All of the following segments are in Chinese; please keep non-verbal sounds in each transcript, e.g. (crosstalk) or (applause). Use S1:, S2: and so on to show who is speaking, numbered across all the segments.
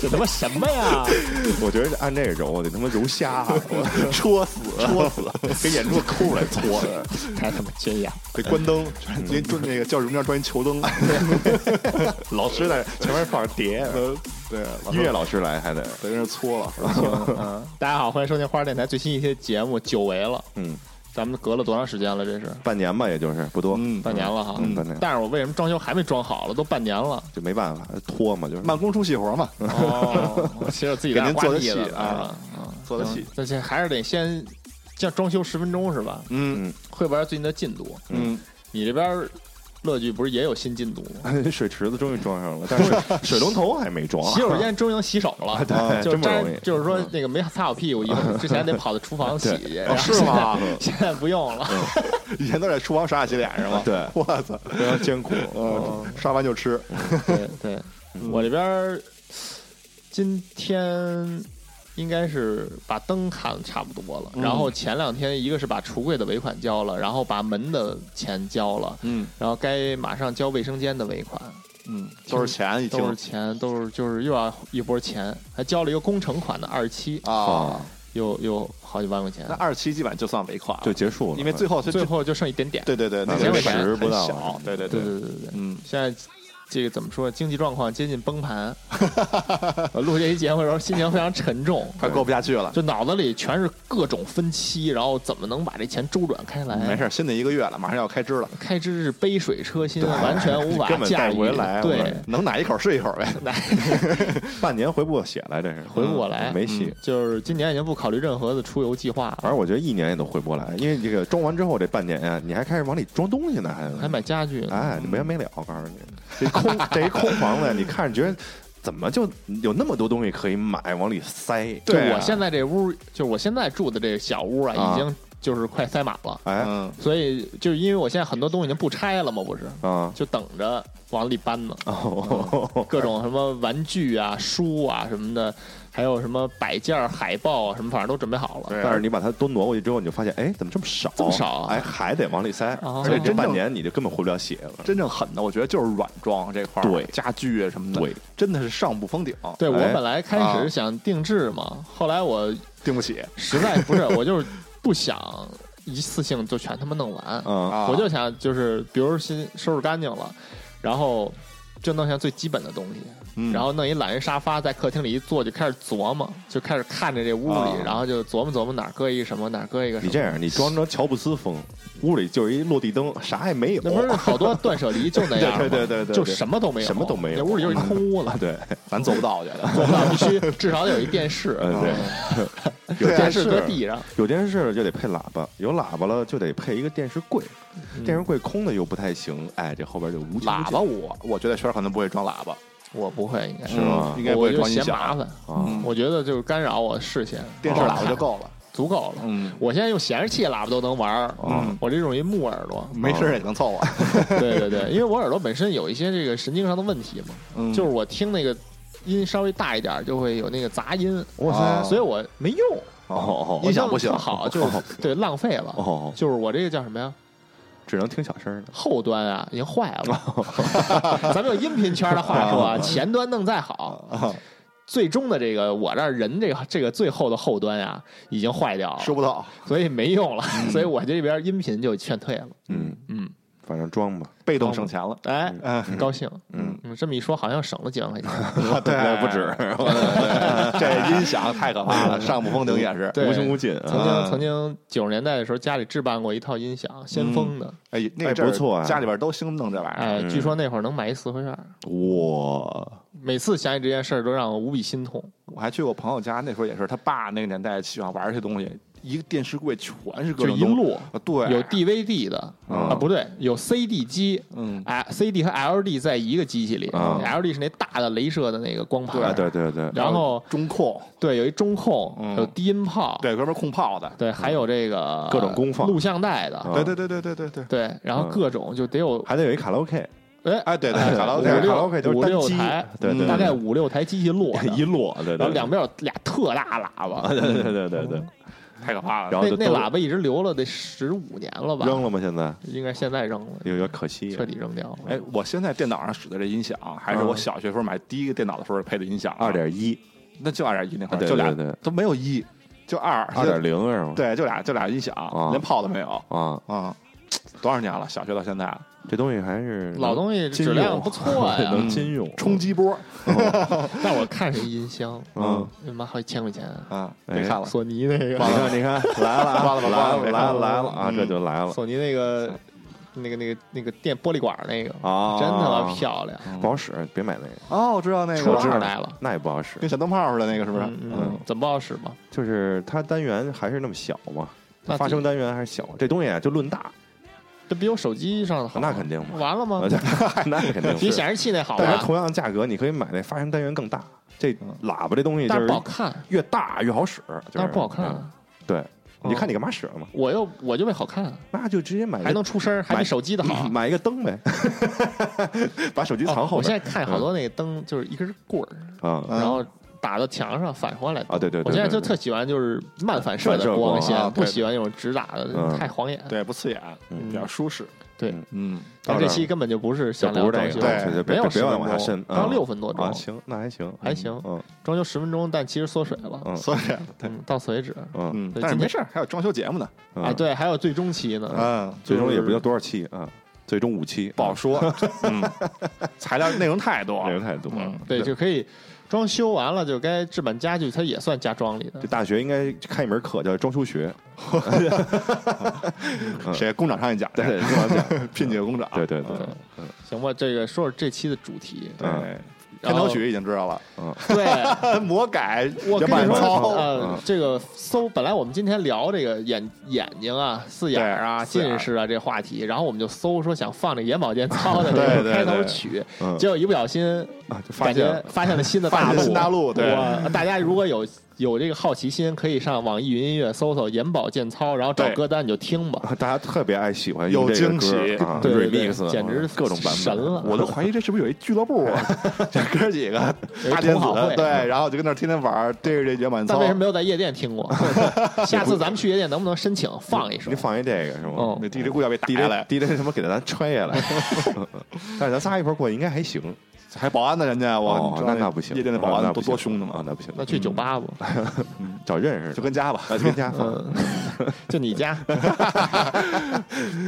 S1: 这他妈什么呀？
S2: 我觉得按这个揉，我得他妈揉瞎，啊我
S3: 戳死，
S2: 戳死，给眼珠子抠出来搓的，
S1: 太他妈缺氧！
S3: 得关灯，因为就那个教室中间装一球灯， (laughs)
S2: 老师在前面放着碟，
S3: 呃对，老
S2: 音
S3: 师
S2: 乐老师来还得，
S3: 在那儿搓了，
S1: 嗯，大家好，欢迎收听花儿电台最新一期节目，久违了，
S2: 嗯，
S1: 咱们隔了多长时间了？这是
S2: 半年吧，也就是不多，
S3: 嗯
S1: 半年了哈。
S2: 嗯半年
S1: 但是我为什么装修还没装好了？都半年了。
S2: 就没办法拖嘛，就是 (laughs)
S3: 慢工出细活嘛，
S1: 哦， (laughs) 我其实我自己
S3: 给
S1: 在那
S3: 您
S1: 画
S3: 做的
S1: 地
S3: 戏
S1: 的
S3: 啊，
S1: 嗯
S3: 做的戏，
S1: 但是还是得先像装修十分钟是吧？
S3: 嗯
S1: 汇报一下最近的进度。
S3: 嗯，
S1: 你这边儿乐剧不是也有新进度吗？
S2: 水池子终于装上了，
S3: (laughs)
S2: 但是水水龙头还没装。
S1: 洗手间终于能洗手了，嗯
S2: 对
S1: 就是
S2: 真不容易
S1: 沾就是说那个没擦好屁股，以后之前得跑到厨房洗去，然后
S3: 是吗
S1: 现在？现在不用了，
S3: 以前都在厨房刷牙洗脸是吗？ (laughs)
S2: 对
S3: (laughs) 我操，
S2: 非常艰苦，
S3: 呃，刷完就吃，
S1: 对对，
S3: 嗯
S1: 我这边儿今天应该是把灯看得差不多
S3: 嗯
S1: 了，然后前两天一个是把橱柜的尾款交了，然后把门的钱交了，
S3: 嗯
S1: 然后该马上交卫生间的尾款，
S3: 嗯，都是钱，一听
S1: 都是钱，都是就是又要一波钱，还交了一个工程款的二期，
S3: 啊，
S1: 又又好几万块钱
S3: 那，二期基本上就算尾款了，
S2: 就结束了。
S3: 因为最后就
S1: 最后就剩一点点。
S3: 对对对，那
S1: 结
S3: 个
S1: 尾
S3: 钱
S1: 十
S3: 很
S2: 不到
S3: 小，对对
S1: 对对对对对，
S3: 嗯，
S1: 现在这个怎么说，经济状况接近崩
S3: (laughs)
S1: 盘。我录这期节目的时候心情非常沉重，
S3: 快过不下去了。
S1: 就脑子里全是各种分期，然后怎么能把这钱周转开来？
S3: 没事，新的一个月了，马上要开支了，
S1: 开支是杯水车薪，完全无法
S2: 根本
S1: 驾
S2: 带
S1: 驭。
S2: 不回来我
S1: 对
S2: 感，
S3: 能奶一口是一口呗。
S2: 半年回不过血来，这是嗯
S1: 回不过来嗯
S2: 没
S3: 嗯
S2: 戏。
S1: 就是今年已经不考虑任何的出游计划了，
S2: 反正我觉得一年也都回不过来，因为这个装完之后这半年呀，你还开始往里装东西呢，还
S1: 还买家具呢。
S2: 哎，没
S3: 嗯
S2: 完没了。我告诉你，这空这一空房子，你看着觉得怎么就有那么多东西可以买往里塞？
S1: 就
S3: 对啊
S1: 我现在这屋，就是我现在住的这个小屋啊，
S2: 啊
S1: 已经就是快塞满了，
S2: 哎啊
S3: 嗯，
S1: 所以就是因为我现在很多东西已经不拆了嘛，不是，
S3: 嗯
S2: 哦
S1: 就等着往里搬呢。
S3: 啊
S2: 哦，
S1: 各种什么玩具啊、书啊什么的，还有什么摆件儿、海报啊什么，反正都准备好了。
S3: 对
S2: 但是你把它都挪过去之后，你就发现，哎，怎么这么少？
S1: 这么少啊
S2: 哎，还得往里塞，
S1: 哦
S2: 而且这半年你就根本回不了血了。
S3: 真正狠的，我觉得就是软装这块儿，
S2: 对
S3: 家具啊什么的，
S2: 对，
S3: 真的是上不封顶，
S1: 对我
S2: 哎
S1: 本来开
S3: 啊
S1: 始想定制嘛，后来我
S3: 订不起
S1: 实在不是，我就是不想一次性就全他妈弄完，
S2: 嗯，
S3: 啊。
S1: 我就想就是比如先收拾干净了，然后就弄下最基本的东西，
S3: 嗯
S1: 然后弄一懒人沙发在客厅里一坐，就开始琢磨，就开始看着这屋里，
S3: 啊
S1: 然后就琢磨琢磨哪儿搁一个什么，哪儿搁一个什
S2: 你
S1: 么。
S2: 这样，你装成乔布斯风，屋里就是一落地灯，啥也没有。
S1: 那不是好多断舍离就那样吗
S3: (laughs) 对对对对对
S1: 就什么都没有，
S2: 什么都没有
S1: 那屋里就是一空屋
S3: (laughs)
S1: 了。
S2: 对，
S3: 咱做不到，我觉得。
S1: 那必须至少得有一电视，
S2: 呃
S3: 嗯
S2: 对，
S3: (laughs) 有
S1: 电视搁地上，
S2: (laughs) 有电视了就得配喇叭，有喇叭了就得配一个电视柜，电视柜空的又不太行，哎，这后边就无穷
S3: 嗯喇
S2: 尽
S3: 叭我我觉得圈儿可能不会装喇叭，
S1: 我不会，应该
S2: 是吗
S3: 嗯应该不
S1: 我
S3: 会
S1: 就
S3: 装音
S1: 嫌
S3: 响。
S1: 麻烦。
S3: 嗯
S1: 嗯
S2: 啊，
S1: 我觉得就是干扰我视线，
S3: 电视
S1: 不好
S3: 喇叭
S1: 看
S3: 就够了，
S1: 足够了。
S3: 嗯，
S1: 我现在用显示器喇叭都能玩儿
S2: 嗯，
S1: 我这种一木耳朵
S3: 没声儿也能凑合。
S1: (laughs) 对对对，因为我耳朵本身有一些这个神经上的问题嘛，
S3: 嗯
S1: 就是我听那个音稍微大一点儿就会有那个杂音，
S2: 哇
S3: 啊
S2: 塞，
S1: 所以我没用，
S2: 哦
S1: 我
S3: 音响
S1: 弄
S3: 不行
S1: 得好就是对浪费了。
S2: 哦，
S1: 就是我这个叫什么呀？
S2: 只能听小声儿的。
S1: 后端啊已经坏了。 (laughs) 咱们有音频圈的话说 (laughs) 啊，前端弄再好，最终的这个我这儿人这个这个最后的后端啊已经坏掉了，
S3: 收不到，
S1: 所以没用了，所以我这边音频就劝退了。
S2: 嗯，
S1: 嗯，
S2: 反正装吧，
S3: 被动省钱了。
S1: 哎，
S3: 嗯，
S1: 高兴。
S2: 嗯
S1: 嗯，这么一说好像省了几万块钱，
S2: 啊 (laughs)
S3: 对，
S2: 不止，
S3: 这音响太可怕了，上不封顶也是。
S1: 对
S2: 无穷无 (laughs) 尽啊。
S1: 曾经
S3: 啊
S1: 曾经九十年代的时候，家里置办过一套音响，先锋的，
S3: 哎，那
S2: 哎
S3: 个阵儿
S2: 不错啊
S3: 家里边都兴弄这玩意儿。
S1: 哎，据说那会儿能买一四合院儿。
S2: 哇，
S1: 每次想起这件事儿都让我无比心痛。
S3: 我还去过朋友家，那时候也是他爸那个年代喜欢玩这些东西，一个电视柜全是各种
S1: 就一
S3: 摞，对，
S1: 有 DVD 的、啊，不对，有 CD 机，
S3: 嗯
S1: 哎，CD 和 LD 在一个机器里、
S2: 啊
S1: l d 是那大的镭射的那个光盘，
S2: 啊，对对对，
S1: 然后
S3: 中控，
S1: 对有一中控，
S3: 嗯
S1: 有低音炮，
S3: 对，哥们儿控炮的，
S1: 对还有这个
S2: 嗯各种功放
S1: 录像带的，
S2: 啊
S3: 对对对对对对对，
S1: 对，然后
S2: 嗯
S1: 各种就得有
S2: 还得有一卡拉 OK，
S1: 哎
S3: 哎对对，卡拉
S1: 五
S3: OK，
S2: 对
S1: 六
S2: (laughs) 卡拉 OK 就是
S1: 五
S2: 单
S1: 六
S2: 机
S1: 台，
S2: 对对对
S1: 大概五六台机器摞着
S2: 嗯 (laughs) 一摞，对
S1: 然嗯
S2: 对，
S1: 后两边有俩特大喇叭，
S2: 对对对对对，
S3: 太可怕了。
S2: 然后
S1: 那
S2: 就
S1: 那
S2: 都
S1: 喇叭一直留了得十五年了吧？
S2: 扔了吗？现在
S1: 应该现在扔了，
S2: 有点可惜
S1: 彻。底扔掉了。
S3: 哎，我现在电脑上使的这音响，还是我小学时候买第一个电脑的时候配的音响，啊
S2: 二，点一，
S3: 那就二点一那会
S2: 啊
S3: 儿，
S2: 对
S3: 就俩
S2: 对对
S3: 都没有一，就二，
S2: 二点零是吗？
S3: 对，就俩就俩音响，连炮都没有
S2: 啊，
S3: 啊。多少年了？小学到现在，
S2: 这东西还是
S1: 老东西
S2: 金
S1: 质量
S2: 融
S1: 不错呀，
S2: (laughs)
S1: 嗯
S2: 能金用哦
S3: 冲击波
S1: 但我看是一音箱，
S2: 嗯，
S1: 妈好几千块钱啊，
S3: 啊，没看了，
S1: 索尼那个，
S2: 你看，你看，来了啊，
S3: 完了
S2: 来了，
S3: 完了
S2: 来了，来了啊！
S3: 嗯
S2: 这就来了
S1: 索尼那个那个那个那个电玻璃管儿那个，
S2: 啊！
S1: 真他妈漂亮，
S2: 不好使，别买那个，
S3: 哦，我知道那
S1: 出
S3: 个，
S1: 二代了，
S2: 那也不好使。
S3: 跟小灯泡似的那个，是不是？
S1: 嗯嗯，怎么不好使嘛？
S2: 就是它单元还是那么小嘛，
S1: 那
S2: 发声单元还是小，这东西啊就论大，
S1: 这比我手机上的好，
S2: 那肯定嘛
S1: 完了吗？
S2: (laughs) 那肯定
S1: (laughs) 比
S2: 是。
S1: 显示器那哦好啊
S2: 但
S1: 吧
S2: 是？同样的价格，你可以买那发声单元更大。这
S3: 嗯
S2: 喇叭这东西就
S1: 但
S2: 是
S1: 不好看，
S2: 越大越好使，就
S1: 但是不好看
S2: 嗯
S1: 啊。
S2: 对，你
S1: 嗯
S2: 看你干嘛使嘛？
S1: 我又我就为好看，
S2: 那就直接买一个
S1: 还能出声儿，还
S2: 买
S1: 比手机的好。啊
S2: 买一个灯呗， (laughs) 把手机
S1: 哦
S2: 藏后
S1: 我现
S2: 边嗯
S1: 在看好多那个灯，就是一根棍儿，
S2: 啊
S3: 嗯
S1: 然后打到墙上反过来。
S2: 啊！对对，对
S1: 我现在
S2: 对
S1: 就
S2: 对
S1: 特喜欢就是慢反射
S2: 反射
S1: 的
S2: 光
S1: 光
S3: 啊
S1: 线，
S3: 对
S1: 不喜欢那种直打的
S2: 嗯，
S1: 太晃眼。
S3: 对，不刺眼，
S2: 嗯
S3: 比较舒适。
S1: 对
S3: 嗯，
S1: 但这期根本就不是
S2: 就
S1: 想聊
S2: 不是
S1: 装
S2: 这
S1: 修，
S2: 个，
S3: 对
S2: 就别
S1: 没有
S2: 别
S1: 十
S2: 别
S1: 分
S2: 往
S1: 钟
S2: 下深，
S1: 刚
S2: 嗯
S1: 六分多钟
S2: 啊，，行，那还行，
S1: 还行
S2: 嗯
S1: 装修十分钟，但其实缩水了，
S2: 嗯
S3: 所以对，
S1: 嗯，到此为止。
S2: 嗯
S3: 嗯，
S1: 对
S3: 但是
S1: 今天
S3: 没事儿，还有装修节目呢。
S2: 嗯
S1: 哎，，对，还有最终期呢，
S3: 嗯，
S2: 最终
S1: 就是
S2: 也不知道多少期啊，最终五期，啊
S3: 不好说，嗯，材料内容太多
S2: 内容
S3: 了。
S2: 太多了
S3: 嗯，
S1: 对，就可以装修完了就该置办家具，它也算家装里的
S2: 这。大学应该开一门课叫装修学，嗯
S3: 谁工厂上一讲，
S2: 对，
S3: (laughs)
S2: 是吧？
S3: 聘几个工厂，
S2: 对对对
S1: 对，行吧，这个说说这期的主题，
S2: 嗯
S3: 对，片头曲已经知道了，
S1: 对，
S3: (laughs) 魔改
S1: 我跟
S2: 把
S1: 你
S2: 你
S1: 说，
S2: 操
S1: 呃
S3: 啊
S2: 嗯，
S1: 这个搜，本来我们今天聊这个眼眼睛啊、四眼儿啊、
S3: 对四眼
S1: 近视啊这话题，然后我们就搜说想放这眼保健操的
S3: 对
S1: 这个
S3: 对
S1: 开头
S3: 对
S1: 曲，
S2: 嗯
S1: 结果一不小心
S2: 啊，就发
S1: 感
S2: 现
S1: 觉
S2: 了
S1: 发现了新的
S3: 发
S1: 大
S3: 现
S1: 陆。
S3: 新大陆，对，
S1: 我呃大家如果有有这个好奇心，可以上网易云音乐搜搜眼保健操，然后找
S3: 对
S1: 歌单你就听吧。
S2: 啊大家特别爱喜欢
S3: 有
S2: 这个
S3: 惊喜
S2: 歌啊
S1: 对对对
S2: ，remix，
S1: 简直
S2: 各种版本，
S1: 神了
S3: 我都怀疑这是不是有一俱乐部啊？ (laughs) 这哥几个
S1: 有一
S3: 大电
S1: 同好
S3: 子
S1: 会，
S3: 对，然后就跟那儿天天玩儿，这是这原版
S1: 但
S3: 操
S1: 为，什么没有在夜店听过？下次咱们去夜店能不能申请放一首
S2: 你？放一这个是吗
S1: 嗯？
S3: 那 DJ 故要被打下
S2: DJ
S3: 来，
S2: DJ 他妈给咱踹下来，但是咱仨一块儿过去应该还行。
S3: 还保安呢，人家我
S2: 哦
S3: 你知道
S2: 那那不行，
S3: 夜店的保
S2: 啊那
S3: 安
S2: 不
S3: 多
S2: 行
S3: 多凶的
S2: 啊
S3: 嘛，
S2: 那不行，
S1: 那去酒吧吧，
S2: 找认识
S3: 就
S2: 的，
S3: 跟家吧，
S2: 那就跟家放。
S1: 嗯， (laughs) 就你家。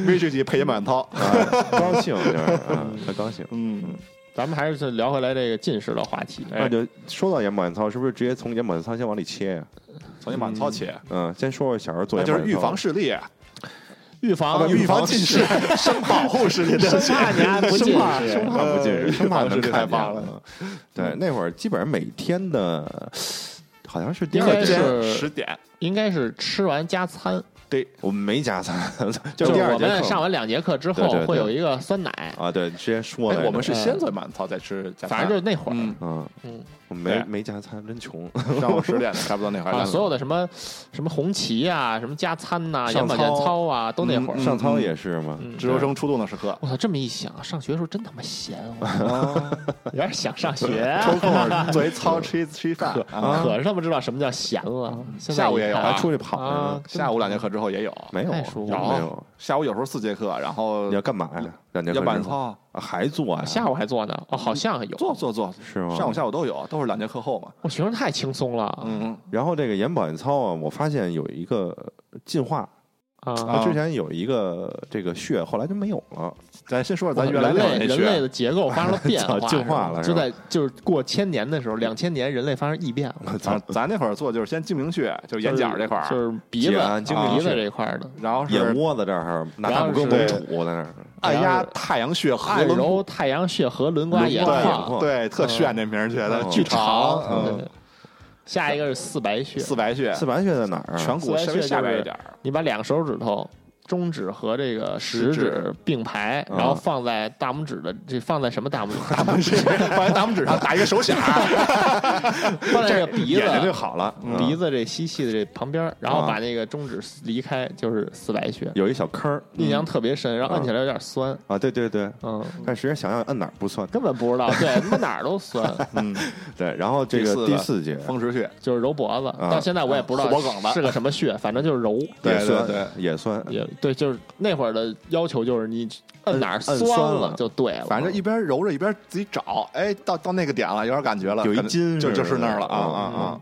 S3: 威士忌配原版操，
S2: 啊高兴就是，啊，他高兴。
S3: 嗯，
S1: 咱们还是聊回来这个近视的话题。
S3: 哎
S2: 那就说到眼保健操，是不是直接从眼保健操先往里切呀？
S3: 从原版操起，
S2: 嗯，先说说小时候做
S3: 那
S2: 眼
S3: 啊就
S2: 保
S3: 是
S2: 健操，
S3: 预防视力，
S1: 预
S3: 啊
S1: 防
S3: 不预防近视， (laughs) 生保护视力，对不起
S1: 生怕你还不近
S3: 生怕
S1: 视
S3: 生
S2: 生怕哎不近视，
S3: 呃
S2: 生怕能
S3: 预防视力
S2: 看
S3: 太
S2: 见
S3: 棒了。。
S2: 嗯对，那会儿基本上每天的，好像是第
S1: 应
S2: 二
S1: 该
S3: 二
S1: 是
S2: 节，
S3: 天十点，
S1: 应该是吃完加餐，
S2: 我们没加餐，
S1: 就
S2: 就是第二
S1: 我
S2: 节
S1: 们
S2: 课
S1: 上完两节课之
S2: 对对
S1: 后
S2: 对
S1: 会有一个酸奶，
S2: 啊，对，之前说
S3: 哎
S2: 了，
S3: 我们是
S1: 嗯
S3: 先做满操再吃加餐，
S1: 反正就是那会儿
S3: 嗯，哎
S2: 嗯
S1: 嗯，
S2: 我们没
S3: 对
S2: 没加餐，真穷。
S3: (laughs) 上午十点差不多那会
S1: 啊，
S3: 儿，
S1: 所有的什么什么红旗啊，什么加餐呐、
S2: 上
S1: 眼保健操啊，都那会儿
S3: 嗯。
S2: 上操也是嘛，
S1: 嗯
S3: 值周生出动的时
S1: (laughs)
S3: 刻，
S1: 我操，这么一想，上学的时候真他妈闲，我 (laughs) 有点想上学啊。
S3: 抽空 (laughs) 儿做一操吃一吃一饭啊，
S1: 可是他妈知道什么叫闲了。现在
S3: 下午也有
S1: 一看
S2: 还
S3: 啊
S2: 出去跑去
S1: 啊
S2: 呢，，
S3: 下午两节课之后也有，
S2: 没有啊
S1: 太舒服
S2: 有
S1: 了
S2: 没有？
S3: 下午有时候四节课，然后
S2: 你要干嘛呀？两节课
S3: 要晚
S2: 之后
S3: 操，
S2: 啊还做呀？
S1: 下午还做呢。哦，好像有。
S3: 做做做，
S2: 是吗？
S3: 上午下午都有，都是两节课后嘛，
S1: 我学生太轻松了
S3: 嗯，
S2: 然后这个眼保健操啊，我发现有一个进化，
S1: 啊！
S3: 啊
S2: 它之前有一个这个穴，后来就没有了。
S3: 咱先说说咱原来
S1: 哦人
S3: 那
S1: 类
S3: 那
S1: 人类
S3: 学，
S1: 的结构发生了变化，
S2: 早进化了是
S1: 就
S2: 吧
S1: 在就是过千年的时候，两千年人类发生异变了，
S2: 我
S3: 咱
S2: 操，
S3: 咱那会儿做就是先睛明穴，就是眼角这块
S1: 就
S3: 儿，
S1: 是鼻子啊
S2: 眼睛
S1: 鼻子
S2: 是
S1: 这块儿的，
S3: 然后是
S2: 眼窝子这儿拿大
S1: 然后
S2: 拇哥
S1: 是
S2: 猛杵在那儿，
S3: 按压太阳穴和
S1: 按
S3: 轮
S1: 揉太阳穴和轮刮眼
S2: 轮刮眼
S1: 眶
S2: 眶，
S3: 对，啊特炫这名儿，觉得
S2: 嗯
S3: 巨长，
S1: 对
S3: 嗯，
S1: 对下一个是四白穴，
S3: 四白穴，嗯
S2: 四白穴在哪儿啊？
S3: 颧骨稍微下边一点儿，
S1: 你把两个手指头中指和这个食
S2: 食
S1: 指
S2: 指
S1: 并排，
S2: 啊
S1: 然后放在大拇指的这放在什么大拇指？大拇指
S2: 放在大拇指上打一
S1: (laughs)
S2: 个手响，
S1: 放在这个鼻
S2: 眼睛就
S1: 子
S2: 好了。嗯
S1: 鼻子这吸气的这旁边，然后
S2: 啊
S1: 把那个中指离开，就是四白穴，
S2: 有一小坑儿
S1: 印象特别深，然后按起来有点酸，
S2: 啊，对对对，
S1: 嗯，
S2: 但实际上想想摁哪儿不算，
S1: 根本不知道，对，他妈哪儿都
S2: (laughs)
S1: 酸，
S3: 嗯，
S2: 对。然后这
S3: 第四
S2: 个
S3: 个
S2: 第四节，
S3: 风池穴，
S1: 就是揉脖子，
S2: 嗯
S1: 到现在我也不知
S3: 后脖梗
S1: 道
S3: 子
S1: 是个什么穴，反正就是揉。
S2: 也
S3: 对
S2: 酸
S3: 对
S2: 也酸，
S1: 也对，就是那会儿的要求就是你摁哪儿
S2: 摁
S1: 酸
S2: 酸了
S1: 就对了，
S3: 反
S2: 嗯
S3: 正一边揉着一边自己找，哎，到到那个点了，有点感觉了，
S2: 有一
S3: 感觉
S2: 筋
S3: 就
S2: 似的
S3: 就是那儿了啊
S2: 嗯
S3: 啊啊！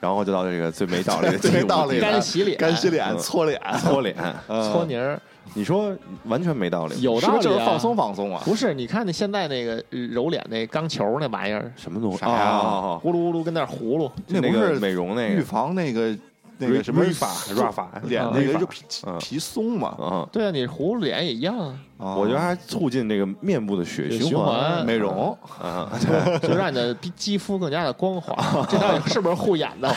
S2: 然后就到这个最没道理的
S3: 最没
S2: 第五
S3: 道理
S2: 节
S3: 的嗯
S1: 该洗脸，
S3: 干洗脸、
S2: 嗯
S3: 搓
S2: (laughs)
S3: 脸、
S2: 搓脸，嗯
S1: 搓泥儿，
S2: 你说完全没道理，
S1: 有
S3: 是不
S1: 道
S3: 是就
S1: 理
S3: 是
S1: 啊
S3: 放松放松啊？
S1: 不是，你看那现在那个呃揉脸那钢球那玩意儿，
S2: 什么东西
S3: 啥呀
S2: 啊？
S1: 呼噜呼噜跟那儿葫芦，
S3: 那
S2: 那
S3: 不
S2: 个
S3: 是
S2: 美容那
S3: 预
S2: 个
S3: 防那个那个什么
S2: Rifa- Rafa
S3: 脸
S1: 嗯
S3: 那个
S2: Rifa
S3: 就皮
S2: 嗯
S3: 皮松嘛。
S2: 啊，
S1: 对啊，你葫芦脸也一样啊，
S3: 啊
S2: 我觉得还促进这个面部的血
S1: 血循
S2: 环
S1: 环
S3: 美容
S2: 啊， (laughs)
S1: 就让你的皮肌肤更加的光
S3: (laughs)
S1: 滑。这到底是不是护眼的？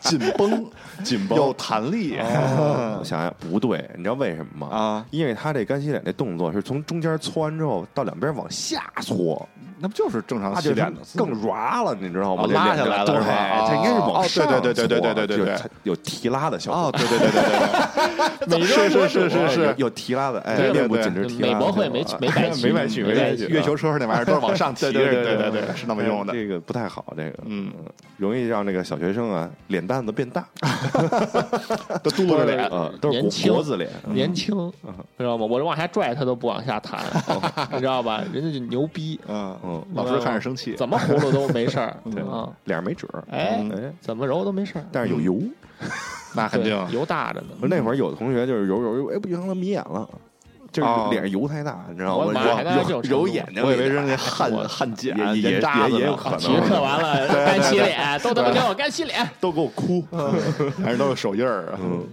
S3: 紧绷
S2: 紧
S3: 有
S2: 绷。哦
S3: 弹力
S2: 我想想不对，你知道为什么吗？
S3: 哦啊，
S2: 因为他这干洗脸这动作是从中间搓完之后到两边往下搓，
S3: 那不就是正常
S2: 它
S3: 洗
S2: 就
S3: 脸的
S2: 是更软了，你知道吗？
S3: 哦
S2: 这脸
S3: 拉下来了
S2: 对，
S3: 是吧
S2: 它应该是往
S3: 哦
S2: 上搓，
S3: 对对对对对对对对
S2: 就它有提拉的效果哎
S3: 哦，，对对对对对
S2: (laughs)
S3: 对，
S1: 美妆
S3: 是
S1: 博
S3: 是
S1: 主
S3: 是是是
S2: 有。有提拉的，哎，
S1: 对
S2: 面部
S3: 对
S2: 紧致提拉
S1: 美
S2: 的。啊
S1: 博会没没
S3: (laughs)
S1: 白去
S2: 没白去，
S1: 没白
S2: 白
S1: 去
S2: 去。
S3: 哎月球车那玩意儿都是往上提着
S2: 对
S3: 的，
S2: 对对
S3: 对对对对，是那么用的。
S2: 哎这个不太好，这个
S3: 嗯，
S2: 容易让那个小学生啊脸蛋子变大，
S3: 都嘟着脸，
S2: 啊，都是
S1: 哎年轻
S2: 国国字脸，
S1: 年轻，
S3: 嗯
S1: 知道吗？我往下拽他都不往下弹，
S3: (laughs)
S1: 你知道吧？人家就牛逼，
S3: 嗯
S2: 嗯，
S3: 老师看着生气，
S1: 怎么葫芦都没事
S3: (laughs)
S1: 儿啊。
S2: 脸没褶儿，
S1: 哎嗯
S2: 哎，
S1: 怎么揉都没事儿，
S2: 但是有油。
S3: 那肯
S1: 对
S3: 定
S1: 油大着呢。
S2: 那会儿有同学就是揉揉揉，哎不行了，迷眼了，就是
S3: 哦
S2: 脸上油太大，你知道
S1: 我
S2: 吗？
S1: 的妈呀还能这种
S2: 揉
S1: 程度
S2: 揉眼睛，
S3: 我以为是那汗汗碱
S2: 也也
S3: 眼渣子
S2: 也也有
S3: 呢，
S2: 可能
S1: 体育课完了，干洗脸，都他妈给我干洗脸，
S2: 都给我哭。
S3: 反正都是手印儿啊。
S2: 嗯，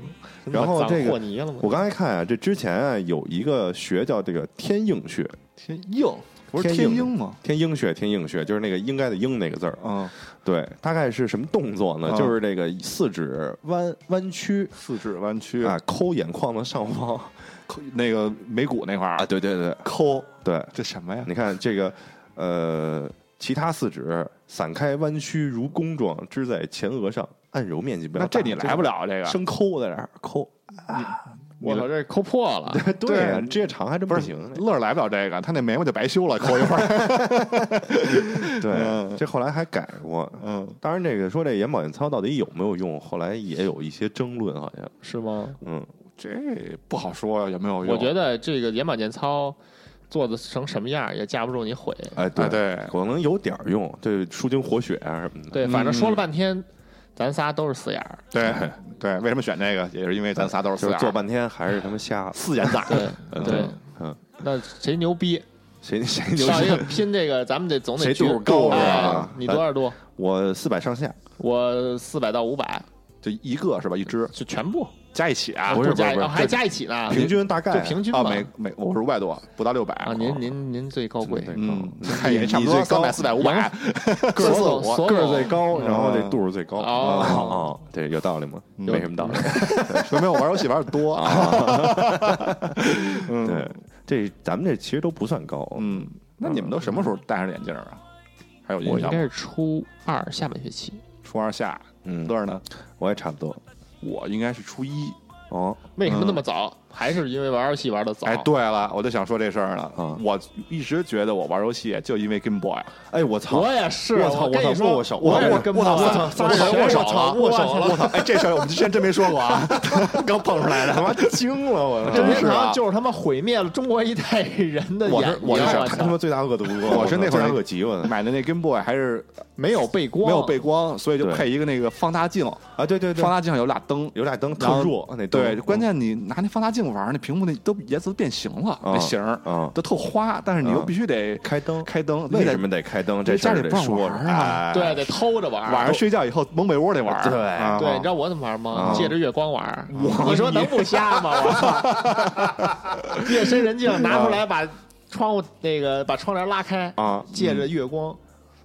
S2: 然后这
S1: 脏和
S2: 个
S1: 泥了吗？
S2: 我刚才看啊，这之前啊有一个穴叫这个天应穴，
S3: 天硬不是
S2: 天
S3: 天
S2: 硬
S3: 鹰吗？
S2: 天应穴，天应穴就是那个应该的应那个字儿。
S3: 嗯，
S2: 对，大概是什么动作呢？
S3: 啊
S2: 就是这个四指弯弯曲
S3: 四指弯曲
S2: 啊，抠眼眶的上方
S3: 抠那个眉骨那块儿
S2: 啊，对对对
S3: 抠，
S2: 对，
S3: 这什么呀？
S2: 你看这个呃，其他四指散开弯曲如弓状，支在前额上，按揉面积不要
S3: 那
S2: 大。
S3: 这你来不
S2: 了，
S3: 了这个，
S2: 生抠在这儿抠。
S1: 我操，这抠破了，
S2: 对呀，
S3: 对啊
S2: 这些长还真
S3: 不
S2: 不
S3: 是
S2: 行。
S3: 乐儿来不了这个，他那眉毛就白修了，抠一会儿。
S2: 对，
S3: 嗯
S2: 这后来还改过。
S3: 嗯，
S2: 当然，这个说这眼保健操到底有没有用，后来也有一些争论，好像，
S1: 是吗？
S2: 嗯，
S3: 这不好说有没有用？
S1: 我觉得这个眼保健操做的成什么样也架不住你毁。
S2: 哎，
S3: 哎对
S2: 可能有点儿用，对舒筋活血啊什么的。
S1: 对，
S3: 嗯
S1: 反正说了半天，咱仨都是死眼儿。
S3: 对对，为什么选这个？也是因为咱仨都是
S2: 就
S3: 四
S2: 是
S3: 眼
S2: 做半天还是他妈瞎了，
S3: (laughs) 四眼仔，
S1: 对啊对，
S2: 嗯，
S1: 那谁牛逼？
S2: 谁谁 (laughs) 牛
S1: 上一
S2: 逼
S1: 个？拼这个，咱们得总得
S2: 谁
S1: 举
S2: 度数高
S1: 哎
S2: 是吧哎
S1: 你多少度？
S2: 我四百上下，
S1: 我四百到五百，
S3: 就一个是吧？一只
S1: 就全部
S3: 加一起啊
S1: 啊，
S2: 不是
S1: 加
S2: 不是
S1: 哦还
S2: 这
S1: 加一起呢，
S2: 平均大概
S1: 就平均
S3: 啊，
S1: 吧。
S3: 每每我是五百多，不到六百
S1: 啊，您您您最高贵，
S3: 嗯
S2: 嗯，，
S3: 也差不多三百四百
S1: (laughs)
S3: 五百，
S1: 个儿
S2: 所
S1: 所所
S2: 有个儿
S1: 有
S2: 最高，然后这
S3: 嗯
S2: 度数最高。
S1: 哦
S2: 哦，对，有道理吗？没什么
S3: (laughs)
S2: 道理。
S3: 说明我玩游戏玩的多啊。
S2: (laughs)
S3: (laughs)
S2: 对，这咱们这其实都不算高。
S3: 嗯，那你们都什么时候戴上眼镜啊？还有
S1: 我
S3: 印
S1: 应
S3: 象
S1: 该是
S3: 吗？
S1: 初二下半学期。
S3: 初二下，
S2: 嗯
S3: 乐，儿呢？
S2: 我也差不多。
S3: 我应该是初一。
S2: 哦，
S1: 为什么那么早？还是因为玩游戏玩的早。
S3: 哎，对了，我就想说这事儿
S2: 啊
S3: 呢。我一直觉得我玩游戏就因为 Game Boy，
S2: 哎，我操！
S1: 我也是。
S2: 我操！
S1: 跟
S2: 操！
S1: 你说，
S2: 握手，
S1: 我也
S2: 我
S1: 是跟
S2: 我操！
S1: 朋友
S2: 我操！
S1: 我
S2: 仨人握手
S1: 我操
S2: 了，握手了！我操！
S3: 哎，这事儿我们之前真没说过啊， (laughs) 刚蹦出来的
S2: 他。妈惊了！我
S1: 这
S2: 操！
S1: 明
S3: 真是啊
S1: 堂就是他妈毁灭了中国一代人的
S3: 我是
S1: 眼睛。啊
S3: 我是
S1: 操
S2: 他他妈罪大恶
S3: (laughs)
S2: 毒！
S3: 我是那会
S2: 罪
S3: 儿
S2: 大恶极！我操
S3: 买的那 Game Boy 还是
S1: 没有背光，
S3: 没有背光，所以就
S2: 对
S3: 配一个那个放大镜，
S2: 啊！对对对
S3: 放，大镜上有俩灯，
S2: 有俩灯特
S3: 然后
S2: 弱，那灯
S3: 对，关键你拿那放大镜玩儿，那屏幕那都颜色都变形了，
S2: 嗯
S3: 那形儿
S2: 嗯
S3: 都特花，但是你又必须得
S2: 开灯。
S3: 开灯，
S2: 为
S3: 你得
S2: 什么得开灯？这事
S3: 家
S2: 儿
S3: 里
S2: 得
S3: 不让
S2: 说
S3: 玩
S2: 着
S3: 儿啊
S2: 哎
S1: 对，得偷着玩。
S3: 晚上睡觉以后蒙被窝得玩儿，
S2: 对
S3: 啊
S1: 对，你知道我怎么玩吗？
S2: 啊
S1: 借着月光玩。你说能不瞎吗？我操！
S2: (laughs)
S1: 夜深人静拿出来，把窗户那个把窗帘拉开
S2: 啊
S1: 借着月光。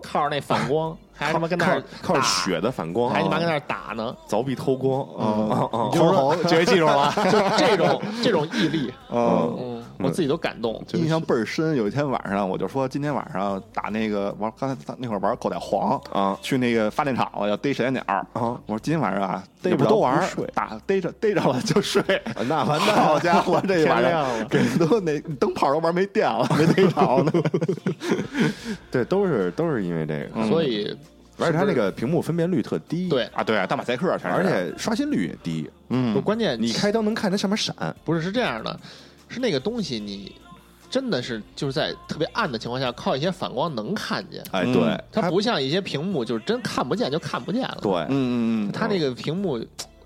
S1: 靠着那反光，嗯还他妈跟那
S2: 靠
S1: 儿
S2: 靠着
S1: 打，
S2: 血的反光，
S1: 还他妈
S2: 啊
S1: 跟那儿打呢。
S2: 凿壁偷光
S3: 嗯
S2: 啊啊 (laughs)
S3: 猿猴绝技术 (laughs) 了，
S1: 就这种这种毅力，
S3: 嗯。
S1: 嗯，我自己都感动。
S2: 真是
S3: 印象倍儿深，有一天晚上我就说，今天晚上打那个玩，刚才那会儿玩口袋黄，
S2: 啊
S3: 去那个发电厂了，要逮闪电鸟。 (laughs)
S2: 啊！
S3: 我说今天晚上啊，
S2: 逮
S3: 也
S2: 不
S3: 不
S2: 着
S3: 都玩
S2: 不
S3: 儿
S2: 睡，
S3: 打逮着逮着了就睡。
S2: 那 (laughs) 完蛋，
S3: 好家伙，这一晚
S1: 天亮了
S3: 上 (laughs) 给人都那灯泡都玩没电了，没逮着
S2: (laughs)
S3: 呢。
S2: 对，都是都是因为这个，
S3: 嗯
S2: 嗯
S1: 所以
S2: 而且它那个屏幕分辨率特低，，
S1: 对，
S3: 啊，对啊，大马赛克全是，
S2: 而且刷新率也低，
S1: 就
S3: 嗯，
S1: 关键
S2: 你开灯能看它上面闪，
S1: 不是是这样的，是那个东西你真的是就是在特别暗的情况下，靠一些反光能看见。
S2: 哎，
S3: 嗯
S2: 对，
S1: 它不像一些屏幕，就是真看不见就看不见了。，
S2: 对，
S3: 嗯嗯嗯，
S1: 它那个屏幕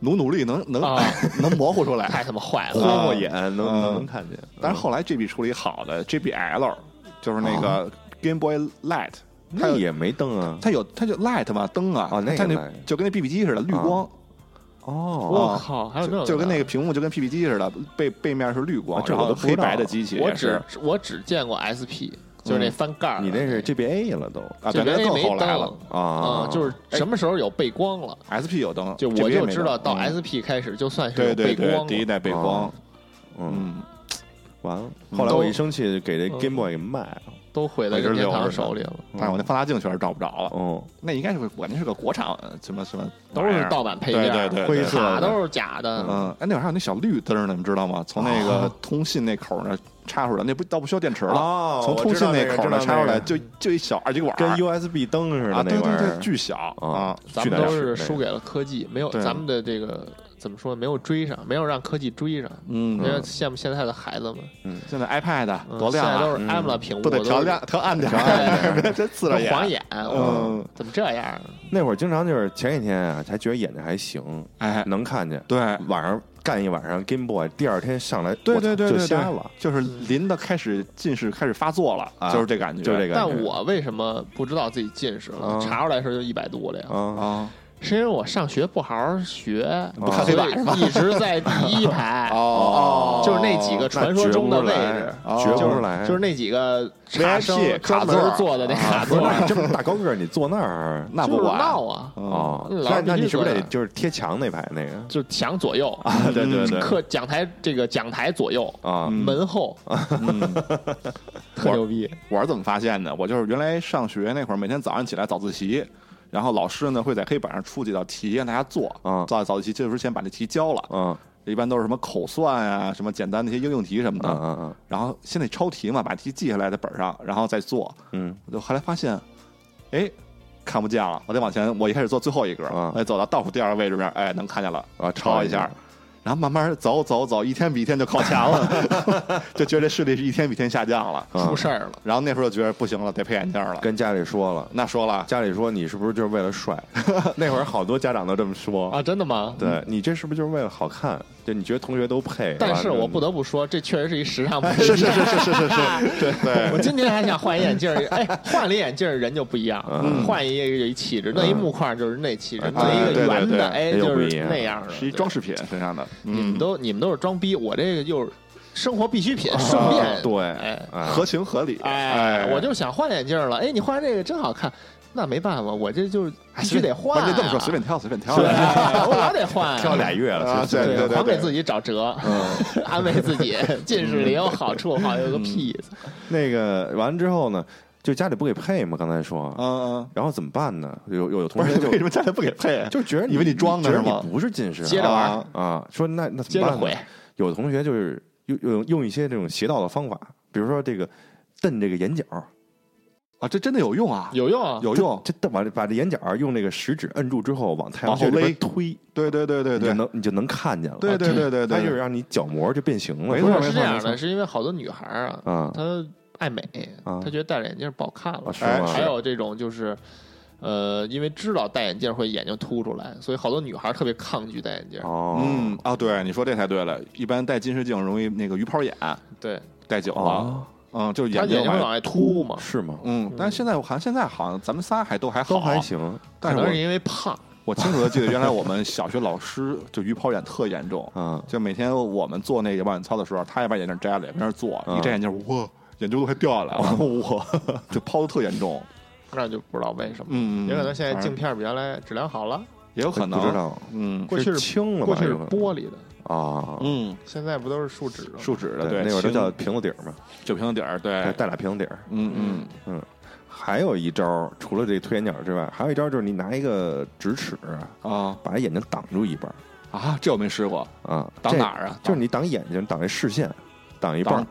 S3: 努努力能能、
S1: 啊
S3: (laughs)
S1: 哎
S3: 能模糊出来。
S1: 太他妈坏
S2: 豁
S1: 了。
S2: 过眼能能
S3: 嗯
S2: 能看见，
S3: 但是后来 GB 出了一好的 GBL，就是那个 Game Boy Light，、
S2: 啊
S3: 它
S2: 那
S3: 有
S2: 也没灯啊，
S3: 它有它就 Light 嘛灯啊，
S2: 哦那个
S3: 它那
S2: light 啊
S3: 就跟那 BB 机似的绿光，
S2: 哦，
S1: 我靠，啊还有这
S3: 就
S1: 个
S3: 就跟那
S1: 个，
S3: 个屏幕就跟 PPT 似的，背背面是绿光
S2: 啊，这
S3: 然
S2: 我都
S3: 后
S2: 不知
S3: 黑
S2: 道
S3: 白的机器
S1: 我
S3: 也是
S1: 只。我只见过 SP，就是那翻盖儿的。
S2: 你那是 GBA 了都
S3: 啊，
S1: 就
S3: 对，
S1: 人
S3: 那
S1: 家
S3: 更
S1: 没
S3: 后来
S1: 灯
S3: 了
S2: 啊
S1: 啊，，就是
S3: 哎
S1: 什么时候有背光了？
S3: ，SP 有灯，
S1: 就
S3: GB
S1: 我就
S3: 没
S1: 知
S3: 灯
S1: 道到
S3: 嗯
S1: SP 开始就算是
S3: 对
S1: 有
S3: 对
S1: 背
S3: 对，
S1: 光
S3: 第一
S1: 了。
S3: 代背光
S2: 啊，嗯，
S3: 嗯，
S2: 完了，
S1: 嗯
S2: 后来我
S1: 都
S2: 一生气就给这
S1: 嗯
S2: Game Boy 给卖了，
S1: 都毁在任天堂手里了，
S3: 但是我那放大镜确实找不着了，
S2: 嗯，
S3: 那应该是我感觉是个国产什么什么
S1: 都
S3: 玩意儿，
S1: 是盗版配件，
S3: 对对对
S2: 灰色
S1: 卡
S2: 的
S1: 都是假的，哦
S3: 嗯，哎，那会儿还有那小绿灯儿呢，你知道吗？从那个通信那口儿那插出来，那不倒不需要电池了，
S2: 哦
S3: 从
S2: 我
S3: 通
S2: 知
S3: 信
S2: 道那
S3: 那
S2: 个
S3: 口儿
S2: 知道
S3: 那插出
S2: 那
S3: 来
S2: 个
S3: 就就一小二极管儿，
S2: 跟 USB 灯似的
S3: 啊，对
S2: 那
S3: 对
S2: 玩意
S3: 对，
S2: 儿，
S3: 巨小啊，
S1: 咱
S2: 巨
S1: 们
S2: 难
S1: 都
S2: 使
S1: 是
S2: 这个
S1: 输给了科技，没有
S3: 对
S1: 咱们的这个怎么说，没有追上，没有让科技追上。
S3: 嗯
S1: 你，看羡慕现在的孩子们，
S3: 现在 iPad
S1: 嗯
S3: 多
S1: 现在
S3: 亮
S1: 都
S3: 啊，
S1: 是
S2: 嗯
S1: AMOLED 屏幕，
S3: 都得
S1: 都 (laughs)
S3: 调亮调暗点 (laughs) 儿，别真刺
S1: 都
S3: 着眼。
S1: 晃眼，
S3: 嗯，
S1: 怎么这样？啊
S2: 那会儿经常就是前几天啊，才觉得眼睛还行，
S3: 哎，
S2: 能看见，
S3: 对
S2: 晚上干一晚上 Game Boy，第二天上来
S3: 对
S2: 我
S3: 对
S2: 操
S3: 对
S2: 就
S3: 对
S2: 瞎了，
S3: 对，就是临的开始近视开始发作了，
S2: 啊
S3: 就是这感觉，
S2: 就这个
S1: 但
S2: 感觉，
S1: 我为什么不知道自己近视了
S2: 嗯？
S1: 查出来的时候就一百多了呀，
S2: 啊
S3: 啊，
S1: 是因为我上学不好好学，
S2: 不
S1: 所
S2: 看
S1: 以
S3: 哦黑板是吧
S1: 一直在第一排，
S3: (laughs) 哦
S1: 就是那几个传说中的位置。
S2: 那
S3: 哦
S2: 绝
S1: 就
S2: 不
S1: 是
S2: 出来，
S1: 就是
S2: 是
S1: 那几个茶生
S3: VIP
S1: 专
S3: 卡座
S1: 门
S3: 儿啊
S1: 坐的那卡座儿，
S2: 那这么大高个儿，你坐那儿
S3: (laughs) 那
S1: 就
S3: 不
S1: 是
S3: 管
S1: 闹啊，
S3: 哦，
S2: 哦，
S1: 老
S2: 那
S1: 必须
S2: 那你是不
S1: 坐
S2: 是得
S1: 那儿
S2: 就是贴墙那排那个
S1: 就墙左右，
S2: 啊？对对对
S1: 课讲台这个讲台左右，
S2: 啊
S3: 嗯
S1: 门后
S3: (laughs) 嗯
S1: (laughs) 特牛逼，
S3: 我是怎么发现的？我就是原来上学那会儿，每天早上起来早自习，然后老师呢会在黑板上出几道题让大家做，
S2: 嗯
S3: 做早自习结束之前把这题交了，
S2: 嗯
S3: 一般都是什么口算啊，什么简单的一些应用题什么
S2: 嗯
S3: 的。
S2: 嗯嗯
S3: 然后先得抄题嘛，把题记下来在本上，然后再做。
S2: 嗯
S3: 我就后来发现，哎，看不见了，我得往前，我一开始做最后一格，
S2: 啊
S3: 我得走到倒数第二个位置面，哎，能看见了，
S2: 啊，
S3: 抄
S2: 一
S3: 一下。然后慢慢走走走，一天比一天就靠前了， (laughs) 就觉得视力是一天比一天下降了。
S2: 嗯
S1: 出事儿了，
S3: 然后那时候就觉得不行了，得配眼镜了。
S2: 跟家里说了，
S3: 那说了，
S2: 家里说你是不是就是为了帅？ (laughs) 那会儿好多家长都这么说。
S1: 啊，真的吗？
S2: 对你这是不是就是为了好看？就你觉得同学都配？
S1: 但是
S2: 完了
S1: 我不得不说，这确实是一
S3: (laughs)
S1: 时尚配
S3: (laughs) 嗯是是是是
S1: (laughs)
S3: 是是是，对
S1: 我
S3: (laughs) 对，
S1: 今天还想换一眼镜儿，哎，换了一眼镜儿人就不一样，
S2: 嗯
S1: 换一个有一气质，弄一木块儿就是那气质，
S2: 嗯
S1: 弄一个圆
S3: 对对对
S1: 的，哎，
S2: 那就
S1: 就
S2: 不一
S1: 是
S2: 样
S1: 那样的，
S3: 是一
S1: 对
S3: 装饰品身上的。嗯
S1: 你们都你们都是装逼，我这个就是生活必需
S3: 啊
S1: 品，顺便
S2: 嗯对
S1: 哎
S2: 哎
S3: 合情合理，
S1: 哎，我就想换眼镜了，哎，你换这个真好看，那没办法，我这就是必须得换
S3: 关
S1: 啊，
S3: 键这么哎说，随便挑，随便挑
S1: 对，。我得
S3: (laughs)
S1: 换啊，
S2: 挑俩月了，
S3: 啊
S2: 其实
S3: 对对对
S1: 狂给自己找辙，
S3: 嗯
S1: 安慰自
S3: (laughs)
S1: 己，近视也有好处，好有个屁，
S2: (laughs)
S3: 嗯
S2: 那个完了之后呢，就家里不给配嘛，刚才说，
S3: 嗯嗯，
S2: 然后怎么办呢？有有的同
S3: 不
S2: 学
S3: 是
S2: 就
S3: 为什么家里不给配？
S2: 就觉得
S3: 以为你装的
S2: 觉得
S3: 是吗
S2: 你不是近视啊，
S1: 接着玩
S3: 啊
S2: 啊，说那那
S1: 接
S2: 怎
S1: 着
S2: 么办呢
S1: 毁？
S2: 有的同学就是用用用一些这种邪道的方法，比如说这个瞪这个眼角，
S3: 啊，这真的有用啊，
S1: 有用啊，
S3: 有用。
S2: 这瞪把把这眼角用那个食指摁住之后，往太阳
S3: 往后
S2: 穴里边
S3: 勒
S2: 推，
S3: 对对对对
S2: 你就
S3: 对
S2: 能你就能看见了。啊
S3: 对对对对
S2: 它就是
S3: 对，
S2: 让你角膜就变形了。
S3: 没
S1: 不
S3: 错
S1: 是是这样
S3: 没错嗯没
S1: 的，
S3: 错
S1: 是因为好多女孩儿啊，
S2: 啊
S1: 她爱美，
S2: 啊
S1: 她觉得戴着眼镜不好看了
S2: 啊，是
S3: 哎
S2: 吗？
S1: 还有这种就是。呃，因为知道戴眼镜会眼睛凸出来，所以好多女孩儿特别抗拒戴眼镜。
S2: 哦，
S3: 嗯啊，对，你说这才对了。一般戴近视镜容易那个鱼泡眼，
S1: 对，
S3: 戴久了，
S2: 哦，
S3: 嗯，就是
S1: 她
S3: 眼睛
S1: 眼睛会往外凸嘛，
S2: 是吗？哦
S3: 嗯，但是现在我看现在好像咱们仨还都还好，
S2: 都还。行
S3: 但是
S1: 可能是
S3: 我
S1: 因为胖，
S3: 我清楚的记得，原来我们小学老师就鱼泡眼特严重，
S2: 啊，
S3: 就每天我们做那个望远操的时候，他也把眼镜摘了，也跟那儿做，
S2: 嗯哦
S3: 一摘眼镜，哇，眼珠子快掉下来了，哇，就抛的特严重。
S1: 那就不知道为什么，
S3: 嗯，
S1: 也可能现在
S3: 反
S1: 镜
S3: 正
S1: 片比原来质量好了，
S3: 也有可能
S2: 不知，道
S3: 嗯
S1: 过去是
S2: 轻了吧？
S1: 过去是
S2: 有可能
S1: 玻璃的，
S2: 啊，
S3: 嗯，
S1: 现在不都是树脂的吗？
S3: 树脂的
S2: 对，
S3: 对，
S2: 那会儿都
S3: 轻哎
S2: 叫瓶子底儿嘛，
S3: 酒瓶底儿，对
S2: 带，带俩瓶子底儿。
S3: 嗯嗯，
S2: 还有一招儿，除了这推眼角之外，还有一招儿就是你拿一个直尺
S3: 啊
S2: 把眼睛挡住一半儿
S3: 啊，这我没试过，
S2: 啊，
S3: 挡
S2: 这
S3: 哪儿啊？
S2: 就是你挡眼睛，挡这视线，挡一半儿
S3: 挡，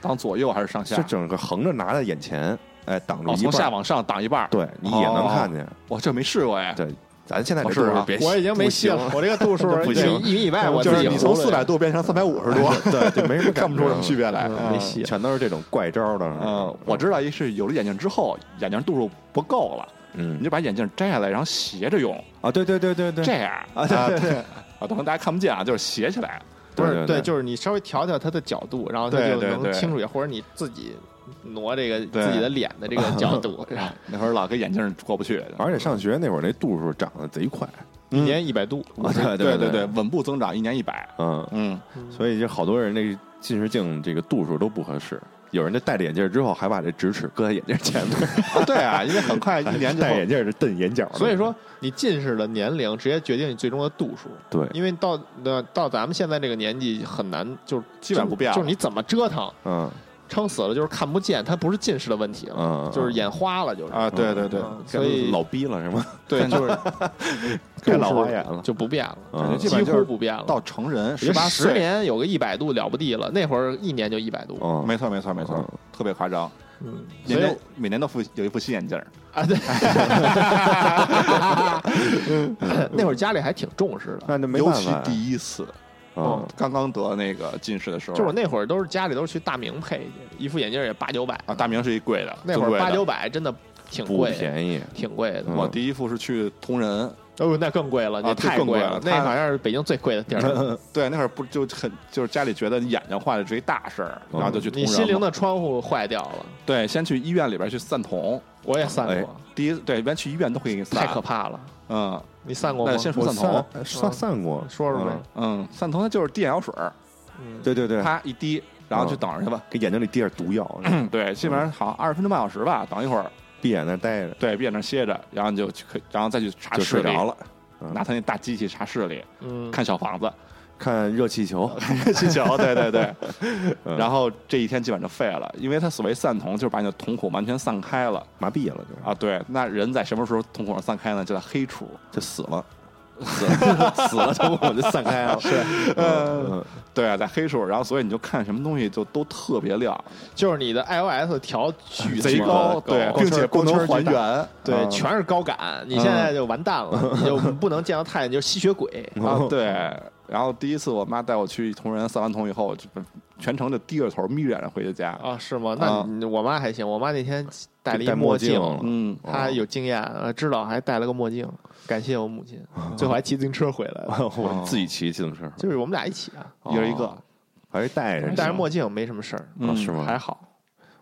S3: 挡左右还是上下
S2: 是？整个横着拿在眼前，哎，挡住
S3: 哦，
S2: 一
S3: 从
S2: 半
S3: 下
S2: 儿，
S3: 往上挡一半儿，
S2: 对你也能
S3: 哦
S2: 看见。
S3: 哇，这没试过哎，
S2: 对咱现在这
S3: 哦是啊
S2: 度数别，
S1: 我已经没戏
S2: 信
S1: 了，我这个度数
S2: 不行
S1: 一米以外，我
S3: 就
S1: 自
S3: 是
S1: 己
S3: 你从
S1: 忽略
S3: 四百多变成三百五十 (laughs) 多，
S2: 对，就没什么
S3: 看不出什么区
S2: 别，
S3: 别来，
S1: 嗯没戏了。
S2: 全都是这种怪招儿的。
S3: 嗯，我知道一是有了眼镜之后，眼镜度数不够了，
S2: 嗯
S3: 你就把眼镜摘下来，然后斜着用，
S2: 啊，对对对对对，
S3: 这样
S2: 啊对对
S3: 啊，可能大家看不见啊，就是斜起来，
S1: 不是
S2: 对对，
S1: 就是你稍微调调它的角度，然后它
S3: 对
S1: 就
S3: 对
S1: 能
S3: 对
S1: 清楚一点，或者你自己挪这个
S3: 对
S1: 自己的脸的这个角
S3: (laughs)
S1: 度，然后
S3: 那会儿老跟眼镜过不去，
S2: 而且上学那会儿那度数涨得贼快，
S1: 一嗯年一百度，
S2: 啊对
S3: 对
S2: 对
S3: 对，，稳步增长，一年一百，
S2: 嗯， (laughs)
S3: 嗯，
S2: 所以就好多人那近视镜这个度数都不合适。有人就戴着眼镜之后，还把这直尺搁在眼镜前
S3: (laughs)
S2: 面，
S3: 啊对啊，因为很快一年之
S2: (laughs)
S3: 后
S2: 戴，眼镜就瞪眼角了。
S1: 所以说你近视的年龄直接决定你最终的度数，
S2: 对，
S1: 因为到那到咱们现在这个年纪很难，就是
S3: 基本不变了
S1: 就是你怎么折腾，
S2: 嗯
S1: 撑死了就是看不见，它不是近视的问题了，
S2: 嗯，
S1: 就是眼花了，就是
S3: 啊，对对对
S1: 嗯所以 (laughs)
S2: 老逼了是吗？
S1: 对，就是
S3: (laughs)
S2: 该
S1: 度
S2: 老
S1: 数
S2: 花眼 (laughs) 了
S1: 就不变
S2: 嗯
S1: 了，
S3: 基本
S1: 几
S3: 上就是
S1: 乎不变了。
S3: 到成人
S1: 也
S3: 十八
S1: 十
S3: 岁，
S1: 年有个一百度了不地了，那会儿一年就一百度，
S2: 嗯，
S3: 没错没错没错，特别夸张，
S1: 嗯，
S3: 每
S1: 所以
S3: 哦年每年都副有一副新眼镜儿，
S1: 啊，
S3: (laughs)
S1: 对，那会儿家里还挺重视的，
S2: 那就没
S3: 啊尤
S2: 办
S3: 其
S2: 法呀。
S3: 第一次哦
S2: 嗯，
S3: 刚刚得那个近视的时候，
S1: 就是我那会儿都是家里都是去大明配去，一副眼镜也八九百，
S3: 啊，大明是一贵的，
S1: 那
S3: 最
S1: 会儿
S3: 贵的
S1: 八九百真的挺
S2: 不
S1: 贵的，
S2: 便宜，
S1: 挺贵的。
S2: 嗯
S3: 我第一副是去同仁，
S1: 哦，那更贵了，
S3: 啊
S1: 那
S3: 这
S1: 太
S3: 更贵
S1: 了
S3: 了，
S1: 那
S3: 它嗯
S1: 好像是北京最贵的地儿了。
S3: 对，那会儿不就很就是家里觉得眼睛坏了是一大事儿，
S2: 嗯
S3: 然后就去同
S1: 你
S3: 仁嘛。
S1: 心灵的窗户坏掉了，
S3: 对，先去医院里边去散瞳。
S1: 我也散
S2: 哎
S1: 过，
S3: 第一，对，一般去医院都会给你散。
S1: 太可怕了。
S3: 嗯
S1: 你散过吗
S3: 那？先说
S2: 我
S3: 散瞳
S2: 散散散过，
S1: 说说呗
S2: 嗯。
S3: 嗯，散瞳它就是滴眼药水儿，
S1: 嗯，
S2: 对对对，
S3: 啪一滴，
S2: 嗯
S3: 然后就等着去吧。 (coughs)
S2: 给眼睛里滴点毒药，
S3: 嗯，对，基本上好像二十分钟半小时吧，等一会儿，
S2: 闭眼那待着
S3: 对，闭眼那儿歇着，然后你就去可，然后再去查
S2: 就
S3: 视
S2: 睡
S3: 力，
S2: 着了。 (laughs)
S3: 拿他那大机器查视力，
S1: 嗯，
S3: 看小房子， (laughs)
S2: 看热气球，
S3: 气球，对对对。
S2: (laughs) 嗯
S3: 然后这一天基本就废了，因为它所谓散瞳，就是把你的瞳孔完全散开了。
S2: 麻痹了就
S3: 啊，对，那人在什么时候瞳孔散开呢？就在黑处。
S2: 就死了，死了死了，瞳孔就散开了。是，嗯
S3: 对啊，在黑处，然后所以你就看什么东西就都特别亮，
S1: 就是你的 iOS 调巨
S3: 啊贼
S1: 高，
S3: 对，
S1: 高
S3: 并且不能还原
S1: 对，
S3: 嗯
S1: 全是高感，你现在就完蛋了，你就不能见到太阳，你就吸血鬼。
S2: (laughs)
S3: 啊，对。然后第一次我妈带我去同仁散完瞳以后，就全程就低着头眯着眼睛回的家。
S2: 哦
S1: 啊，是吗？那
S3: 啊
S1: 你我妈还行，我妈那天戴了一
S2: 戴墨
S1: 镜，
S2: 镜
S3: 嗯，
S1: 她有经验，呃知道还戴了个墨镜，感谢我母亲。最后还骑自行车回来了，
S2: (laughs) 我自己骑自行车，
S1: 就是我们俩一起啊，
S3: 一人一个，
S2: 哦还是戴着
S1: 戴着墨镜没什么事儿，
S3: 嗯
S2: 啊是吗？
S1: 还好。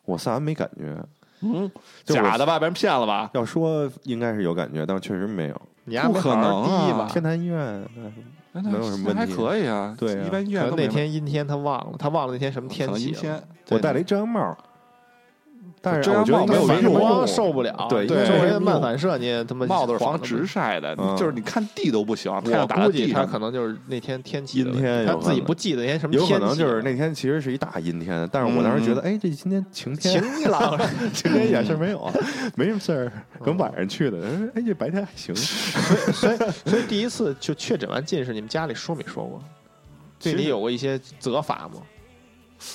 S2: 我散完没感觉，
S3: 嗯，
S2: 就我
S3: 假的吧？被人骗了吧？
S2: 要说应该是有感觉，但确实没有。
S1: 你丫
S3: 不
S1: 没好
S3: 可
S1: 好
S3: 能啊
S1: 滴吧？
S2: 天坛医院，
S3: 哎那
S2: 能有什么问题
S3: 还可以啊，
S2: 对啊
S3: 一般医
S1: 可
S3: 院
S1: 能
S3: 都
S1: 那
S3: 没
S1: 天阴天，她忘了，她忘了那天什么
S3: 可
S1: 天
S3: 能
S1: 气
S3: 阴
S1: 了。
S3: 天，
S2: 我戴了一遮阳帽，但是
S3: 遮阳
S2: 我觉得应
S3: 帽
S2: 该没
S3: 没
S1: 反
S2: 什么
S3: 用
S1: 光啊受不了，
S2: 对
S1: 周
S3: 对
S1: 围的漫反射你也他妈
S3: 帽子是防
S1: 晃得
S3: 直晒的，
S2: 嗯
S3: 就是你看地都不行，
S1: 我
S3: 太阳打到
S1: 啊估计
S3: 地
S1: 他
S3: 上
S1: 可能就是那天天气的
S2: 阴
S1: 问题
S2: 天有
S1: 他
S2: 可
S1: 自己
S2: 能
S1: 不记得那天什么天
S2: 有
S1: 气啊
S2: 可
S1: 了，
S2: 能就是那天其实是一大阴天，但是我当时觉得，哎，这今天晴
S1: 晴
S2: 天，
S1: 朗，
S2: 晴天一点事儿没有，啊没什么事儿，可能晚上去的，哎，这白天还行。
S1: 所以所以第一次就确诊完近视，你们家里说没说过？对
S3: 其
S1: 你
S3: 实
S1: 有过一些责罚吗？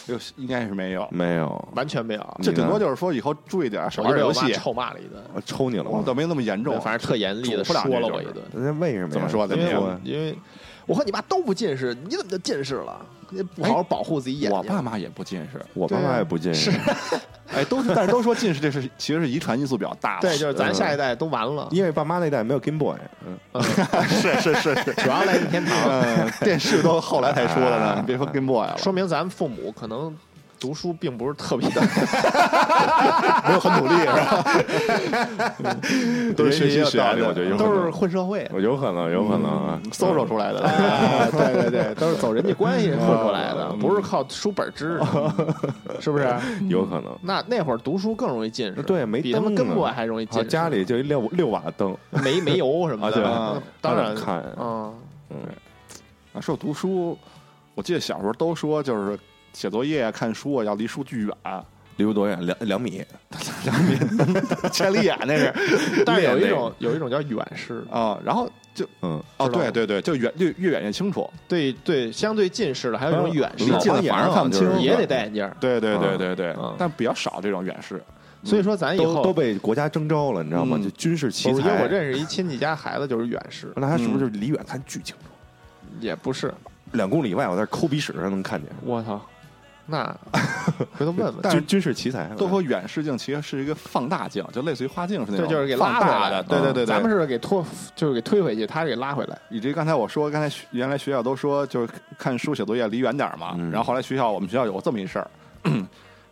S3: 哎呦应该是没有，
S2: 没有，
S1: 完全没有，啊
S3: 就顶
S2: 嗯你
S3: 多
S2: 呢
S3: 就是说以后注意点儿，少
S1: 我就
S3: 玩
S1: 被
S3: 游
S1: 我妈
S3: 戏。
S1: 臭骂了一顿，
S2: 我抽你了
S3: 我
S2: 吗？
S3: 倒没那么严重，
S1: 反正特严厉的
S3: 主妇
S1: 说
S3: 俩
S1: 了
S3: 这
S1: 我一
S3: 就是
S1: 顿，
S2: 那为什么呀？
S3: 怎么说
S1: 因
S3: 怎么
S1: 为
S3: 说
S1: 我
S2: 呀
S1: 因为我和你爸都不近视，你怎么就近视了？你不好好保护自己眼睛。
S3: 我爸妈也不近视，
S2: 我爸妈也不近视，
S3: 哎，都是，但是都说近视这是其实是遗传因素比较大的。
S1: 对，就是咱下一代都完
S2: (laughs)
S1: 了，
S2: 因为爸妈那代没有 Game Boy，嗯，
S3: 是是是是，
S1: 主要来自天堂，
S3: 嗯，电视都后来才说的呢，你别说 Game Boy 了，
S1: 说明咱们父母可能读书并不是特别，
S3: 没有很努力是吧？都是学习学
S2: 道
S3: 来
S2: 理，
S3: 的，
S2: 我觉得有可
S1: 都
S2: 能
S1: 是 (laughs) 混社会的，
S2: 我有可能，有可能啊，
S1: 搜索出来的。哎对对对，都是走人际关 (laughs) 系混出来的，不是靠书本知识，是不是？
S2: 有可能。
S1: 嗯 (laughs) 那那会儿读书更容易近视，
S2: 对没
S1: 比他们
S2: 灯
S1: 跟
S2: 呢
S1: 过来还容易
S2: 好，
S1: 近视。
S2: 家里就一六六瓦的灯，
S1: (laughs) 没煤油什么
S2: 啊对
S1: 的，嗯当然
S2: 看，
S1: 嗯，
S3: 啊，说读书，我记得小时候都说就是写作业、啊、看书啊，要离书巨远，
S2: 离我多远？两两米。
S3: 千里眼那是
S1: (laughs) 但是有一
S2: 练那
S1: 种有一种叫远视，
S3: 啊。然后就
S2: 嗯，
S3: 哦，
S1: 知道
S3: 对
S1: 吗
S3: 对对，就远越越远越清楚。
S1: 对对，相对近视的还有一种远视
S2: 离，近了
S3: 眼
S2: 反而看不清
S3: 就是
S1: 也得戴眼镜儿。
S3: 对对对对对，
S1: 嗯
S3: 但比较少这种远视。
S1: 所以说咱以
S2: 都
S1: 后
S2: 都，被国家征召了，你知道吗？
S3: 嗯
S2: 就军事奇
S1: 因为
S2: 才。
S1: 我嗯认识一亲戚家孩子就是远视，
S2: 那他是不是就是离远看巨清楚？
S1: 也不是，
S2: 两公里以外，我在这抠鼻屎上能看见。
S1: 我操，那 (laughs) 回头问问。
S2: 军军事奇才，
S3: 都说远视镜其实是一个放大镜，就类似于花镜是那
S1: 这
S3: 种
S1: 就是给
S3: 放
S1: 拉回
S3: 大
S1: 来
S3: 的。嗯
S1: 了
S3: 对对对对，
S1: 咱们是给拖，就是给推回去，他是给拉回来。
S3: 以至于刚才我说，刚才学原来学校都说就是看书写作业离远点儿嘛，
S2: 嗯
S3: 然后后来学校我们学校有这么一事儿， (clears throat)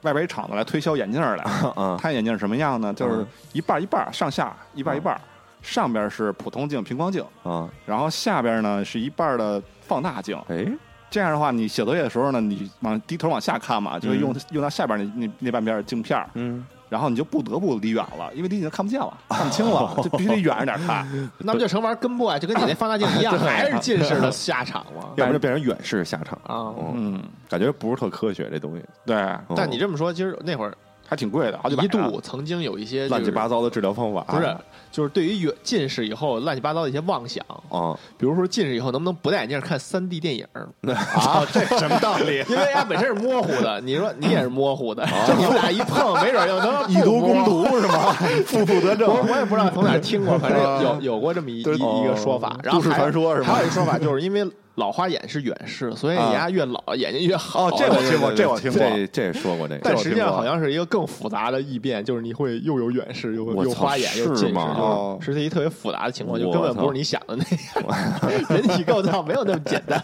S3: 外边一厂子来推销眼镜儿来，
S2: 啊，
S3: 他眼镜儿什么样呢？就是
S2: 嗯
S3: 一半儿一半儿上下，一半儿一半儿，上边儿是普通镜、平光镜，
S2: 啊，
S3: 然后下边儿呢是一半儿的放大镜。
S2: 哎，
S3: 这样的话，你写作业的时候呢，你往低头往下看嘛，就是用、用到下边儿那那那半边儿镜片儿，
S2: 嗯，
S3: 然后你就不得不离远了，因为你已经看不见了，看不清了，就必须得远着点儿看。
S1: 那不就成玩根部啊？就跟你那放大镜一样，还是近视的下场
S3: 哦
S1: 吗？
S2: 要不就变成远视下场
S1: 啊
S2: 嗯，
S3: 嗯，
S2: 感觉不是特科学这东西。
S3: 对，
S2: 嗯
S1: 但你这么说，其实那会儿
S3: 还挺贵的，好几百啊
S1: 一
S3: 呢
S1: 度曾经有一些
S2: 乱七
S1: 就是
S2: 八糟的治疗方法，
S1: 不是，就是对于远近视以后乱七八糟的一些妄想，
S2: 啊？
S1: 比如说近视以后能不能不戴眼镜看三 D 电影儿？
S2: 啊，这什么道理？
S1: 因为人家本身是模糊的，你说你也是模糊的，就你们俩一碰，没准就能
S2: 以毒攻
S1: 毒。 (laughs)
S2: 毒是吗？负负得正
S1: 我我也不知道从哪儿听过，反正有 (laughs) 有有过这么一一
S2: 对哦
S1: 一个说法，然后
S2: 都市
S1: 还有
S2: 传说是吗
S1: 还有一说法就是啊因为老花眼是远视，所以你家越老眼睛越好。
S3: 哦这我听过这我听过
S2: 这这说过这个。
S1: 但实际上好像是一个更复杂的异变，就是你会又有远视，又
S2: 我
S1: 又
S2: 操
S1: 花眼，又近
S2: 是
S1: 视，
S2: 吗
S1: 就是哦是一特别复杂的情况，就
S2: 我
S1: 根本不
S2: 操
S1: 是你想的那样。 (laughs) 人体构造没有那么简单。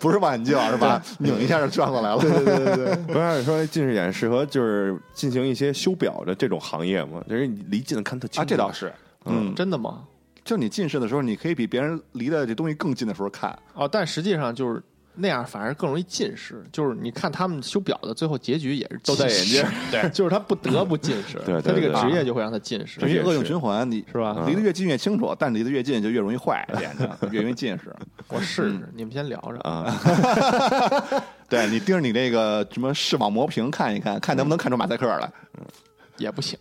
S3: 不是望远镜是吧？拧一下就转过来了。对对对对，
S2: 不是说近视眼适合就是进行一些修表的这种行业吗？就是你离近的看特清楚。
S3: 啊，这倒是，嗯，
S1: 真的吗？
S3: 就你近视的时候，你可以比别人离的这东西更近的时候看。
S1: 哦，但实际上就是那样，反而更容易近视。就是你看他们修表的，最后结局也是都
S2: 戴眼
S1: (laughs)
S2: 镜，
S1: 对，就是他不得不近视，
S2: 对对
S1: 他这个
S2: 对
S1: 职业就会让他近视
S3: 这。是
S2: 也是
S3: 恶性循环，你
S1: 是吧
S3: 离得越近越清楚，但离得越近就越容易坏，眼睛越容易近视。 (laughs)
S1: 我试试，你们先聊着。
S2: 啊，
S3: 对你盯着你那个什么视网膜屏看一看，看能不能看出马赛克来。
S1: 也不 (laughs) 行，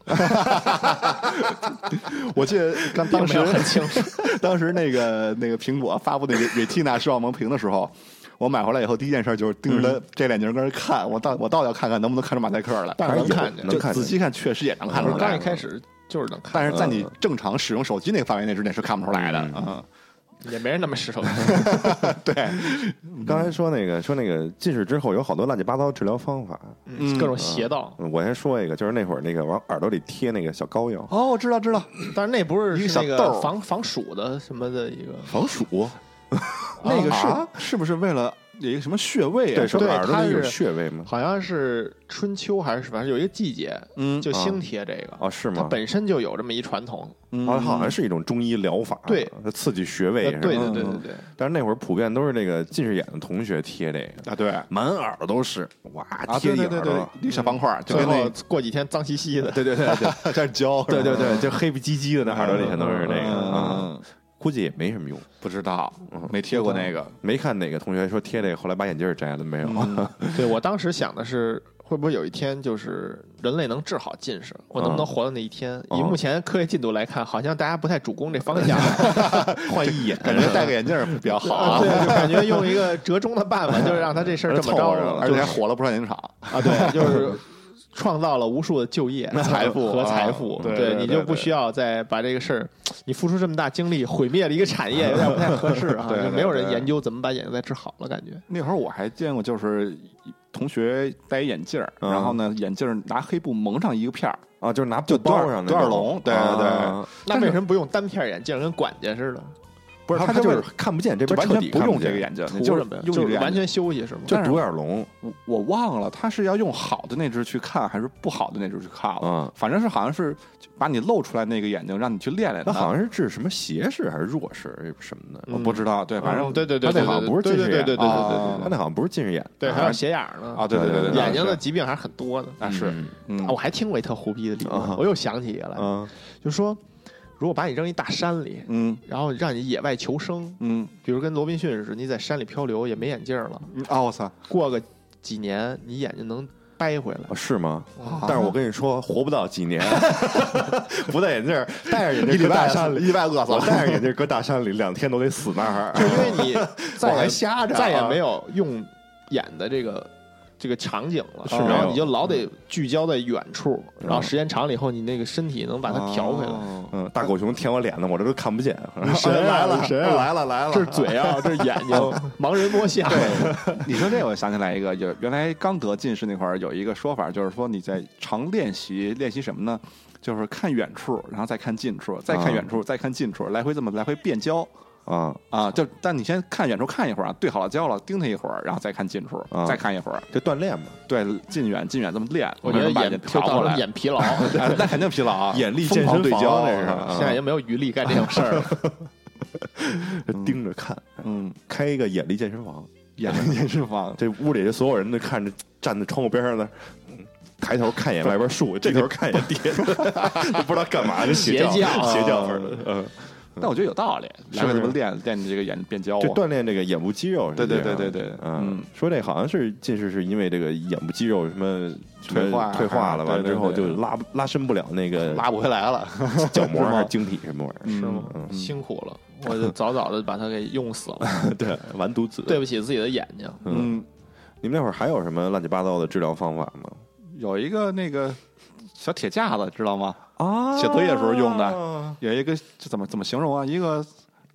S3: 我记得
S1: (laughs)
S3: 刚
S1: 并
S3: 当
S1: 没
S3: 时
S1: 有很清楚。
S3: 当时那个那个苹果发布那个 Retina 视网膜屏的时候，我买回来以后第一件事就是盯着它这眼镜跟那看，我倒我倒要看看能不能看出马赛克来。
S1: 但是能
S2: 有
S1: 看见嗯
S2: 能
S3: 就
S2: 看见
S3: 仔细看，确实也能看出
S1: (laughs)
S3: 来。
S1: 刚一开始就是能看，
S3: 但是在你正常使用手机那个范围内之内是看不出来的。嗯，
S1: 也没人那么失手。 (laughs)
S3: 对，
S2: 刚才说那个说那个近视之后有好多乱七八糟治疗方法。
S1: 嗯各种邪道。
S2: 嗯我先说一个，就是那会儿那个往耳朵里贴那个小膏药，
S3: 哦，我知道知道，
S1: 但是那不是
S3: 一个
S1: 是那
S3: 小豆
S1: 个
S3: 儿
S1: 防防暑的什么的一个，
S2: 防暑。 (laughs)
S3: 那个是、
S1: 啊
S3: 是不是为了有一个什么穴位啊？
S2: 说
S1: 对
S2: 耳朵
S1: 它
S2: 里有
S1: 是
S2: 穴位吗？
S1: 好像是春秋还是什么，反正有一个季节，
S3: 嗯
S1: 就兴贴这个。
S2: 啊，是
S1: 它
S2: 吗？
S1: 本身就有这么一传统。
S3: 嗯
S2: 啊，好像是一种中医疗法，
S1: 对，
S2: 刺激穴
S1: 呃
S2: 位是吧？
S1: 对对对对对，
S2: 但是那会儿普遍都是这个近视眼的同学贴这个，
S3: 啊，对啊，
S2: 满耳都是，啊哇，贴
S3: 对
S2: 一
S3: 对
S2: 耳
S3: 对
S2: 朵，
S3: 对，一小方块儿，就
S1: 最
S3: 跟
S1: 后
S3: 那
S1: 过几天脏兮兮 (laughs) 的。
S2: (laughs) 对对对对
S3: 个在胶，
S2: 对对对，就黑不唧唧的，那耳朵里全都是那个啊，
S3: 嗯，
S2: 估计也没什么用。
S3: 不知道，没贴过那个，
S2: 没看哪个同学说贴这个，后来把眼镜摘了没有？ (laughs)
S1: 对我当时想的是，会不会有一天就是人类能治好近视？我能不能活到那一天？以目前科学进度来看，好像大家不太主攻这方向。
S2: 换一眼，
S3: 感觉戴个眼镜儿比较
S2: (laughs)
S3: 好啊，
S1: 对，就感觉用一个折中的办法，就是让他这事儿这么
S2: 凑
S1: 着
S2: 合着了
S1: 了
S3: 而且还火了不少年厂，
S1: 啊，对，就是。创造了无数的就
S3: (laughs)
S1: 业、财富和财富，
S3: 啊对对对
S1: 你就不需要再把这个事儿，你付出这么大精力毁灭了一个产
S2: 哎
S1: 业，有点
S3: (laughs)
S1: 不太合适啊。
S3: 对对对
S1: 就没有人研究怎么把眼睛再治好了，感觉
S3: 那会儿我还见过，就是同学戴一眼镜儿，
S2: 嗯
S3: 然后呢，眼镜儿拿黑布蒙上一个片儿，
S2: 啊，就是拿布
S3: 就多
S2: 包
S3: 尔
S2: 上
S3: 多尔龙对对对
S2: 啊
S1: 那为什么不用单片眼镜跟管家似的？
S2: 不是
S3: 他
S2: 他就
S3: 为
S2: 是
S3: 了
S2: 看不见这
S3: 就
S2: 边
S3: 完
S2: 彻
S3: 全
S2: 底
S3: 不
S2: 看
S3: 用
S2: 见
S3: 这个眼镜，
S1: 图
S3: 你就是
S1: 什么呀？
S3: 用这
S1: 就
S3: 个
S1: 是
S3: 眼
S1: 完
S3: 镜
S1: 全休息是吗？
S2: 就
S3: 但是
S2: 独眼龙，
S3: 我我忘了他是要用好的那只去看，还是不好的那只去看了。
S2: 嗯
S3: 反正是好像是把你露出来那个眼睛，让你去练练它。
S2: 那好像是治什么斜视还是弱视什么的，
S3: 我不知道，对，反正
S1: 嗯对对对，
S2: 他
S1: 对
S2: 那好像不是
S1: 对对
S2: 近视
S1: 对
S2: 眼
S1: 对对对对
S3: 啊
S1: 对
S2: 他那好像不是近视眼，
S1: 对，还有斜眼儿呢
S3: 啊，对对对对，对
S1: 眼睛的疾病还是很多的。
S3: 啊是，嗯
S1: 啊，我还听过一特胡逼的理
S2: 啊
S1: 论，我又想起一个来，
S2: 嗯，
S1: 就说如果把你扔一大山里，
S3: 嗯
S1: 然后让你野外求生，
S3: 嗯
S1: 比如跟罗宾逊似的，你在山里漂流也没眼镜了，
S3: 嗯啊我操
S1: 过个几年你眼睛能掰回来
S2: 哦。是吗？
S3: 嗯
S1: 啊
S2: 但是我跟你说，活不到
S3: (laughs)
S2: 几年，不戴眼镜儿，戴着眼
S3: 一
S2: 镜
S3: 礼
S2: 搁大
S3: 拜
S2: 山里，
S3: 一礼拜饿死
S2: 我
S3: 了，
S2: 戴着眼镜搁大山里，两天都得死那儿。
S3: (laughs)
S1: 就是因为你再
S2: (laughs) 我还
S1: 也
S2: 瞎着，啊
S1: 再
S3: 啊
S1: 也没有用眼的这个这个场景了，
S2: 是
S1: 然
S2: 没
S1: 后
S2: 有
S1: 你就老得聚焦在远处，然后时间长了以后，你那个身体能把它调回来。
S3: 哦
S2: 嗯，大狗熊舔我脸呢，我这都看不见。哎
S3: 谁
S2: (laughs)
S3: 啊
S2: 来了？
S3: 谁啊
S2: 来了？来了！
S1: 这是嘴 (laughs) 啊，这是眼睛，盲人摸象。
S3: 你说这，我想起来一个，有原来刚得近视那块儿有一个说法，就是说你在常练习练习什么呢？就是看远处，然后再看近处，再看远处，再看近处，来回这么来回变焦
S2: 啊，
S3: 啊。就但你先看远处看一会儿啊，对好了焦了，盯它一会儿，然后再看近处，
S2: 啊
S3: 再看一会儿，
S2: 这锻炼嘛，
S3: 对近远近远这么练，
S1: 我觉得
S3: 慢慢把
S1: 眼
S3: 眼
S1: 就
S3: 调过
S1: 到
S3: 来
S1: 了。眼疲劳，
S3: 啊那肯定疲劳啊！ (laughs)
S2: 眼力
S3: 疯
S2: 健
S3: 狂
S2: 身
S3: 对
S2: 房
S3: 焦
S2: 这是
S3: 啊
S1: 现在也没有余力干这种事儿了。
S2: 盯着看，
S3: 嗯， (laughs)
S2: 开一个眼力健身房，
S3: 眼力健身 (laughs) 房，
S2: 这屋里这所有人都看着站在窗户边上的，抬头看一眼外边树，这头看一眼地，
S3: (laughs)
S2: 不知道干嘛，这邪教
S1: 邪教
S2: 邪教似
S3: 哦
S2: 的。嗯，
S3: 但我觉得有道理，来回这么练练你这个眼变焦
S2: 就
S3: 啊。
S2: 锻炼这个眼部肌肉。
S3: 对对对对
S2: 对，
S3: 对，
S2: 嗯，说这好像是近视是因为这个眼部肌肉什么什么
S3: 退化
S2: 退化了，完了之后
S3: 对对
S2: 就
S3: 对
S2: 拉拉伸不了那个
S3: 拉不回来了，
S2: 角膜
S3: 是吗
S2: 还是晶体什么玩意儿。
S1: 是吗？
S2: 嗯
S1: 辛苦了，我就早早的把它给用死
S2: (laughs)
S1: 了，
S2: 对，完犊子。
S1: 对，不起自己的眼睛。
S3: 嗯，
S2: 你们那会儿还有什么乱七八糟的治疗方法吗？
S3: 有一个那个小铁架子，知道吗？
S2: 啊
S3: 写作业时候用的有一个这怎么怎么形容啊？一个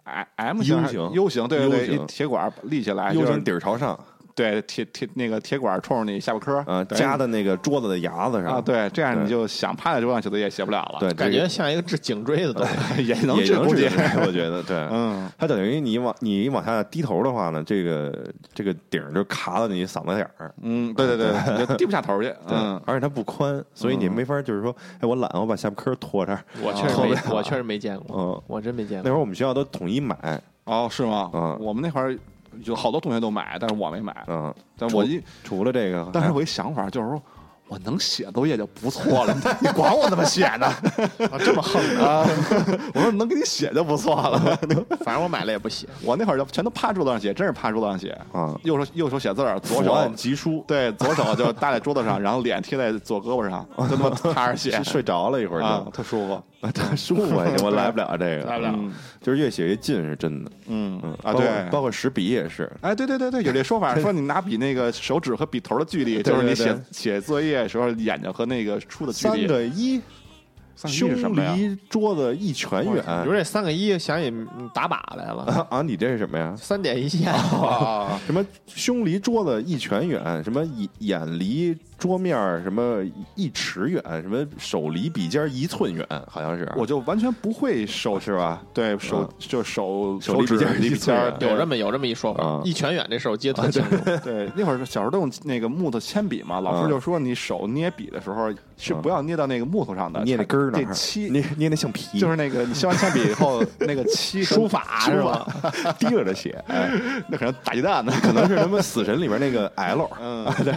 S3: I- M 型
S2: U
S3: 还是
S2: 型
S3: U 型，对对
S2: U
S3: 对，
S2: 型
S3: 一铁管立起
S2: 右
S3: 来，哎就是
S2: 肩底儿朝上，
S3: 对铁铁那个铁管冲着你下巴颏儿
S2: 呃，
S3: 啊对
S2: 夹在那个桌子的牙子上
S3: 啊，，对，这样
S2: 对
S3: 你就想趴在桌上写作业写不了了，
S2: 对，
S1: 感
S2: 这个
S1: 觉像一个治颈椎的东
S2: (laughs)
S1: 西，
S3: (laughs) 也能
S2: 也
S3: 治
S2: 能
S3: 估计
S2: 治，
S3: (laughs)
S2: 我觉得对。
S3: 嗯，
S2: 它等于你往你往下低头的话呢，这个这个顶儿就卡到你嗓子眼儿，
S3: 嗯，对对对，
S2: (laughs)
S3: 你就低不下头去，
S2: 对
S3: 嗯，
S2: 而且它不宽，所以你
S3: 嗯
S2: 没法就是说，哎，我懒，我把下巴颏儿拖这儿。
S1: 我确实
S2: 特别
S1: 没，我确实没见过，
S2: 嗯，
S1: 我真没见
S2: 那
S1: 过。
S2: 会儿我们学校都统一买，
S3: 哦，是吗？
S2: 嗯
S3: 我们那会儿有好多同学都买，但是我没买，
S2: 嗯，
S3: 但我一
S2: 除了这个，
S3: 当时我一想法就是说。我能写作业就不错了， (laughs) 你管我怎么写呢？
S1: 啊这么横
S2: (laughs)
S1: 的，
S3: 啊， (laughs) 我说能给你写就不错了。
S2: 嗯
S1: 反正我买了也不
S2: (laughs)
S1: 写。
S3: (laughs) 我那会儿就全都趴桌子上写，真是趴桌子上写
S2: 啊
S3: 右手右手写字儿，左手
S2: 手按疾书，
S3: 对左手就搭在桌子上，然后脸贴在左胳膊上，就那么 (laughs) 趴着写
S2: 是睡着了一会儿
S3: 啊，
S2: 就
S3: 特舒服。
S2: 啊，特舒服啊，我来不了这个，
S1: 来不了
S3: 嗯
S2: 就是越写越近是真的，
S3: 嗯
S2: 嗯包
S3: 啊
S2: 括
S3: 对
S2: 包括识笔也是，
S3: 哎，对对对对，有这说法，说你拿笔那个手指和笔头的距离，
S2: 对
S3: 就是你
S2: 对
S3: 写
S2: 对
S3: 写作业时候眼睛和那个书的距
S2: 三
S3: 离。
S2: 个一，
S3: 三个一
S2: 胸
S3: 是什么呀
S2: 离桌子一拳远
S1: 比如这三个一，想起嗯打靶来了，
S2: 啊哦啊！你这是什么呀？
S1: 三点一线，
S3: 啊，
S2: 什么胸离桌子一拳远，什么眼眼离桌面儿什么一尺远，什么手离笔尖儿一寸远，好像是
S3: 我就完全不会手
S2: 是吧？
S3: 对手
S2: 嗯
S3: 就手
S2: 手离
S3: 指
S2: 笔尖儿
S3: 离
S2: 一
S3: 笔尖儿
S2: 寸
S3: 对
S1: (laughs) 有这么有这么一说法
S2: 哦啊，
S1: 一拳远这事儿我记得特清楚。
S3: 对，那会儿小时候都用那个木头铅笔嘛，老师就说你手捏笔的时候是不要捏到那个木头上的，
S2: 捏那根儿那
S3: 这
S2: 儿，
S3: 漆
S2: 捏捏那橡皮，
S3: 就是那个你削完铅笔以后那个
S1: (laughs)
S3: 漆
S1: 书法
S3: 书
S1: 是
S3: (laughs)
S1: 吧？
S2: 滴着的写，哎
S3: 那可能打鸡蛋呢。
S2: 可能是什么死神里边那 (laughs) 个 L，
S3: 嗯
S2: 啊对，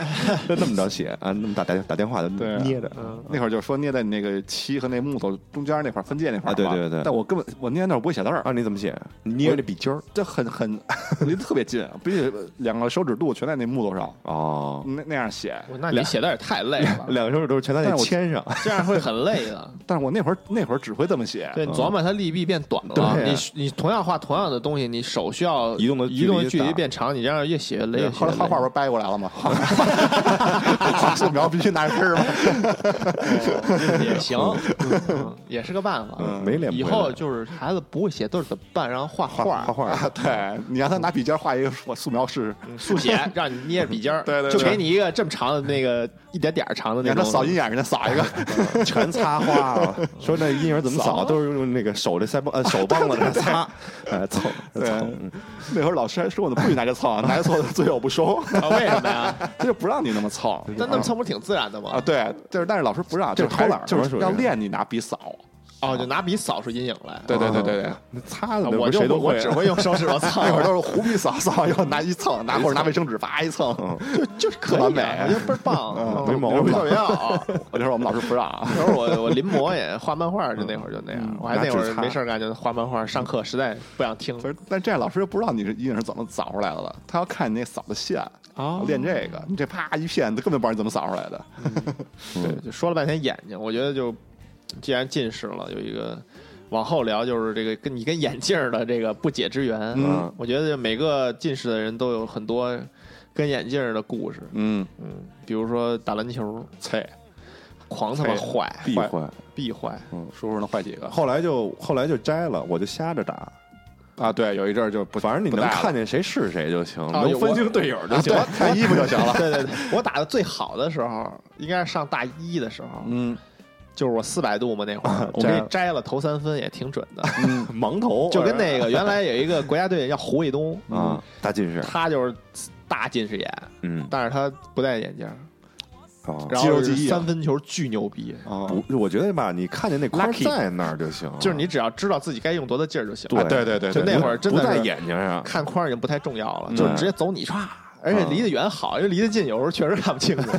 S2: 就那么着写啊，那么打打打电话的
S3: 对
S2: 捏着，啊
S1: 嗯，
S3: 那会儿就说捏在你那个漆和那木头中间那块儿分界那块儿
S2: 啊对
S3: 嘛
S2: 对对
S3: 但我根本我捏那儿我不会写字儿，
S2: 啊，你怎么写？你捏着笔尖儿
S3: 这很很 (laughs) 离得特别近，啊必须两个手指肚全在那木头上，
S2: 哦，
S3: 那那样写。
S1: 我那你写的也太累了，
S2: 嗯两个手指头全在那
S3: 但是我
S2: 铅上，
S1: 这样会很累的。
S3: 但是我那会儿那会儿只会这么写，
S1: 对，你琢磨它利弊变短
S2: 对啊
S1: 了，你你同样画同样的东西，你手需要
S2: 移动的距
S1: 移
S2: 离
S1: 动的距
S2: 大
S1: 离变长，你这样越写越累。
S3: 后来画画不是掰过来了吗？画 (laughs) 素描必须拿分儿吗？
S1: (laughs) 也行，嗯也是个办法。
S2: 嗯没脸不
S1: 以
S2: 会
S1: 后
S2: 来
S1: 就是孩子不会写字儿怎么办？让他画
S2: (laughs) 画
S1: 画
S2: 画画，
S3: 对你让他拿笔尖画一个素素描试试，
S1: 嗯速写，让你捏着笔尖
S2: (laughs)
S1: 儿，
S3: 对对
S1: 就
S3: 对
S1: 给你一个这么长的那个一点点儿长的
S3: 你
S1: 那
S3: (laughs) 让他
S1: 种。
S3: 扫阴眼，给
S2: (laughs)
S3: 他扫一
S2: (laughs)
S3: 个。
S2: 全擦花了。 (laughs) 说那婴儿怎么扫，啊都是用那个手这腮帮呃手帮子来擦，哎蹭
S3: 对
S2: 蹭，
S3: 那会儿老师还说我呢，不许拿着蹭，拿着蹭罪有不收，
S2: (laughs)
S1: 啊为什么呀？
S3: 他就不让你那么蹭。
S1: 但那么蹭不是挺自然的
S3: 啊，
S1: 吗？
S3: 对，就是但是老师不让，
S2: 这
S3: 就是还
S2: 偷懒儿
S3: 就
S2: 嘛属
S3: 是
S2: 于
S3: 要练你拿笔扫。啊
S1: 哦，就拿笔扫出阴影来。
S3: 对对对对对，
S2: 那擦的
S1: 啊我
S2: 不
S1: 就是
S2: 谁都
S1: 我
S2: 会
S1: 只会用手指头蹭，
S3: (laughs) 那会儿都是胡逼扫扫，然后拿 (laughs) 一蹭，嗯拿或者拿卫生纸叭一蹭。 (laughs)
S1: 就是可
S3: 特
S1: 以
S3: 完
S1: 啊，
S3: 美
S1: 我觉得倍儿
S2: (laughs)
S1: 棒，嗯
S2: 没毛病
S1: 我特别
S2: (laughs)
S1: 好。
S3: 啊我就说我们老师不让啊，
S1: 那会儿我我临摹也画漫画，就那会儿就那样
S3: 嗯。
S1: 我还那会
S3: 拿纸
S1: 儿
S3: 擦
S1: 没事儿干就画漫画，上课实在不想听
S3: 可是但这样老师又不知道你是阴影是怎么扫出来的了，他要看你那扫的线，
S1: 啊
S3: 练这个，你这啪一片，他根本不知道你怎么扫出来的。
S1: 对，就说了半天眼睛，我觉得就既然近视了，有一个往后聊就是这个跟你跟眼镜儿的这个不解之缘。
S3: 嗯
S1: 我觉得每个近视的人都有很多跟眼镜儿的故事，
S3: 嗯，
S1: 嗯，比如说打篮球，
S3: 切，
S1: 狂他妈
S3: 哎
S1: 坏，
S2: 必坏。
S1: 必坏，
S3: 叔叔能坏几个
S2: 后来就后来就摘了，我就瞎着打，
S3: 啊？对，有一阵儿就不，
S2: 反正你
S3: 不
S2: 能
S3: 戴了
S2: 看见谁是谁就行，
S1: 啊有
S2: 能分
S1: 我
S2: 清队友就
S3: 啊
S2: 行
S3: (laughs) 对。，看衣服就行了。
S1: 对对 (laughs) 对，我打的最好的时候应该是上大一的时候，
S3: 嗯
S1: 就是我四百度嘛那会儿，我
S2: 摘
S1: 给
S2: 了
S1: 摘了投三分也挺准的，
S3: 嗯，
S2: 盲投
S1: 就跟那个原来有一个国家队叫胡卫东，
S2: 啊大近视，
S1: 他就是大近视眼，
S2: 嗯
S1: 但是他不戴眼镜，
S2: 啊，
S1: 然
S3: 肌肉
S1: 后
S3: 记忆啊
S1: 三分球巨牛逼，
S3: 啊，
S2: 不，我觉得吧，你看见那框
S1: Lucky
S2: 在那儿就行，
S1: 就是你只要知道自己该用多大劲儿就行。
S2: 对
S3: 啊对对对，
S1: 就
S3: 对
S1: 那会儿真的
S2: 不在
S1: 是
S2: 眼睛上，
S1: 看框已经不太重要了，
S3: 嗯
S1: 就直接走你歘，而且离得远好，因为离得近有时候确实看不清楚，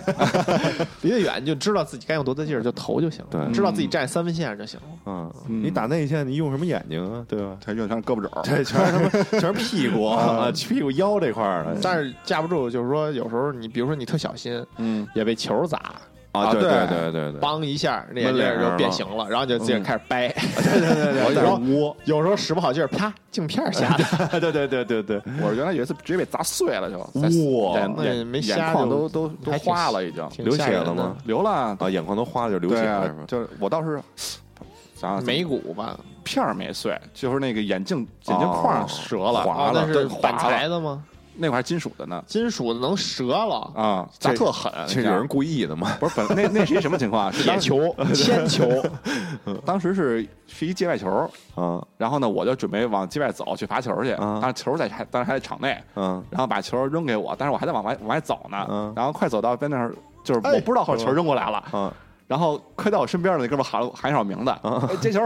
S1: 离得远你就知道自己该用多大劲儿就投就行了，
S2: 对
S1: 知道自己站三分线上就行了。
S2: 嗯，
S3: 嗯
S2: 你打内线你用什么眼睛啊，对吧？
S3: 他有点像胳膊肘儿，
S2: 这全是他妈全是屁
S3: (laughs) 哦
S2: 股啊，嗯屁股腰这块儿的
S1: 但是架不住就是说有时候你比如说你特小心，
S3: 嗯，
S1: 也被球砸，
S2: 啊，
S3: 啊
S2: 对
S3: 对
S2: 对对对，
S1: 梆一下那眼镜
S2: 闷脸
S1: 儿
S2: 上
S1: 就变
S2: 了嗯
S1: 形了，然后就自己开始掰，
S2: 对对对对，
S1: 然后
S2: 窝，
S1: 有时候使不好劲儿啪镜片儿下来。
S2: 啊对对对对对，
S3: 我原来有一次直接被砸碎了，就在
S2: 哇
S3: 眼
S1: 那也
S3: 眼
S1: 没瞎
S3: 眼眶
S1: 就
S3: 都都都
S1: 还挺
S3: 花了，已经
S1: 挺
S2: 流
S1: 吓
S2: 血
S1: 人
S2: 了
S1: 的
S2: 吗？
S3: 流了。
S2: 啊，眼眶都花就流血
S3: 对
S2: 了
S3: 啊
S2: 是吗？
S3: 就是我倒是，
S2: 啊
S3: 咱
S1: 眉骨吧，
S3: 片儿没碎，就是那个眼镜眼镜框折了，
S2: 划
S1: 啊，
S2: 哦了
S1: 那
S3: 对
S1: 是
S3: 划
S1: 板材
S3: 了，
S1: 的吗？
S3: 那块儿还金属的呢，
S1: 金属的能折了，
S3: 啊，砸
S2: 这
S3: 特狠，
S2: 这
S3: 你知
S2: 有
S3: 道
S2: 人故意的吗？
S3: (laughs) 不是本那那是一什么
S2: (laughs)
S3: 情况啊？是
S1: 铁
S3: 当时
S1: 球、铅球，
S3: 当时是是一界外球，
S2: 啊
S3: 然后呢，我就准备往界外走去罚球去，
S2: 啊
S3: 但是球在还当时还在场内，
S2: 啊
S3: 然后把球扔给我，但是我还在往外往外走呢，
S2: 嗯
S3: 然后快走到边那儿，就是
S1: 哎
S3: 我不知道会儿球扔过来了，
S2: 啊！
S3: 然后快到我身边的那哥们儿喊了喊上我名字，
S2: 嗯
S3: 哎接球，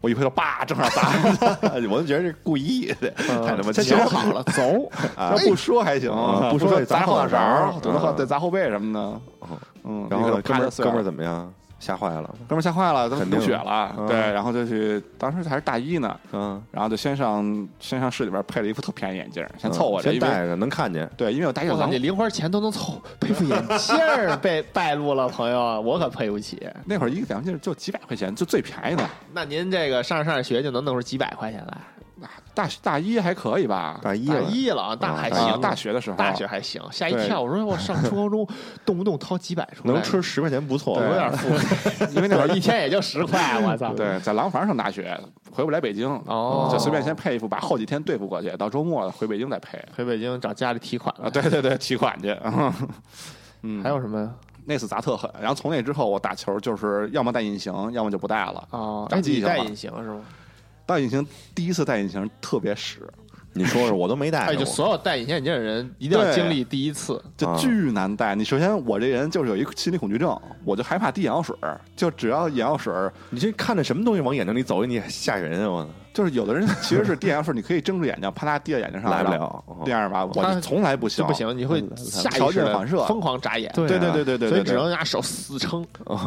S3: 我一回头叭正好
S2: 哎
S3: 砸，
S2: 我就觉得是故意的，太他妈
S1: 这球
S2: 贱了
S1: 好
S2: (laughs)
S1: 了，走。
S3: 要不说还行，
S2: 啊不
S3: 不
S2: 说
S3: 嗯说
S2: 得
S3: 砸
S2: 砸
S3: 后
S2: 后
S3: 脑
S2: 脑勺
S3: 勺，
S2: 嗯哦
S3: 顶多再砸后背什么的，嗯，
S2: 然后
S3: 一
S2: 呢
S3: 个
S2: 哥
S3: 啪
S2: 们儿
S3: 就碎
S2: 哥
S3: 了
S2: 们儿怎么样？吓坏了，
S3: 哥们儿吓坏了，都
S2: 肯定
S3: 流血了，
S2: 嗯
S3: 对，然后就去，当时还是大一呢，
S2: 嗯，
S3: 然后就先上先上市里边配了一副特便宜眼镜儿，先凑合着，
S2: 嗯先
S3: 因为
S2: 戴着能看见，
S3: 对，因为我大一有
S1: 我操，
S3: 狼
S1: 你，零花钱都能凑，佩服眼镜儿被败露了，朋友，我可配不起。
S3: 那会儿一个眼镜儿就几百块钱，就最便宜的，
S1: 那您这个上着上着学就能弄出几百块钱来？
S3: 大大一还可以吧，
S2: 大一
S1: 大
S2: 了，
S1: 一了，大
S2: 啊
S1: 还
S3: 啊
S1: 行，
S3: 大学的时候，
S1: 大学还行，吓一
S3: 对
S1: 跳。我说我上初高
S3: (laughs)
S1: 中，动不动掏几百出来，
S2: 能吃十块钱不错啊
S1: 有
S2: 了，
S1: 点富，
S3: (laughs) 因为那
S1: 我
S3: 会儿
S1: 一
S3: 一
S1: 天也就十块，我操。
S3: 对在廊坊上大学，回不来北京，
S1: 哦
S3: 就随便先配一副，把后几天对付过去，到周末回北京再配
S1: 回北京找家里提款
S3: 啊，
S1: 了。
S3: 对对对，提款去。 (laughs) 嗯，
S1: 还有什么呀？
S3: 那次砸特狠，然后从那之后我打球就是要么戴隐形，要么就不戴了。
S1: 哦，
S3: 长
S1: 哎
S3: 记
S1: 你
S3: 性
S1: 戴
S3: 了
S1: 隐形是吗？
S3: 戴隐形第一次戴隐形特别屎，
S2: 你说说，我都没戴
S1: 哎，
S2: 过
S1: 就，所有戴隐形眼镜的人一定要
S3: 对
S1: 经历第一次。
S3: 就
S2: 啊
S3: 巨难戴。你首先我这人就是有一个心理恐惧症，我就害怕滴眼药水儿，就只要眼药水儿，
S2: 你这看着什么东西往眼睛里走，你也吓人啊！我
S3: 就是有的人其实是滴眼药水儿，你可以睁着眼睛，啪嗒滴到眼睛上，
S2: 来不
S3: 然后
S2: 了，啊
S3: 这样吧，我
S1: 他
S3: 就从来不行，
S1: 就不。行，你会下意
S3: 条
S1: 识
S3: 件
S1: 地
S3: 反射
S1: 疯狂眨眼，
S2: 对
S3: 对对
S2: 啊
S3: 对对对，
S1: 所以
S3: 对
S1: 只能拿手死撑。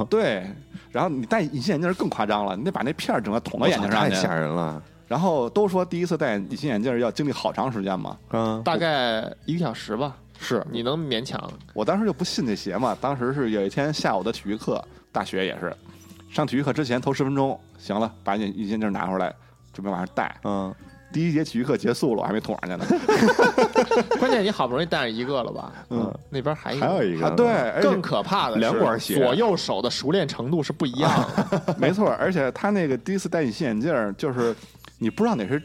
S3: 对。然后你戴隐形眼镜儿更夸张了，你得把那片儿整个捅到
S2: 我
S3: 眼
S2: 操
S3: 睛上
S2: 太
S3: 去。
S2: 吓人了，
S3: 然后都说第一次戴隐形眼镜儿要经历好长时间嘛，
S2: 嗯，
S1: 大概一个小时吧，
S3: 是
S1: 你能勉强。
S3: 我当时就不信这邪嘛。当时是有一天下午的体育课，大学也是，上体育课之前头十分钟，行了，把你隐形眼镜拿出来，准备往上戴。
S2: 嗯， (laughs)
S3: 第一节体育课结束了，我还没捅上去呢。
S1: 关键你好不容易戴上一个了吧？
S2: 嗯，
S1: 那边还
S2: 还有一个
S3: 啊，对，，而且
S1: 更可怕的是，
S2: 哎两管血啊
S1: 左右手的熟练程度是不一样的。
S3: 没错，而且他那个第一次戴隐形眼镜儿，就是你不知道哪是，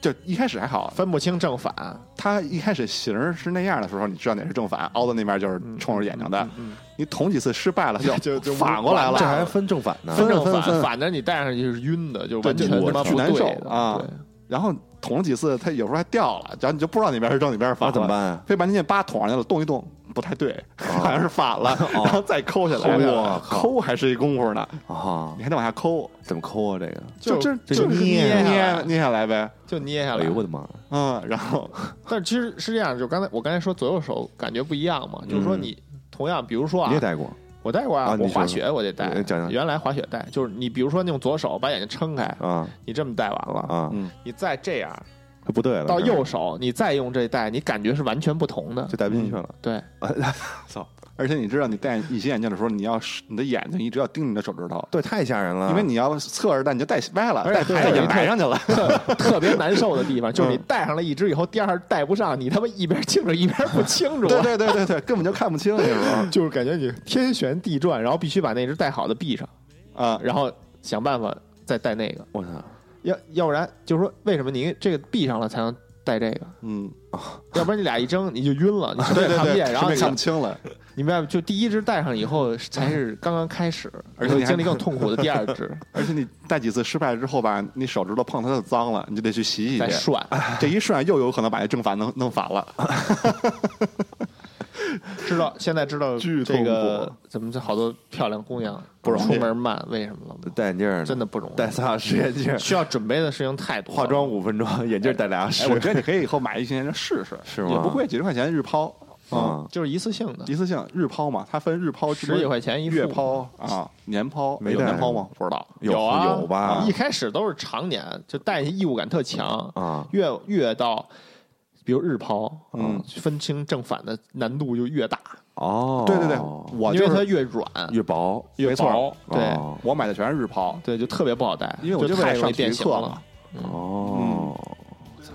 S3: 就一开始还好，
S1: 分不清正反，
S3: 他一开始形儿是那样的时候，你知道哪是正反，凹到那边就是
S2: 嗯
S1: 嗯
S3: 冲着眼睛的。你捅几次
S2: (laughs)
S3: 失败了，就
S1: 就就
S3: 反过来
S1: 完
S3: 了，
S1: 蛋
S2: 这还分正反呢。
S1: 嗯
S2: 啊
S1: 分正
S3: 分分
S1: 反，反正你戴上去是晕的，就完全
S3: 对
S1: 他妈
S3: 我
S1: 不
S3: 难受
S1: 对的
S3: 啊
S1: 对
S3: 然后捅了几次，他有时候还掉了，然后你就不知道哪边是正，哪边是
S2: 那
S3: 反了，
S2: 怎么办啊
S3: 非把那件疤捅上去了，动一动 (laughs) 不太对，好像是
S2: (laughs)
S3: 反了，然后再抠下来，
S2: 哇哦靠
S3: 抠还是一功夫呢，
S2: 啊
S3: 你，还得往下抠，
S2: 怎么抠啊？这个，
S1: 就
S3: 就
S2: 这
S3: 就是
S2: 捏
S1: 下来
S3: 捏捏下来呗，
S1: 就捏下
S2: 哎
S1: 来
S2: 呦。我的妈！
S3: 嗯，然后
S1: 但是其实是这样，就刚才我刚才说左右手感觉不一样嘛，就是说你同样，比如说
S2: 嗯你也
S1: 啊，
S2: 戴过
S1: 我戴过
S2: 啊
S1: 啊，
S2: 你
S1: 我滑
S2: 说
S1: 雪我得戴
S2: 哎讲，讲
S1: 原来滑雪戴就是你比如说你用左手把眼睛撑开，
S2: 啊
S1: 你这么戴完了，
S2: 啊嗯
S3: 嗯？
S1: 你再这样
S2: 不对了，
S1: 到
S2: 这
S1: 右手，你再用这戴，你感觉是完全不同的
S2: 就。戴不进去了。
S1: 对，
S3: 而且你知道，你戴隐形眼镜的时候，你要是你的眼睛一直要盯着你的手指头，
S2: 对，太吓人了，
S3: 因为你要侧着戴，你就戴歪了，
S1: 而
S2: 哎
S3: 戴
S1: 且还
S3: 牌
S1: 有
S3: 也
S1: 一
S3: 埋
S1: 特
S3: 上去了。
S1: 特特别难受的地方就是你
S3: 嗯
S1: 戴上了一只以后，第二戴不上，你他妈一边清楚一边不清楚。啊
S3: 对对对对对，根本就看不清那时候 (laughs)
S1: 就是感觉你天旋地转，然后必须把那只戴好的闭上，
S3: 啊。
S1: 然后想办法再戴那个，
S2: 我操，
S1: 要要不然就是说，为什么你这个闭上了才能戴这个？
S3: 嗯，
S1: 要不然你俩一睁你就晕了，你什么
S3: 对
S1: 也
S3: 对
S1: 看不
S3: 对，
S1: 见，然后
S3: 什么
S1: 你
S3: 也看不清了。
S1: 你明白吗？就第一只戴上以后才是刚刚开始，
S3: (laughs)
S1: 而
S3: 而且
S1: 且
S3: 你还
S1: 经历更痛苦的第二
S3: (laughs)
S1: 只
S3: 而且你戴几次失败之后吧，你手指头碰它就脏了，你就得去洗洗
S1: 再
S3: 去。
S1: 涮，
S3: 这一涮又有可能把那正反弄弄反了。 (laughs)
S1: 知道现在知道
S3: 巨
S1: 这个
S3: 痛
S1: 怎么这好多漂亮姑娘
S2: 不容易
S1: 出门慢，为什么了吗？
S2: (laughs) 戴眼镜儿呢
S1: 真的不容易，
S2: 戴仨时眼
S3: (laughs)
S2: 镜儿，
S1: 需要准备的事情太多了，
S2: 化妆五分钟，眼镜儿戴俩
S3: 哎，
S2: 时，
S3: 我觉得你可以以后买一些试试，
S2: 是吗？
S3: 也不贵，几十块钱日抛
S2: 啊，
S1: 就是一次性的，
S3: 嗯一次性日抛嘛，它分日抛、
S1: 十几块钱一副
S3: 月抛啊、年抛，
S2: 没
S3: 有
S2: 戴
S3: 年抛吗？不知道。
S2: 有
S1: 有啊
S2: 有吧
S1: 一？开始都是常年，就戴义务感特强，
S2: 啊，
S1: 越越到比如日抛，
S3: 嗯，
S1: 分清正反的难度就越大，
S2: 哦，
S3: 对对对，我就
S1: 因为它
S3: 是
S1: 越软
S2: 越薄，
S1: 越
S3: 没错
S1: 薄，对
S2: 哦
S3: 我买的全是日抛，
S1: 对，就特别不好戴，
S3: 因为我就为
S1: 太
S3: 了
S1: 容易
S3: 上体育
S1: 变形
S3: 课
S1: 了
S3: 嘛。。
S2: 哦，操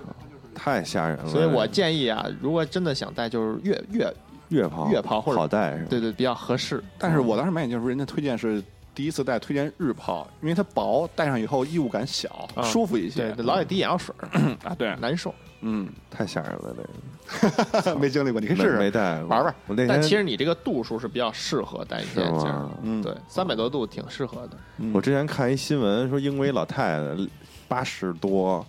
S2: 太吓人了。
S1: 嗯所以我建议啊，如果真的想戴，就是越越
S2: 越跑
S1: 越跑或者
S2: 好戴是吧？
S1: 对对比较合适，
S3: 但是我当时买眼镜时候，人家推荐是第一次戴，推荐日抛，因为它薄，戴上以后异物感小，
S1: 啊
S3: 舒服一
S1: 对
S3: 些。，
S1: 老得滴眼药水儿
S3: 啊，对，
S1: 难受。
S3: 嗯，
S2: 太吓人了，这个
S3: (laughs) 没经历过，你可以
S2: 没
S3: 试
S2: 没
S3: 试。
S2: 戴过
S3: 玩玩。
S2: 我那
S1: 但
S2: 天
S1: 其实你这个度数是比较适合戴隐形眼
S2: 是
S1: 镜
S2: 吗
S1: 儿，
S3: 嗯
S1: 对，三百多度挺适合的。
S2: 我之前看一新闻说，英国一老太太八十多，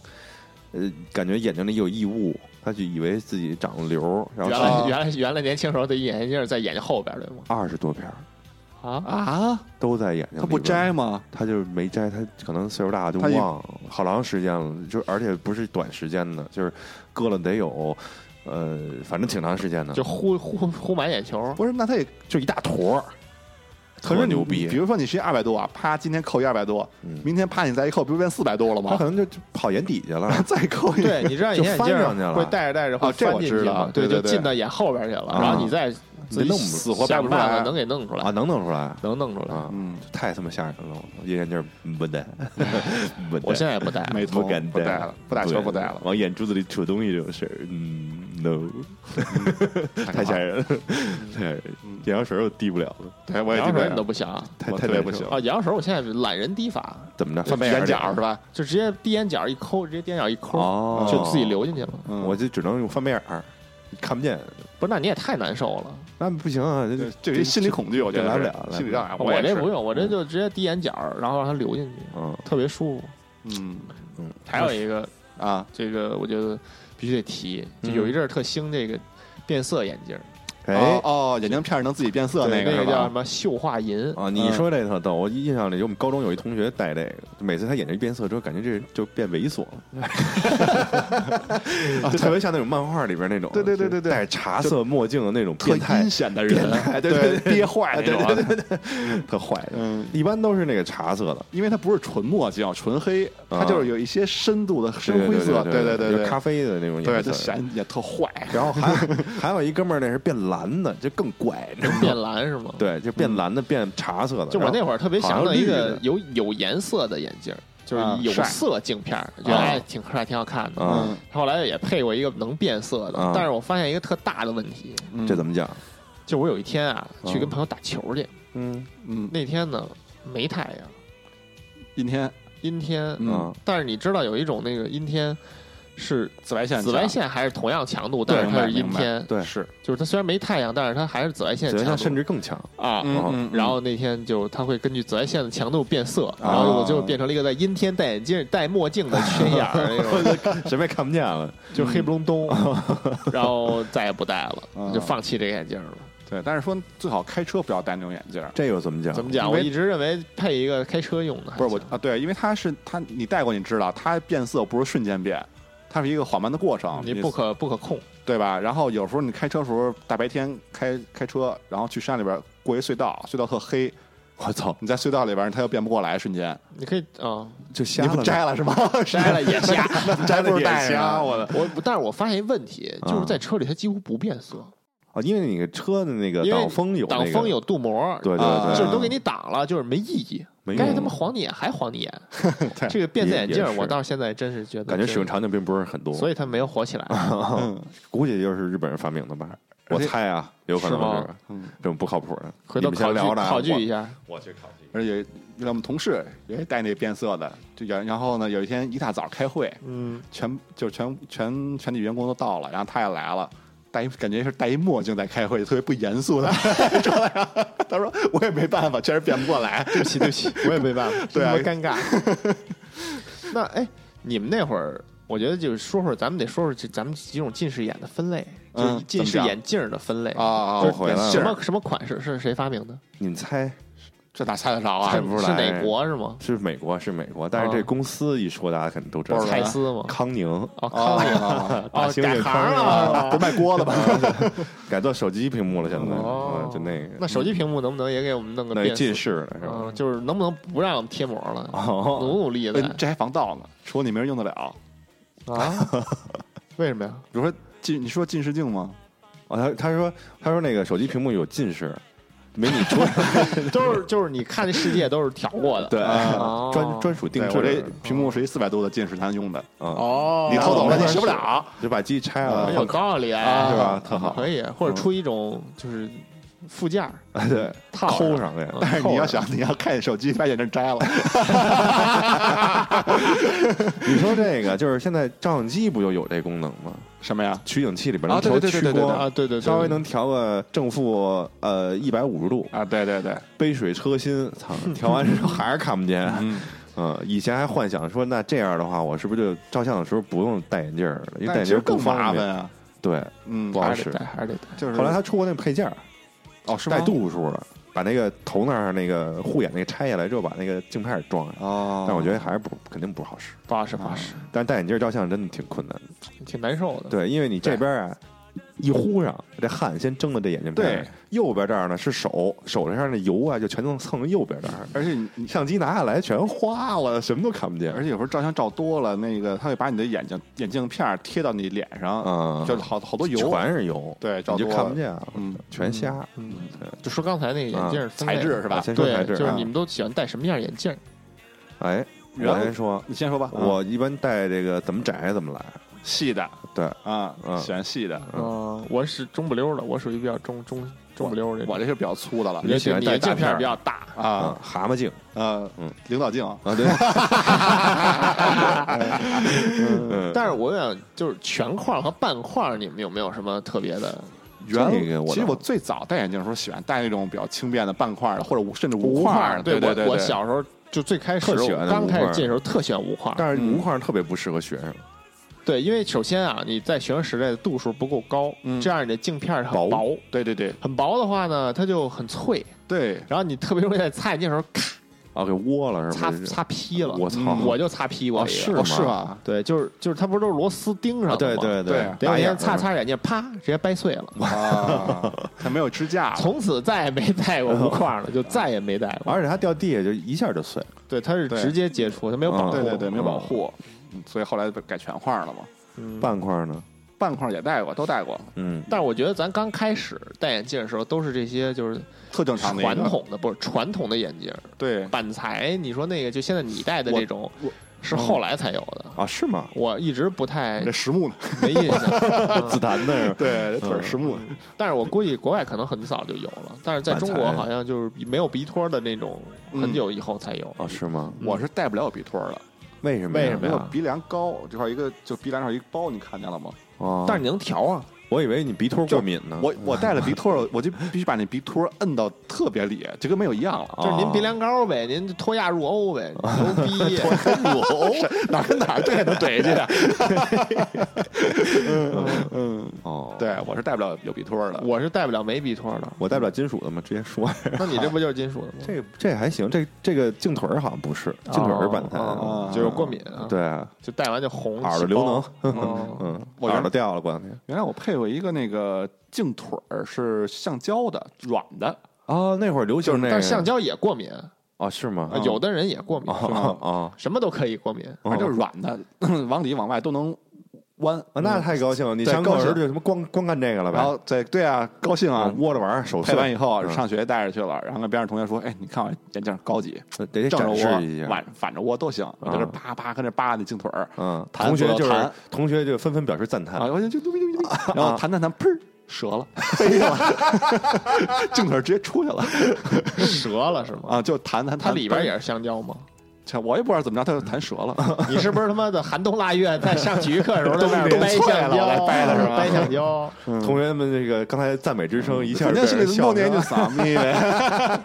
S2: 呃，感觉眼睛里有异物，她就以为自己长了瘤儿，然
S1: 原
S2: 后
S1: 来原来原来年轻时候的眼镜儿在眼睛后边儿，对吗？
S2: 二十多片儿
S1: 啊，
S3: 啊，
S2: 都在眼睛里。
S3: 他不摘，吗？
S2: 她就是没摘，她可能岁数大就
S3: 她一
S2: 忘了，好长时间了，就是而且不是短时间的，就是割了得有，呃，反正挺长时间的，
S1: 就呼呼呼满眼球，
S3: 不是，那他也
S2: 就一大坨儿。
S3: 可是
S2: 特
S3: 你
S2: 牛逼
S3: 比如说你时间二百多啊，啪，今天扣一二百多，
S2: 嗯
S3: 明天啪你再一扣，不就变四百多了
S2: 她
S3: 吗 (laughs)
S2: 可？能就就跑眼底去了。
S3: 再扣一，
S1: 对，你知道
S2: 就
S1: 隐形眼
S2: 翻
S1: 镜
S2: 上去了
S1: 儿会戴着戴着会
S3: 啊这
S1: 翻
S3: 我
S1: 进
S3: 知
S1: 去
S3: 道
S1: 嘛
S3: 对
S1: 就
S3: 对对
S1: 进到眼后边去了，
S2: 啊
S1: 然后你再自己
S2: 弄不
S1: 死
S2: 活
S3: 掰不出来
S1: 能给弄出
S2: 啊，
S1: 来，
S2: 能弄出来
S1: 能弄出来。
S2: 啊！
S3: 嗯，
S2: 太他妈吓人了！我眼镜儿不戴，不戴
S1: 我现在也不戴，
S3: 没
S2: 不
S3: 头
S2: 敢
S3: 不戴了，不打球不戴了，
S2: 往眼珠子里杵东西这种事儿，嗯，no，太 (laughs) 吓。人了，太吓人了。眼药水儿我滴不了了，
S3: 对，我也
S1: 眼药
S3: 基
S1: 水
S3: 本
S1: 你都不行啊！
S2: 太
S3: 我
S2: 太
S3: 特别
S2: 难
S3: 不
S2: 受
S3: 行
S2: 了，
S1: 眼药水我现在懒人滴法，
S2: 怎么着？
S3: 翻白眼角是？吧？
S1: 就直接滴眼角一抠，直接滴眼角一抠，
S2: 哦
S1: 就自己流进去了。
S3: 嗯
S2: 我就只能用翻白眼儿，看不见，
S1: 不是，那你也太难受了。
S2: 那不行啊，
S3: 对
S2: 这
S3: 这有一心理恐惧，我觉得
S2: 这来不
S3: 是
S2: 了来
S3: 心理
S2: 不了
S3: 障碍。
S1: 我
S3: 也
S1: 这
S3: 是
S1: 不，用，我这就直接滴眼角，然后让它流进去，
S2: 嗯
S1: 特别舒服。
S3: 嗯
S1: 还有一个，
S3: 啊，
S1: 这个我觉得必须得提，就有一阵儿特兴这个变色眼镜儿，
S2: 哎
S3: 哦哦，眼镜片儿能自己变色
S1: 对
S3: 那个
S1: 那
S3: 是
S1: 个叫什
S3: 吧？哦
S1: 么绣花银，
S2: 啊，你说这特逗，我印象里我们高中有一同学戴这个，每次他眼睛变色之后，感觉这人就变猥琐 (laughs) 了，就特别像那种漫画里边那种，
S3: 对对对对对
S2: 戴茶色墨镜的那种
S3: 特
S2: 变态
S3: 阴，险的人，哎
S2: 对对对
S3: (laughs) 憋坏那种啊。
S2: 特坏的，
S3: 嗯，
S2: 一般都是那个茶色的。
S3: 因为它不是纯墨镜，纯黑，它就是有一些深度的深灰色。
S2: 对
S3: 嗯对
S2: 对，
S3: 对，
S2: 咖啡的那种
S3: 对，
S2: 颜
S3: 就
S2: 色。
S3: 显也特坏。
S2: 然后还还有一哥们儿，那是变蓝的，就更怪，你知道吗？
S1: 变蓝是吗？
S2: 对，就变蓝的，变茶色的。
S1: 就我那
S2: 然后
S1: 会儿特别想弄一个有有颜色的眼镜儿，就是
S3: 啊
S1: 有
S3: 帅
S1: 色镜片儿，觉得哎挺帅挺好看的。
S2: 啊，
S3: 嗯
S1: 后来也配过一个能变色的
S2: 啊，
S1: 但是我发现一个特大的问题，
S3: 嗯
S2: 这怎么讲？
S1: 就我有一天啊，去
S3: 嗯
S1: 跟朋友打球去，
S2: 嗯
S3: 嗯，
S1: 那天呢没太阳，
S3: 阴天，
S1: 阴天，
S3: 嗯
S2: 啊
S1: 但是你知道有一种那个阴天是
S3: 紫外线，
S1: 紫外，线还是同样强度，但是
S3: 明
S1: 它
S3: 白
S1: 是阴天，
S2: 对
S3: 是，
S1: 就是它虽然没太阳，但是它还是紫外线
S2: 紫外
S1: 强度，
S2: 线甚至更强，
S1: 啊。
S3: 嗯
S2: 哦
S3: 嗯，
S1: 然后那天就它会根据紫外线的强度变色，然后我就变成了一个在阴天戴眼镜、戴墨镜的缺眼儿，那种
S2: (laughs) 谁也看不见了。
S1: 就黑不隆咚，然后再也不戴了，
S3: 啊
S1: 就放弃这个眼镜了。
S3: 对，但是说最好开车不要戴那种眼镜儿。
S2: 这又怎么讲？
S1: 怎么讲？
S3: 因
S1: 我
S3: 为
S1: 一直认为配一个开车用的还
S3: 不
S1: 行，
S3: 是我啊，对，因为它是它，你戴过你知道，它变色不是瞬间变，它是一个缓慢的过程，
S1: 你不可不可控。
S3: 对吧？然后有时候你开车的时候，大白天开开车，然后去山里边过一隧道，隧道特黑，
S2: 我操，
S3: 你在隧道里边它又变不过来，瞬间
S1: 你可以啊，
S2: 就瞎
S3: 你不
S2: 了呗。
S3: 摘了
S1: (laughs)
S3: 是吗？
S1: 摘了也瞎。
S3: 摘不是
S2: 也
S3: 戴
S2: 瞎
S3: 着，我的
S1: 我但是我发现一问题，就是在车里它几乎不变色，
S2: 哦，因为你车的那个
S1: 因为
S2: 挡风有
S1: 挡
S2: 那个
S1: 风有镀膜，
S2: 对对
S3: 啊
S2: 对，
S1: 就是都给你挡了，就是没意义。
S2: 没用
S1: 该他妈晃你眼还晃
S2: (laughs)
S1: 你眼，这个变色眼镜儿我到现在真是觉得
S2: 感觉
S1: 真
S2: 使用场景并不是啊很多，
S1: 所
S2: 以
S1: 以它没有火起来。
S2: 估计就是日本人发明的吧。
S3: 而
S2: 我
S3: 且
S2: 猜啊，有可能
S1: 是
S2: 是
S1: 吗
S3: 嗯，
S2: 这种不靠谱的。
S1: 回
S2: 你
S1: 头
S2: 们
S1: 考
S2: 先
S1: 据
S2: 聊着啊
S1: 考据一下，
S2: (laughs) 我我去考据。
S3: 而且原来我们同事也戴那变色的，就然然后呢，有一天一大早开会，
S1: 嗯，
S3: 全就全全全体员工都到了，然后他也来了。戴一感觉是戴一墨镜在开会，特别不严肃的 (laughs) 状态。他说：“我也没办法，确实变不过来。
S1: 对不起对不起， (laughs) 我也没办
S2: (laughs)
S1: 法，
S3: 对啊
S1: 这么尴尬。那哎，你们那会儿，我觉得就是说说，咱们得说说这咱们几种近视眼的分类，
S3: 嗯
S1: 就是近视
S3: 怎么讲
S1: 眼镜儿的分类
S3: 啊啊
S1: 就
S2: 我回来
S1: 是什
S2: 了
S1: 么什么款式是谁发明的？
S2: 你们猜”
S3: 这哪猜得着啊？
S2: 猜不出哎
S1: 是
S2: 来
S1: 哪国是吗？
S2: 是美国是美国，但
S1: 啊
S2: 是这公司一说大家肯定都知道
S3: 不。是
S1: 蔡司吗？
S2: 康宁
S1: 啊哦，
S3: 啊
S1: 康
S3: (laughs)
S1: 宁
S3: 啊
S2: 大
S1: 哦，
S2: 猩
S1: 改行
S2: 猩康宁
S1: 了。
S3: 啊！不卖锅了吧？
S2: 改做手机屏幕了，现在
S1: 哦
S2: 啊就那个
S1: 那手机屏幕能不能也给我们弄个
S2: 那
S1: 变
S2: 近
S1: 色？
S2: 视了是吧？
S1: 嗯，就是能不能不让我们贴膜了？
S2: 哦，
S1: 努努力的
S3: 嗯这还防盗呢，说你没人用得了。
S2: 嗯
S1: 啊？为什么
S2: (laughs)
S1: 呀？
S3: 比如说近，你说近视镜吗？
S2: 哦他他说他说那个手机屏幕有近视，没你专
S3: (laughs)
S1: 都是就是你看这世界都是调过的
S2: 对
S1: 哦
S2: 专专属定
S3: 啊对
S2: 制
S3: 我这
S2: 的
S3: 屏幕是一四百度的近视才能用的，
S2: 啊，
S1: 哦
S3: 你偷走了
S2: 哦
S3: 你使不了。
S2: 就把机拆了
S3: 啊
S1: 很有道理
S2: 对
S1: 哎，
S2: 吧？特好，嗯
S1: 可以，或者出一种就是附件儿
S2: 对，
S1: 套
S2: 抠上去，
S1: 嗯
S3: 但是你要
S1: 扣上
S3: 想，你要看手机，把眼镜摘了，
S2: 你说这个就是现在照相机不就有这功能吗？
S3: 什么呀？
S2: 取景器里边
S3: 啊
S2: 能
S3: 对
S2: 调
S3: 对对
S2: 屈
S3: 对对
S2: 光，
S1: 啊，对对，对
S2: 稍微能调个正负呃一百五十度，
S3: 啊，对对对，
S2: 杯水车薪，操，调完之
S3: (laughs)
S2: 后还是看不见。
S3: 嗯，
S2: (laughs) 嗯，以前还幻想说，那这样的话，我是不是就照相的时候不用戴眼镜儿了？因为戴
S3: 但
S2: 眼
S3: 其
S2: 镜儿
S3: 实
S2: 不
S3: 更麻
S2: 方
S3: 烦
S2: 便。
S3: 啊。
S2: 对，
S3: 嗯，
S2: 不好
S1: 还是
S2: 使
S1: 得。戴，还是得戴。
S3: 就是
S2: 后来他出过那配件儿，
S3: 哦是吗
S2: 带度数了，把那个头那儿那个护眼那个拆下来之后，把那个镜片儿装上。
S3: 哦，
S2: 但我觉得还是不肯定不好使。
S1: 不好使，不好使，
S2: 但是戴眼镜儿照相真的挺困难的。
S1: 挺难受的。
S2: 嗯对，因为你这边啊。一呼上，这汗先蒸到这眼镜边儿
S3: 对
S2: 右边这儿呢是手，手上的油啊就全能蹭到右边这儿，
S3: 而且你
S2: 相机拿下来全花了，什么都看不见。
S3: 而且有时候照相照多了，那个它会把你的眼睛眼镜片儿贴到你脸上，
S2: 嗯，
S3: 就是好好多油。
S2: 全是油，
S3: 对，照
S2: 你就
S3: 多
S2: 看不
S3: 了。
S2: 见啊，
S3: 嗯，
S2: 全瞎。
S1: 嗯，就说刚才那个眼镜儿分类
S3: 材啊质是吧？
S2: 先说嗯材
S1: 对，
S2: 质，
S1: 就
S2: 啊
S1: 是你们都喜欢戴什么样眼镜儿？
S2: 哎，
S3: 然
S2: 我
S3: 后啊
S2: 先说，
S3: 你先说吧。
S2: 我一般戴这个怎么窄怎么啊来，
S3: 细的，
S2: 对
S3: 啊，
S2: 嗯
S3: 喜欢细的。
S1: 嗯，我是中不溜儿的，我属于比较中中中不溜儿 (laughs) 这种。
S3: 我这是比较粗的了
S1: 你
S2: 你喜欢戴
S1: 眼镜
S2: 大片
S1: 片
S2: 儿
S1: 比较大，
S2: 啊
S3: 啊，，
S1: 嗯
S2: 蛤蟆镜
S3: 呃
S2: 嗯，
S3: 领导镜
S2: 啊，对，嗯
S1: 但是我想就是全框和半框，你们有没有什么特别的？
S2: 这个我
S3: 其实
S2: 倒
S3: 我最早戴眼镜的时候喜欢戴那种比较轻便的半块儿的，或者无甚至
S1: 无
S3: 无块儿的。
S1: 对
S3: 对对对，
S1: 我我
S3: 对
S1: 小时候就最开始
S2: 特喜欢那
S1: 刚
S2: 无
S1: 开始
S2: 块儿
S1: 见的时候特喜欢无框，
S2: 但是
S3: 嗯
S2: 无框特别不适合学生，
S1: 对，因为首先啊，你在学生时代的度数不够高，
S3: 嗯
S1: 这样你的镜片儿很
S2: 薄
S1: 薄，
S3: 对对对
S1: 很薄的话呢，它就很脆，
S3: 对，
S1: 然后你特别容易在擦眼镜的时候咔
S2: 啊，给窝了是
S1: 擦
S2: 不是？
S1: 擦劈了。
S2: 我操
S3: 嗯，
S1: 我就啊擦劈过一个，
S2: 是
S3: 哦
S2: 吗
S3: 是吧？
S1: 对，就是就是它不是都是螺丝钉上
S2: 啊
S1: 的
S2: 对
S1: 吗？
S2: 对
S3: 对
S2: 对
S3: 啊，
S1: 得有一天
S2: 眼
S1: 擦擦眼镜，啪，直接掰碎了。
S3: 啊，它没有支架，
S1: 从此再也没戴
S3: (laughs)
S1: 过无框了，就再也没戴过。
S2: 而且它掉地下就一下就碎了。
S1: 对，它是
S3: 对
S1: 直接接触，它没有保护。
S3: 对对对，没有保
S2: 嗯
S3: 护，嗯所以后来改全块儿了嘛。
S1: 嗯
S2: 半块呢，
S3: 半块儿也戴过，都戴过，
S2: 嗯，
S1: 但是我觉得咱刚开始戴眼镜的时候，都是这些就是
S3: 特正常的一个
S1: 传统的，不是传统的眼镜，
S3: 对。
S1: 板材。你说那个，就现在你戴的这种，
S3: 我
S1: 是后来才有的。
S2: 啊，是
S1: (laughs)
S2: 吗？
S1: 我一直不太
S3: 这实木呢，
S1: 没印象，
S2: 紫檀的，
S3: 对，这腿儿实木呢，
S1: 但是我估计国外可能很早就有了，但是在中国好像就是没有鼻托的那种，
S3: 嗯
S1: 很久以后才有。
S2: 啊，是吗？
S3: 我是戴不了鼻托儿的，
S2: 为什么呀？
S1: 为什么
S3: 因为
S1: 呀
S3: 我鼻梁高，这块一个就鼻梁上有一个包，你看见了吗？
S2: 啊，
S1: 但是你能调啊，
S2: 我以为你鼻托过敏呢。
S3: 我我戴了鼻托儿，我就必须把那鼻托儿摁到特别里，就跟没有一样
S2: 啊
S3: 了。
S1: 就是您鼻梁高呗，您脱亚入欧
S3: (laughs)
S1: 呗，牛逼！
S3: 乳
S1: (laughs)
S3: 欧哪跟哪儿对都怼去。啊嗯嗯，
S2: 哦，，
S3: 对我是戴不了有鼻托儿的。
S1: 我是戴不了没鼻托的，
S2: 我戴不了金属的嘛，直接说。
S1: 那你这不就是金属
S3: (laughs)
S1: 的吗？
S2: 这这还行，这这个镜腿儿好像不是，镜腿儿是板材，
S1: 哦
S3: 嗯
S1: 就是过敏啊，，哦
S2: 对，耳
S1: 就戴完就红，
S2: 朵流能，
S1: 能，
S2: (laughs) 嗯，
S3: 我原
S2: 耳朵掉了，过两天。
S3: 原来我配过一个那个镜腿儿是橡胶的软的，
S2: 啊，那会儿流行那个，
S1: 但是橡胶也过敏，啊
S2: 啊，是
S3: 哦
S2: 吗？
S1: 有的人也过敏，
S2: 啊啊
S1: 什么都可以过敏。
S3: 反
S2: 哦
S3: 正就是软的，往里往外都能弯。
S2: 啊！那太高兴了，你
S3: 对
S2: 上课
S3: 高兴
S2: 时就什么光光干这个了呗？
S3: 然后对对啊，高兴啊
S2: 啊，，窝着玩儿，手
S3: 配
S2: 碎
S3: 完以后
S2: 嗯
S3: 上学带着去了，然后跟边上同学说：“哎，你看我眼镜高级，
S2: 得得
S3: 正着
S2: 展示一
S3: 窝，
S2: 下。
S3: 反反着窝都行。”我在这啪啪跟这扒那镜腿儿，
S2: 嗯，
S3: 弹
S2: 同学
S3: 不
S2: 就
S3: 得
S2: 是
S3: 弹
S2: 同学就纷纷表示赞
S3: 啊，
S2: 叹。
S3: 我就就嘟嘟嘟嘟，
S1: 啊
S3: 然后弹弹弹，砰，折
S1: (laughs)
S3: 了，飞了， (laughs) 镜腿儿直接出去了
S1: 折了是吗？
S3: 啊！就弹弹
S1: 它
S3: 弹，
S1: 里边也是啊橡胶
S3: (laughs)
S1: 吗？
S3: 也，我也不知道怎么着，它就弹折了。
S1: 你是不是他妈的寒冬腊月在上体育课的时候在那儿
S3: 都被
S1: 掰
S3: 人踹
S1: 橡
S3: 了来
S1: 胶，
S3: 掰的是吧
S1: 掰橡胶，
S2: 同学们，这个刚才赞美之声一下
S3: 肯
S2: 被
S3: 定是
S2: 人笑
S3: 弄那
S2: 出
S3: 就
S2: 来
S3: 傻逼呗，
S2: (laughs)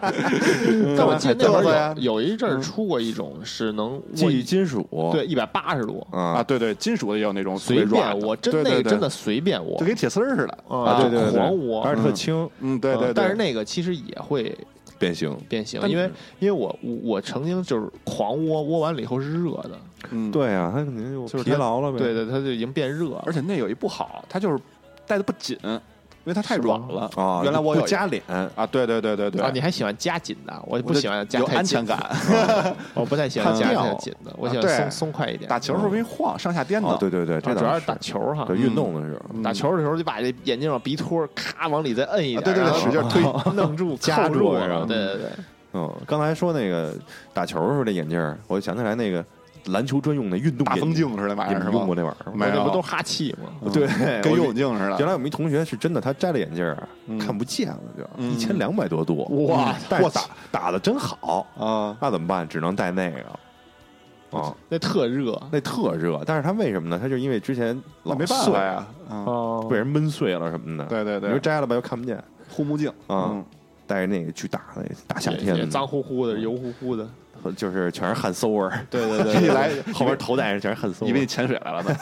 S3: 嗯
S1: 但我记得那会
S3: 嘚瑟
S1: 儿
S3: 呀
S1: 有有一阵
S3: 嗯
S1: 儿出过一种是能握
S2: 记忆金属，
S1: 对一百八十度，
S3: (laughs) 啊！
S2: 啊，
S3: 对对，金属的也有那种特别
S1: 随
S3: 软
S1: 便
S3: 的
S1: 我真
S3: 对
S1: 那
S3: 对
S1: 个
S3: 对
S1: 真的随便握
S3: 就，跟铁丝儿似的。
S1: 啊
S2: 啊，对对对，
S1: 狂握。
S2: 而且特轻，
S3: 嗯，对对，对
S1: 啊但是那个其实也会
S2: 变形。
S1: 变形，
S3: 但嗯
S1: 因为因为我我我曾经就是狂窝窝完了以后是热的，
S3: 嗯，
S2: 对啊，他肯定
S1: 就
S2: 就是疲
S1: 它
S2: 劳了呗。
S1: 对对，它就已经变热了
S3: 而。且那有一不好，它就是戴的不紧，因为它太软了
S2: 啊，
S3: 原来我
S2: 不
S3: 有一
S2: 加脸啊，
S3: 啊，对对对对对，
S1: 啊，你还喜欢加紧的？我
S3: 我
S1: 不
S3: 就
S1: 喜欢加
S3: 有
S1: 太
S3: 安
S1: 紧嗯
S3: 全，感。
S1: 我不太
S3: (laughs)
S1: 喜欢
S3: 怕
S1: 加
S3: 掉
S1: 太紧的，我喜
S3: 啊
S1: 欢
S3: 对
S1: 松松快一点。
S3: 打球的时候容易晃，上下颠倒。
S2: 对对对，这
S1: 啊
S2: 倒
S1: 主要是打球哈，
S2: 对运动的时候，
S3: 嗯
S1: 打球的时候就把这眼镜往鼻托咔往里再摁一
S3: 啊
S1: 点，
S3: 对对
S1: 然
S3: 对，
S1: 后
S3: 使劲推，
S1: 弄住
S2: 夹
S1: 扣
S2: 住
S1: 了
S2: 然后
S1: 对对对，
S2: 嗯，刚才说那个打球的时候这眼镜儿，我就想起来那个篮球专用的运动
S3: 大
S2: 眼
S3: 风
S2: 镜，
S3: 镜似的玩
S2: 你
S3: 意儿是
S2: 们
S3: 吧？嗯
S2: 用过那玩意儿吗？
S3: 没有
S1: 那不都是哈气吗？
S2: 对，
S1: (laughs)
S3: 跟
S2: 我
S3: 游泳镜似的。
S2: 原来我们一同学是真的，他摘了眼镜儿啊
S3: 嗯
S2: 看不见了，就
S3: 嗯
S2: 一千两百多度，
S1: 哇
S2: 嗯但是
S3: 哇
S2: 打打的真好，
S3: (laughs) 啊，
S2: 那怎么办？只能戴那个啊，
S1: 那特热
S2: 那特热，但是他为什么呢？他就是因为之前
S3: 那
S2: 老
S3: 没办
S2: 碎
S3: 法，呀。嗯，
S1: 哦
S2: 被人闷碎了什么的，
S3: 对对
S2: 你说
S3: 对，
S2: 摘了吧又看不见，
S3: 护目镜
S2: 啊
S3: 嗯
S2: 带着那个去打那大夏
S1: 也也
S2: 天
S1: 脏乎乎的，油乎乎的，
S2: 的，就是全是汗馊味儿，
S1: 对对
S3: 一来
S2: (laughs) 后边头戴上全是汗馊
S3: 以
S2: 味
S3: 为你
S2: 儿，
S3: 潜水来了呢。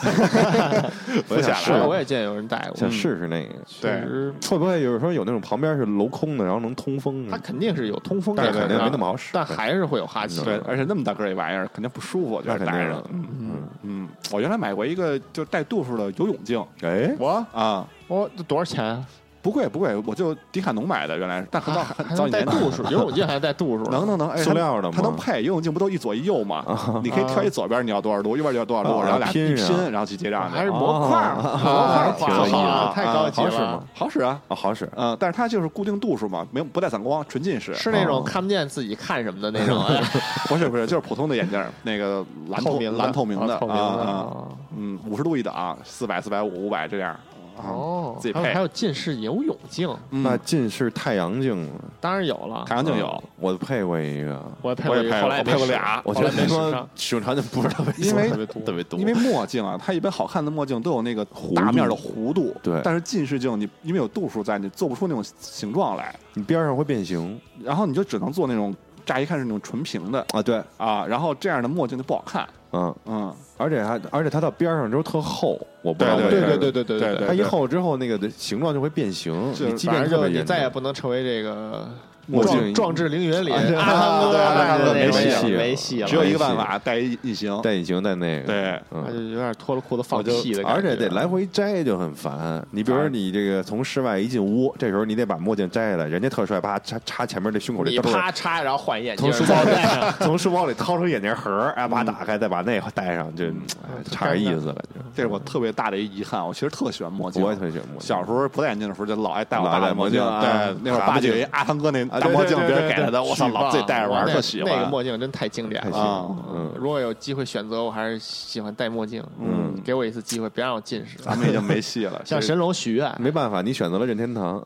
S2: 我想试
S1: 是，我也见有人戴过，
S2: 想试试那个，
S3: 对
S1: 确实
S2: 会不会有时候有那种旁边是镂空的，然后能通风
S1: 它
S2: 的？
S1: 肯定是有通风
S2: 嗯但
S1: 的，啊
S2: 是肯定没那么好使，
S1: 但还是会有哈气。
S3: 对，而且那么大个儿一玩意儿，肯定不舒服，就
S2: 那
S3: 是
S2: 肯
S3: 戴
S2: 定
S3: 着
S2: 的。。
S1: 嗯，
S3: 嗯，我原来买过一个就是带度数的游泳镜
S2: 哎，
S1: 我
S3: 啊，
S1: 我这多少钱啊？
S3: 不贵不贵，我就迪卡侬买的，原来是，但很早
S1: 还
S3: 很早
S1: 能
S3: 以
S1: 带
S3: 前
S1: 度数，游泳镜还带度数，
S3: 能能能，哎
S2: 塑料的
S3: 它能
S2: 吗
S3: 配游泳镜不都一左一右吗？你可以挑一左边你要多少度，右边就要多少度，
S2: 啊
S3: 然后俩
S2: 拼
S3: 一
S2: 上
S3: 拼，然后去结账
S1: 啊
S3: 去，啊
S1: 还是模块儿，模块
S3: 挺
S1: 儿
S3: 有意思
S1: 哇
S3: 的
S1: 太高级
S2: 好使
S1: 了
S2: 吗。
S3: 好使啊。
S2: 啊，好使，
S3: 嗯，但是它就是固定度数嘛，没有不带散光，纯近视。
S1: 是那种看不见自己看什么的那种，哎
S3: 不是不是，就是普通的眼镜儿，那个蓝
S1: 透明的
S3: 蓝透明的
S1: 啊透明
S3: 啊
S1: 的
S3: 啊，嗯，五十度一档，四百四百五五百这样。啊，
S1: 哦，
S3: 自己
S1: 还有
S3: 配
S1: 还有近视游泳镜，
S3: 嗯
S2: 那近视太阳镜了，
S1: 当然有了
S3: 太，阳镜有
S2: 嗯，我配过一个，
S1: 我也配
S3: 我
S1: 过
S3: 也
S1: 一
S3: 配
S1: 个，后来也
S3: 我
S1: 没
S3: 配过
S1: 使
S3: 俩
S2: 我
S1: 后
S2: 觉
S1: 来
S2: 得
S1: 没
S2: 他
S1: 使
S2: 妈
S1: 上。
S2: 使用场景不知道为什
S3: 因
S2: 么
S3: 为
S2: 特别多，特别多，
S3: 因为墨镜啊，它一般好看的墨镜都有那个大面的弧度，
S2: 对
S3: 但是近视镜你因为有度数在，你做不出那种形状来，
S2: 你边上会变形
S3: 然后你就只能做那种乍一看是那种纯平的
S2: 啊，对，
S3: 啊，然后这样的墨镜就不好看。
S2: 嗯，
S3: 嗯，
S2: 而且还而且它到边上之后特厚，我不知道
S3: 对
S2: 为
S3: 对
S2: 什么
S1: 对对对
S3: 对
S1: 对
S3: 对
S2: 它一厚之后那个的形状就会变形，
S3: 是
S2: 你即
S1: 反
S2: 便
S1: 正
S2: 特
S1: 就
S2: 别
S1: 你
S2: 严
S1: 再也
S2: 重，
S1: 不能成为这个
S2: 墨
S1: 壮
S2: 镜
S1: 壮志凌云里
S3: 啊
S1: 阿
S3: 对
S1: 汤哥
S3: 啊
S1: 那种
S3: 对对对
S1: 那种
S3: 没戏
S1: 也
S2: 了
S1: 没戏了，
S3: 只有一个办法，戴一隐形。
S2: 戴隐形戴那个，
S3: 对，
S1: 他就
S2: 嗯。
S1: 有点脱了裤子放
S2: 我就
S1: 屁的感觉，啊哎
S2: 而且得来回摘就很烦。你比如说，你这个从室外一进屋，这时候你得把墨镜摘下来，人家特帅，啪插插前面这胸口这
S1: 你
S2: 兜儿，
S1: 啪插，然后换眼镜
S2: 从
S1: 儿，嗯
S2: 书包
S1: 再戴上
S2: 从书包里掏出眼镜盒儿，哎，把它打开，再把那个戴上，
S1: 嗯
S2: 就
S1: 啊
S2: 哎差点意思了。
S3: 这是我特别大的一遗憾。我其实特喜欢墨镜，
S2: 我也特喜欢墨镜
S3: 小时候不戴眼镜的时候，就老爱戴我
S2: 老爱
S3: 爸
S2: 戴
S3: 的
S2: 墨
S3: 镜。
S2: 镜啊
S3: 对，那会儿
S2: 啥墨
S3: 爸就
S2: 镜
S3: 有一阿汤哥那
S2: 大
S3: 啊对
S2: 墨
S3: 对
S2: 镜
S3: 对
S2: 别人
S3: 对
S2: 给他
S3: 对
S2: 的，我操，
S3: 巨
S2: 老自己
S3: 棒
S2: 戴着玩儿
S1: 那
S2: 特喜
S1: 那个
S2: 欢。
S1: 墨镜真太经典
S2: 太喜
S1: 了。
S2: 欢
S3: 啊
S2: 了，嗯，
S1: 如果有机会选择，我还是喜欢戴墨镜。
S3: 嗯
S1: 给我一次机会，别让我近视。
S3: (laughs) 咱们已经没戏了。
S1: 向啊
S3: 所以
S1: 神龙许愿，
S2: 没办法，你选择了任天堂，
S1: (laughs)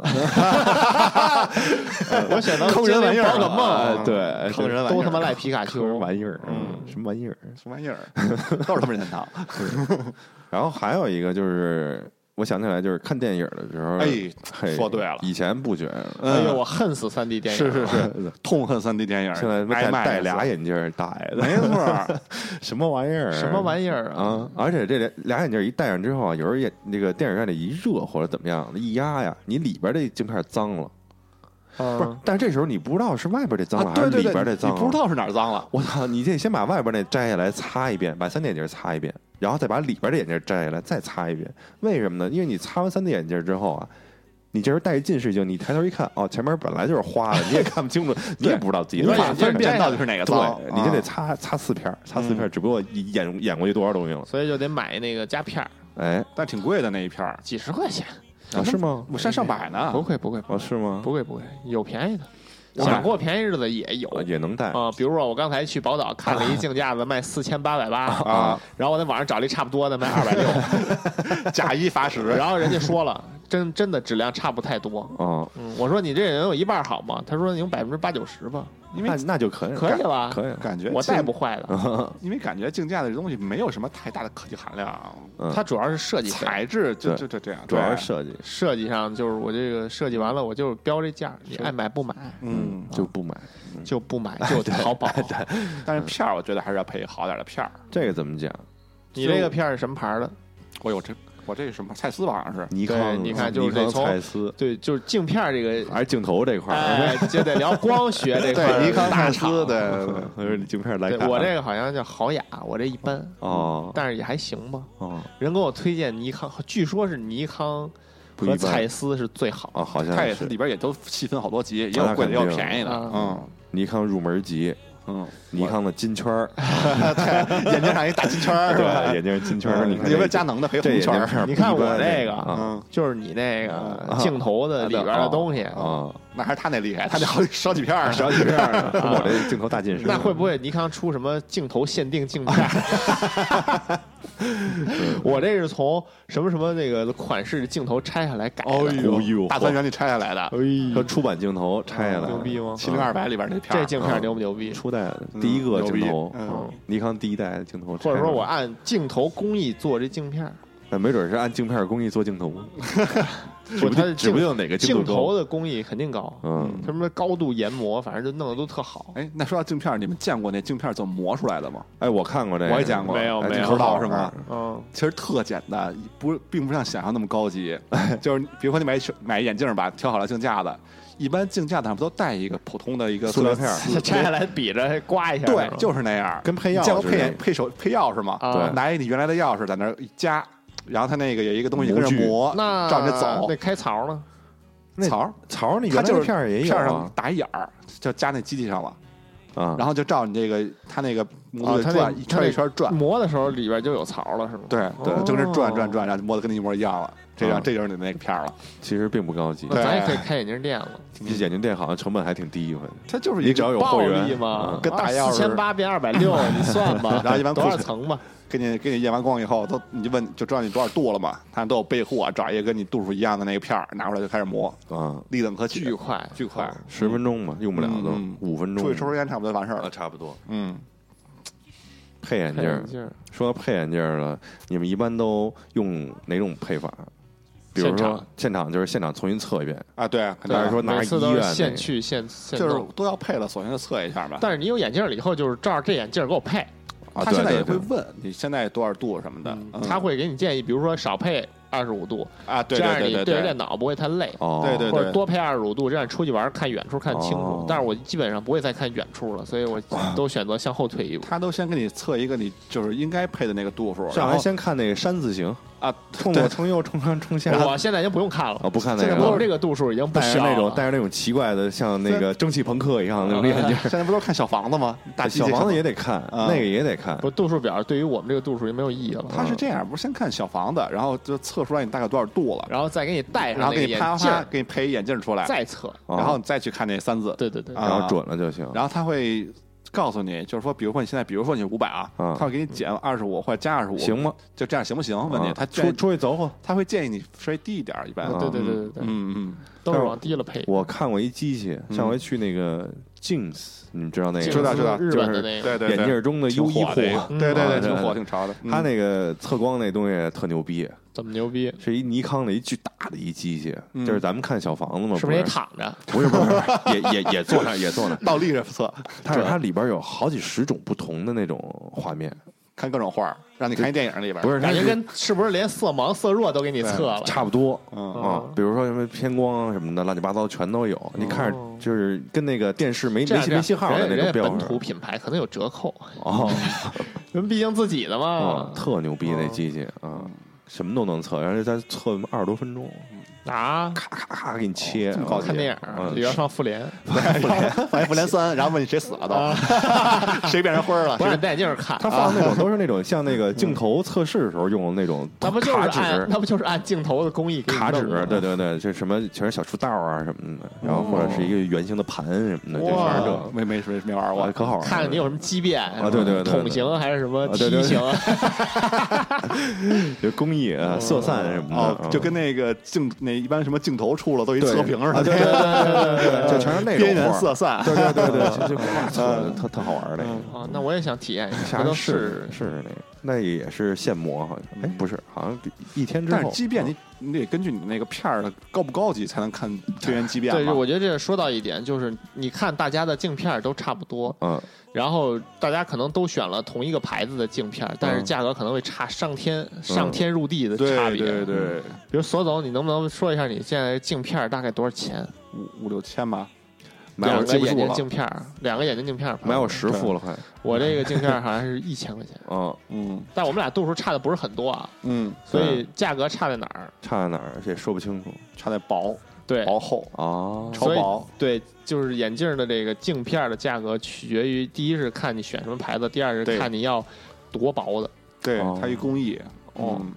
S1: 我选择
S2: 坑人玩意儿
S1: 宝可
S2: 啊
S1: 梦，
S2: 对，
S3: 坑人玩意儿
S1: 都他妈赖皮卡
S2: 坑
S1: (laughs)
S2: 人
S1: 丘。
S2: 玩意儿，嗯，什么玩意儿？
S3: 什么玩意儿？ (laughs) 都是他们任天堂。
S2: 然后还有一个就是，我想起来就是看电影的时候，
S3: 哎
S2: 嘿，
S3: 说对了
S2: 以前不觉得，
S1: 哎呦，我恨死三 D 电影
S3: 是
S1: 了。
S3: 是是，痛恨三 D 电影，
S2: 现在
S3: 挨
S2: 戴
S3: 骂
S2: 戴
S3: 一次
S2: 俩，眼镜儿大爷的，
S3: 没错儿，
S2: 什么玩意儿？
S1: 什么玩意儿啊？
S2: 啊！而且这俩俩眼镜一戴上之后啊，有时候也那个电影院里一热或者怎么样，一压呀，你里边这就开始脏了。不是
S1: 嗯，，
S2: 但是这时候你不知道是外边这脏了、
S3: 啊
S2: 还
S3: 对
S2: 是
S3: 对
S2: 里
S3: 对，
S2: 边这脏了。
S3: 你不知。道是哪儿脏了。
S2: 我操！你得先把外边那摘下来擦一遍，把三 D 眼镜擦一遍，然后再把里边的眼镜摘下来再擦一遍。为什么呢？因为你擦完三 D 眼镜之后啊，你这时候戴着近视镜，你抬头一看，哦，前面本来就是花的，你也看不
S3: (laughs)
S2: 清楚，你也不知道自己
S3: 你无
S2: 哪
S3: 法
S2: 儿
S3: 分辨
S1: 摘
S3: 到底是哪个脏，
S2: 对，你就得
S3: 啊
S2: 擦擦四片儿，擦四片儿，只不过演演过去多少东西了。
S1: 所以就得买那个夹片儿，
S2: 哎，
S3: 但挺贵的那一片儿，
S1: 几十块钱。
S2: 啊是吗？
S3: 我上上百呢
S1: 不。会不会不
S2: 哦，是吗？
S1: 不会不会，有便宜的，
S2: 我
S1: 想过便宜日子也有。
S2: 啊也能戴
S1: 啊、比如说我刚才去宝岛看了一镜架子，卖四千八百八
S3: 啊，
S1: 然后我在网上找了一差不多的，卖二 (laughs) 百六，
S3: 假一罚十，
S1: (laughs) 然后人家说了，真真的质量差不太多。
S2: 哦，
S1: 嗯，我说你这人有一半好吗？他说你有百分之八九十吧，
S3: 因
S2: 那
S3: 为
S2: 那就可以了，
S1: 可以啊吧？
S2: 嗯可以嗯了，
S3: 感觉
S1: 我
S3: 镜
S1: 带不，坏的，
S3: 因为感觉竞价的东西没有什么太大的科技含量，
S2: 嗯
S1: 它主要是设计费
S3: 材质就
S2: 对
S3: 就就这样，
S2: 主要
S3: 对
S2: 是设计
S1: 设计上就是我这个设计完了，我就是标这价，你爱买不买
S3: 嗯，
S2: 就不买。
S1: 就不
S2: (laughs)
S1: 买，就淘宝。
S3: 但是片儿我觉得还是要配好点儿的片儿。
S2: 这个怎么讲？
S1: 你这个片儿是什么牌儿的？
S3: 我有这我这是什么蔡司吧好像是，
S2: 尼康，
S1: 你看就是
S2: 尼康
S1: 得从
S2: 蔡司，
S1: 对，就是镜片儿这个，
S2: 还是镜头这块儿，
S1: 哎，就得聊光学
S2: (laughs)
S1: 这块儿
S3: 对尼康
S1: 大
S3: 蔡
S1: 厂
S3: 司，对对对
S2: 就是你镜片来
S1: 对
S2: 看。啊
S1: 我这个好像叫好雅，我这一般，
S2: 哦
S1: 但是也还行吧。
S2: 哦
S1: 人给我推荐尼康，据说是尼康
S2: 不一
S1: 和
S2: 般
S1: 蔡司是最好的。
S2: 哦，好
S3: 它
S2: 像
S3: 也是
S2: 是
S3: 里边也都细分好多级，也
S2: 那
S3: 有贵的，也有
S2: 肯定
S3: 便宜的，
S1: 啊
S3: 嗯
S2: 尼康入门级，
S3: 嗯，
S2: 尼康的金圈儿，
S3: (laughs) 眼睛上一大金圈儿是吧
S2: 对，？眼镜金圈
S3: (laughs)
S2: 儿，
S3: 嗯
S2: 你看
S3: 有没有
S2: 这
S3: 佳能的黑
S2: 这
S3: 红
S2: 眼镜
S3: 圈儿？
S2: 片儿
S1: 你看
S2: 不一般
S1: 我这个
S2: 啊
S3: 嗯，
S1: 就是你那
S2: 哦
S1: 个镜头的里边的东西，
S2: 啊，
S3: 那还是他那厉害，
S2: (laughs)
S3: 他那好几十几片儿呢，
S2: 少几片
S3: (laughs)
S2: 儿呢， (laughs) 我这镜头大近视，
S1: 那会不会尼康出什么镜头 (laughs) 限定
S3: (laughs)
S1: 镜片儿？我这是从什么什么那个款式的镜头拆下来改
S3: 哦
S1: 的，
S2: 哎呦哎
S3: 大三元里拆下来的，
S2: 说出版镜头拆下来了，
S1: 牛逼吗？
S3: 哎
S1: 啊嗯
S3: 七零二百里边那片儿
S1: 这镜片儿牛不牛逼？
S2: 初代的第一个
S3: 牛逼
S2: 镜头，
S3: 嗯
S2: 尼康第一代的镜头，
S1: 或者说我按镜头工艺做这镜片儿，
S2: 那没准是按镜片工艺做
S1: (laughs)
S2: 镜头，指
S1: 不
S2: 不
S1: 它的
S2: 定指不
S1: 镜
S2: 定哪个
S1: 镜头
S2: 头
S1: 的工艺肯定高，
S2: 嗯，
S1: 什么高度研磨，反正就弄得都特好。
S3: 哎，那说到镜片儿，你们见过那镜片儿怎么磨出来的吗？
S2: 哎，我看过这个，
S3: 我也见过，
S1: 没有
S3: 哎
S1: 没
S3: 你
S1: 有
S3: 不知道是吗？
S1: 嗯，
S3: 其实特简单，不并不像想象那么
S2: (laughs)
S3: 高级。就是比如说你买一手买一眼镜吧，挑好了镜架子，一般镜架子上不都带一个普通的一个
S2: 塑料片儿
S3: 丝
S1: 嗯 (laughs) 拆下来比着刮一下，
S3: 对，就是那样，
S2: 跟配钥匙
S3: 你见过
S2: 似的
S3: 配眼配手配钥匙吗？
S1: 啊对
S3: 拿一你原来的钥匙在那儿一夹，然后它那个有一个东西跟着
S2: 模具
S3: 磨，
S1: 那
S3: 照着走
S1: 那开槽呢？
S2: 那
S3: 槽儿，
S2: 槽儿，你
S3: 它
S2: 原来
S3: 就是
S2: 片儿也有
S3: 片儿
S2: 啊
S3: 上打一眼儿，就夹那机器上了，
S2: 啊，
S3: 然后就照你这个它那个
S1: 啊
S2: 哦
S3: 模子
S1: 它那
S3: 转一
S1: 它
S3: 圈
S1: 那
S3: 一圈
S2: 嗯
S3: 转，
S1: 磨的时候里边就有槽了，是吗？
S3: 对
S1: 哦
S3: 对，就跟着转转转，然后摸的跟那一模一样了。这
S2: 啊
S3: 样，这就是你那个片儿了。
S2: 其实并不高级，
S1: 那咱也可以开眼镜店了，
S2: 比眼镜店好像成本还挺低，反正
S3: 它就是
S2: 你
S3: 一
S2: 只要
S3: 个
S2: 有
S1: 暴
S2: 会
S1: 利
S2: 员嗯
S1: 嘛，
S3: 跟打钥匙
S1: 四千八变二百六，你算吧，
S3: 然后一般
S1: 多少
S3: 裤子
S1: 层吧？
S3: 给你给你验完光以后，都你就问就知道你多少度了嘛，他都有备货，找一个跟你度数一样的那个片儿拿出来就开始磨，
S2: 嗯啊，
S3: 立等可取，
S1: 巨快，
S3: 巨快，
S2: 十分钟嘛，用不了都
S3: 嗯嗯
S2: 五分钟，
S3: 出去抽根烟差不多就完事儿
S2: 啊，
S3: 了。
S2: 差不多。
S3: 嗯，
S2: 配眼
S1: 配
S2: 镜儿
S1: 眼，镜儿，
S2: 说到配眼镜儿了，你们一般都用哪种配法？比如
S1: 现
S2: 说
S1: 场
S2: 现场就是现场重新测一遍，
S3: 啊对，肯定
S2: 还是说拿
S1: 每次都
S2: 医
S1: 是
S2: 院那
S1: 现
S2: 个
S1: 去现现
S3: 就
S1: 弄
S3: 是都要配了，索性就测一下吧。
S1: 但是你有眼镜儿了以后，就是照着这眼镜儿给我配，
S2: 啊
S3: 他
S2: 对
S3: 现在
S2: 对
S3: 也会
S2: 对
S3: 问你现在多少度什么的，嗯
S1: 他会给你建议，比如说少配二十五度，
S3: 啊，对
S1: 这样
S3: 对
S1: 你
S3: 对
S1: 对着
S3: 对
S1: 电脑不会太累，
S2: 哦，
S3: 对对
S1: 或者多配二十五度，这样出去玩儿看远处看清楚
S2: 哦。
S1: 但是我基本上不会再看远处了，所以我都选择
S3: (laughs)
S1: 向后退一步。
S3: 他都先给你测一个你就是应该配的那个度数，
S2: 上
S3: 然
S2: 来
S3: 后
S2: 先看那个山字形，
S3: 啊，
S2: 冲
S3: 对
S2: 我从右冲上冲下，
S1: 我现在已经不用看了
S2: 啊，，不看那
S1: 现在
S2: 个
S1: 我
S2: 了
S1: 们，这个度数已经不
S3: 啊
S2: 戴
S1: 需
S2: 着
S1: 要
S2: 那种
S1: 了
S2: 戴着那种奇怪的，像那个蒸汽朋克一样的那种眼镜儿。
S3: (laughs) 现在不都看小房子吗？ (laughs) 大
S2: 小房子也得看，
S3: 啊
S2: 那个也得看。
S1: 不度数表对于我们这个度数也没有意义了，
S3: 他是这样，不是先看小房子，然后就测出来你大概多少度了，
S1: 然后再给你戴
S3: 然
S1: 上
S3: 后
S1: 那
S3: 给
S1: 个
S3: 你
S1: 眼
S3: 啪啪
S1: 镜
S3: 啪
S1: 儿，
S3: 给你配一眼镜出来，
S1: 再测，
S2: 哦
S3: 然后你再去看那三字，
S1: 对对对，
S3: 啊
S2: 然后准了就行。
S3: 然后他会告诉你，就是说，比如说你现在，比如说你五百啊，
S2: 嗯
S3: 他会给你减二十五或者加二十五，
S2: 行吗？
S3: 就这样行不行？问题
S2: 啊
S3: 他嗯
S2: 出
S3: 建
S2: 出去走走。
S3: 他会建议你稍微低一点儿，一般
S2: 啊
S1: 对对对对对，
S3: 嗯嗯，
S1: 都是往低了配，
S2: 我看过一机器，
S3: 嗯
S2: 上回去那个 Jings，你们知道那个
S1: 这
S3: 知道
S1: 个
S3: 知道
S1: 日本的那个，
S3: 对对
S2: 眼镜
S3: 对，
S2: 儿中的
S3: 挺
S2: U 衣
S3: 火 (laughs)
S2: 库
S3: 的这个
S2: 啊，
S1: 嗯
S3: 对对
S2: 啊
S3: 对，挺
S2: 对
S3: 火挺潮的，嗯
S2: 它那个测光那东西特牛逼，
S1: 怎么牛逼？
S2: 是一尼康的一巨大的一机器，
S3: 嗯
S2: 就是咱们看小房子嘛，
S1: 是不
S2: 不
S1: 是也躺着？
S2: 不是不是，
S1: (laughs)
S2: 不是也也也坐那儿也坐那儿，
S3: (laughs) 倒立着测，
S2: 但是它里边有好几十种不同的那种画面，
S3: 看各种画儿，让你看一电影里边，
S2: 不是它
S1: 感觉
S2: 是
S1: 跟是不是连色盲、色弱都给你测了？
S2: 差不多，
S3: 嗯，
S2: 啊，
S3: (laughs)
S1: 哦
S2: 比如说什么偏光啊什么的，乱七八糟全都有。你看着就是跟那个电视没
S1: 这
S2: 没
S1: 样
S2: 信没信号的
S1: 人
S2: 那
S1: 人
S2: 种
S1: 家
S2: 标
S1: 本土
S2: 准
S1: 品牌可能有折扣，
S2: 哦，
S1: 人毕竟自己的
S2: 哦
S1: 嘛。
S2: 特牛逼那机器啊，什么都能测，然后再测二十多分钟，
S1: 啊，
S2: 咔咔咔给你切，
S3: 这么
S1: 我
S3: 高级
S1: 看电影
S2: 嗯
S1: 里边放复联，
S3: 反复联三，然后问你谁死了都， (laughs) 谁变成灰儿了
S1: 不，让你戴眼镜看，
S2: 他放的那种都是那种像那个镜头测试的时候用的
S1: (laughs)
S2: 那种
S1: 那不就是
S2: 卡
S1: 按
S2: 纸。
S1: 那不就是按镜头的工艺给你
S2: 卡
S1: 弄
S2: 纸
S1: 的吗，
S2: 对对对，这什么全是小树道啊什么的，然后或者是一个圆形的盘什么的，就
S1: 哇
S2: 全是这
S3: 哦哇
S2: 个，
S3: 没没没没玩
S2: 哇，
S3: 过，
S2: 可好玩了。
S1: 看看你有什么畸变啊
S2: 对对对对
S1: 桶型还是什么
S2: 啊对对
S1: 梯
S2: 对
S1: 形，
S2: 有工艺啊，色散什么的嗯
S3: 哦，，就跟那个镜那一般什么镜头处了都一
S2: 对
S3: 测评似
S2: 啊
S3: 的，
S2: 对对对
S3: (laughs)
S2: 对对对，就全是那种
S3: 边缘
S2: 画儿
S3: 色嗯散，
S2: 对对对
S3: (laughs)
S2: 对，就就哇特特特好玩儿那个，
S1: 哦，那我也想体验一下，
S2: 下
S1: 回头
S2: 回
S1: 试
S2: 试试那个，那也是现磨好像，哎不是，好像一天之
S3: 但是
S2: 后，
S3: 畸变你你得根据你那个片儿的高不高级才能看绝缘畸变
S1: 对，
S3: 嘛。
S1: 我觉得这个说到一点，就是你看大家的镜片儿都差不多，
S2: 嗯
S1: 然后大家可能都选了同一个牌子的镜片儿，但
S2: 嗯
S1: 是价格可能会差上天、上天入地的差
S3: 对
S1: 别。
S3: 对对，
S1: 比如索总，你能不能说一下你现在镜片儿大概多少钱？
S3: 五五六千吧，
S2: 买
S1: 两
S2: 我记
S1: 个
S2: 不
S1: 眼
S2: 住
S1: 睛
S2: 了，
S1: 镜片儿，两个眼睛镜片儿，
S2: 买我十副了快，
S1: 我这个镜片儿好像是一千块钱，
S2: 嗯，
S3: 嗯
S1: 但我们俩度数差的不是很多啊，
S3: 嗯，
S1: 所以价格差在哪儿？
S2: 差在哪儿也说不清楚
S3: 差点薄
S1: 对
S3: 薄厚
S2: 啊。
S1: 嗯
S3: 超
S1: 所以
S3: 薄，
S1: 对，就是眼镜儿的这个镜片儿的价格取决于第一是看你选什么牌子，第二
S3: 对
S1: 是看你要多薄的，
S3: 对
S2: 哦，
S3: 它一工艺，
S1: 哦
S3: 嗯，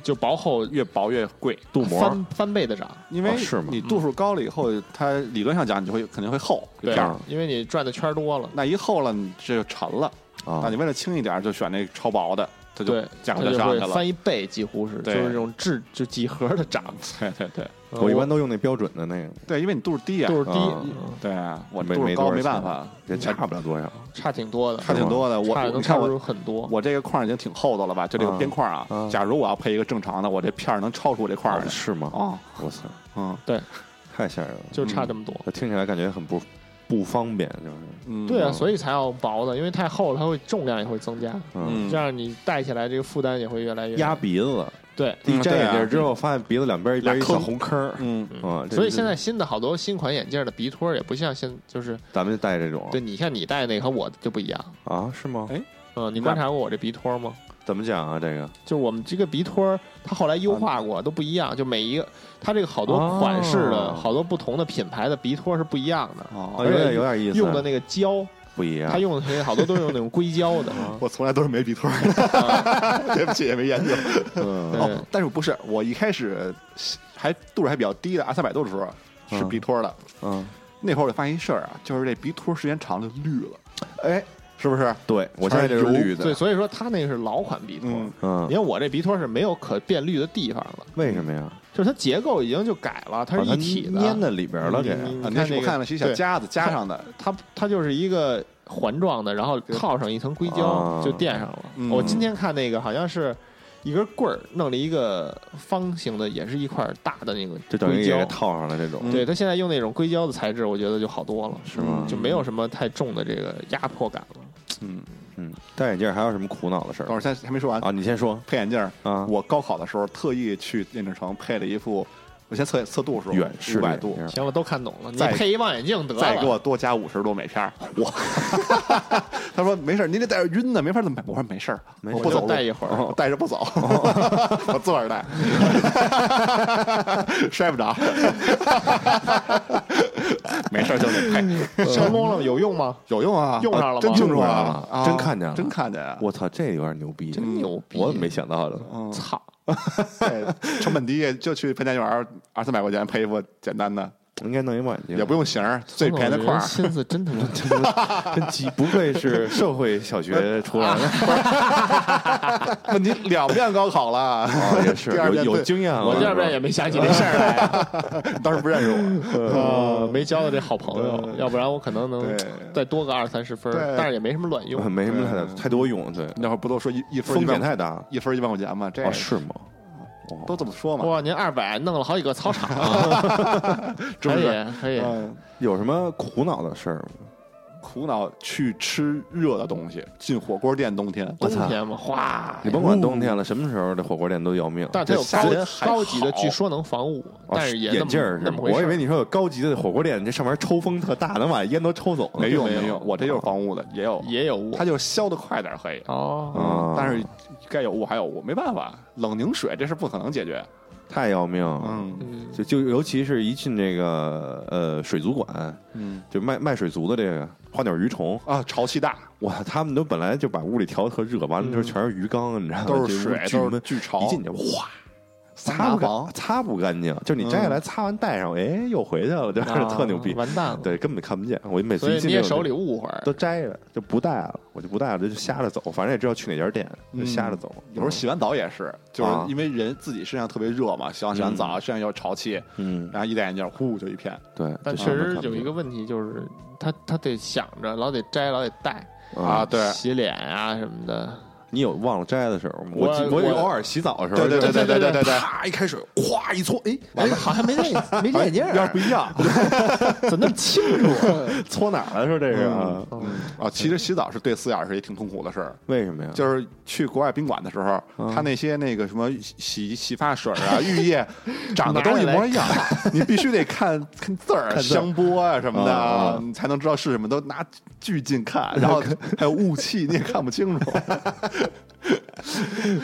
S1: 就薄厚
S3: 越薄越贵，
S2: 镀膜
S1: 翻翻倍的涨。
S3: 因为
S2: 哦是吗
S3: 你度数高了以后，它理论上讲你就会肯定会厚
S1: 嗯
S3: 这
S1: 对
S3: 片儿，
S2: 啊，
S1: 因为你转的圈儿多了，
S3: 那一厚了你这就沉了，那
S2: 啊
S3: 你，为了轻一点儿就选那超薄的，它就
S1: 哦对，
S3: 价格
S1: 它
S3: 就
S1: 就
S3: 上
S1: 会
S3: 去了。
S1: 翻一倍，几乎是，就
S3: 对
S1: 是这种质就几何的涨。
S3: 对对对
S1: 嗯
S2: 我一般都用那标准的那个，
S3: 对，因为你度数低啊
S1: 度，数低，
S2: 嗯
S1: 嗯
S3: 对啊，我
S2: 没
S3: 度数
S2: 没
S3: 高
S2: 多少
S3: 没办
S2: 钱
S3: 法，
S2: 也差不了多少
S1: 差挺多的，
S3: 差挺多的。我
S1: 嗯差的
S3: 你
S1: 能
S3: 看
S1: 差嗯
S3: 我
S1: 出很多。
S3: 我这个框已经挺厚的了吧？就这个边框啊，
S2: 啊
S3: 假如我要配一个正常的，我这片儿能超出这块儿
S2: 哦，
S3: 来。
S2: 是吗？
S3: 哦，
S2: 我操，
S3: 嗯
S2: 太吓人了，
S1: 就差这么多。
S2: 我听起来感觉很不不方便，就是
S3: 嗯，
S1: 对啊，
S2: 嗯
S1: 所以才要薄的，因为太厚了，它会重量也会增加，
S2: 嗯，
S1: 这样你戴起来这个负担也会越来越
S2: 压。鼻子了。
S1: 嗯对，
S2: 一
S3: 嗯
S2: 摘
S3: 对
S2: 眼
S3: 啊
S2: 镜儿之后，发现鼻子两边儿一边儿一
S3: 俩
S2: 小
S3: 坑
S2: 红坑儿，
S3: 嗯，
S2: 嗯，这
S1: 所以现在新的好多新款眼镜的鼻托儿也不像现就是，
S2: 咱们就戴这种，
S1: 对你像你戴那个和我就不一样。
S2: 啊，是吗？
S3: 哎
S1: 嗯，你观察过我这鼻托儿吗？
S2: 怎么讲啊？这个
S1: 就是我们这个鼻托儿，它后来优化过，都不一样。就每一个，它这个好多款式的、
S2: 哦
S1: 好多不同的品牌的鼻托儿是不一样的。
S2: 啊，有
S3: 哦，
S1: 而
S2: 点
S1: 且
S2: 有点意思，
S1: 哎用的那个胶，
S2: 不一样哦
S1: 它，用的那个好多都是用那种硅胶的。
S3: 我从来都是没鼻托儿， (laughs) 对不起，也没研究。
S2: 嗯
S1: 对
S3: 哦，但是不是我一开始还度数还比较低的，二三百度的时候是
S2: 嗯
S3: 鼻托儿的。
S2: 嗯，
S3: 那会儿我就发现一事儿啊，就是这鼻托儿时间长了就绿了，
S2: 哎，
S3: 是不是？
S2: 对我现在这是
S3: 全是油
S2: 绿
S1: 对，
S2: 的，
S1: 所以说它那个是老款鼻托儿。
S3: 嗯
S2: 嗯
S1: 你，看我这鼻托儿是没有可变绿的地方了，
S2: 为什么呀？
S1: 就是它结构已经就改了，它
S2: 把
S1: 是
S2: 哦它
S1: 一体的。
S2: 粘在里边儿了，这
S1: 嗯
S3: 啊，
S1: 你
S3: 那
S1: 看
S3: 是
S1: 那
S3: 我
S1: 个
S3: 看了是一小
S1: 对
S3: 夹子夹上的，
S1: 它它就是一个环状的，然后套上一层硅胶
S2: 啊
S1: 就垫上了。
S3: 嗯
S1: 我今天看那个好像是一根棍儿弄了一个方形的，也是一块大的那个
S2: 就等于
S1: 硅
S2: 也给
S1: 胶。
S2: 套上了这种，
S3: 嗯
S1: 对，它现在用那种硅胶的材质，我觉得就好多了，嗯
S2: 是吗？
S1: 就没有什么太重的这个压迫感了。
S3: 嗯，
S2: 嗯，戴眼镜儿还有什么苦恼的事
S3: 等会
S2: 儿
S3: 儿先还没说完
S2: 啊？你先说
S3: 配眼镜儿，
S2: 啊，
S3: 我高考的时候特意去燕城城配了一副我先测测度数，
S2: 远视
S3: 五百
S2: 这
S3: 度
S2: 样，
S1: 行，我都看懂了，你
S3: 再
S1: 配一望远镜得
S3: 再给
S1: 了。
S3: 我多加五十度每片儿。我， (laughs) 他说没事儿，您这戴着晕呢，没法怎么办？我说没事儿，
S2: 没
S3: 我
S2: 事
S3: 不
S1: 我就
S3: 走路，
S1: 戴一会儿
S3: 我哦戴着不走， (laughs) 我坐着戴，摔不 (laughs) 着。没事儿，兄弟，嘿
S1: 成功了吗有用吗？
S3: 有嗯用啊，
S1: 用上了吗
S3: 真用上
S2: 用上了真看见了
S3: 真看见啊！
S2: 我操，这有点牛逼，
S1: 真牛逼嗯
S2: 我怎么没想到的？
S1: 操！
S3: 对成本低，就去潘家园儿二三百块钱配一副简单的，
S2: 我应该弄一望远镜，
S3: 也不用型儿，最便宜的块
S1: 我
S3: 儿
S1: 这人。心思真他妈
S2: 真急， (laughs) 不愧是社会
S1: (laughs)
S2: 小学出来
S1: 啊
S2: 的，
S3: 那你两遍高考了，
S2: 哦也是
S3: 第二
S2: 有
S3: 遍
S2: 有
S3: 对
S2: 经验了。
S1: 我第二
S2: 是吧
S1: 遍也没想起这事儿来， (laughs)
S3: 当时不认识
S2: (laughs)
S3: 我。
S1: 呃，没交到这好朋友，要不然我可能能
S3: 对
S1: 再多个二三十分儿
S3: 对，
S1: 但是也没什么卵
S2: (laughs)
S1: 用。
S2: 没什么太大太多用，对，
S3: (laughs) 那会儿不都说一一分
S2: 风
S3: 一万
S2: 险太大了。
S3: 一分一万块钱吗？这
S2: 哦，是吗？哦
S3: 都这么说嘛？
S1: 哇，您二百弄了好几个操场，啊
S2: (laughs)
S3: 是不
S1: 可
S3: 是
S1: 以可以，啊
S3: 嗯，
S2: 有什么苦恼的事儿吗？
S3: 苦恼去吃热的东西，进火锅店冬天。
S1: 冬
S2: 操
S1: 天嘛，哗，
S2: 你甭管冬天了，什么时候这火锅店都要命。
S1: 但是它
S3: 这夏天
S1: 有
S3: 还
S1: 高高级的，
S3: 好
S1: 据说能防雾，
S2: 哦
S1: 但是也那
S2: 眼
S1: 么
S2: 镜儿是
S1: 那
S2: 吗？
S1: 么回事儿。
S2: 我以为你说有高级的火锅店，这上面抽风特大，能把烟都抽走呢。
S3: 没用
S1: 没有
S3: 没用，我这就是
S2: 哦
S3: 防雾的，也有，
S1: 也有雾
S3: 它，就是消的快点儿可以。
S1: 哦，
S2: 啊，
S3: 但是该有雾还有雾，没办法，冷凝水这事不可能解决。
S2: 太要命。，
S3: 嗯
S2: (laughs)
S1: 嗯，
S2: 就就尤其是一进这个呃水族馆，
S3: 嗯
S2: 就卖卖水族的这个花鸟鱼虫，
S3: 啊，潮气大，
S2: 哇，他们都本来就把屋里调得特热，完了
S1: 嗯
S2: 之后全是鱼缸，你知道吗？
S3: 都是水，
S2: 啊这屋
S3: 都
S2: 巨
S3: 是
S2: 闷
S3: 巨潮。
S2: 一进去哗，擦
S3: 大
S2: 不干，
S3: 房
S2: 擦不干净，就是你摘下来擦完戴上，哎，又回去了，就是
S1: 嗯啊
S2: 特牛逼。
S1: 完蛋了。
S2: 对，根本看不见。我每
S1: 所
S2: 次一
S1: 以
S2: 进
S1: 捏
S2: 这种
S1: 手里误会儿，
S2: 都摘了，就不戴了，我就不戴了，就瞎着走，反正也知道去哪家店，就瞎着走。
S1: 嗯
S3: 有时候洗完澡也是，就
S2: 啊
S3: 是因为人自己身上特别热嘛，洗完洗完澡身上有潮气，
S2: 嗯，
S3: 然后一戴眼镜，呼就一片。
S2: 对，
S1: 但
S2: 就
S1: 确
S2: 啥都
S1: 实
S2: 看不
S1: 有一
S2: 见
S1: 个问题，就是他他得想着，老得摘，老得戴
S3: 啊，，对
S1: 洗脸啊什么的。
S2: 你有忘了摘的时候吗？
S1: 我
S2: 我
S1: 我
S2: 偶尔洗澡的时候，
S3: 对对对对对对对
S2: 啪一开水，咵一搓，哎，
S1: 完了，好像没戴没戴眼
S2: (laughs)
S1: 镜儿，
S3: 要不一样，
S1: 怎么那么清楚？啊
S2: 搓哪儿了？说这是啊？
S1: 嗯
S3: 啊，其实洗澡是对四眼是一挺痛苦的事儿。
S2: 为什么呀？ (laughs)
S3: 就是去国外宾馆的时候，
S2: 嗯
S3: 他那些那个什么洗洗发水啊、浴
S2: (laughs)
S3: 液，长得都一模一样，你必须得看看字儿、
S2: 字儿
S3: 香波啊什么
S2: 啊
S3: 的，你才能知道是什么。都拿巨近看，
S2: (laughs)
S3: 然后还有雾气，你也看不清楚，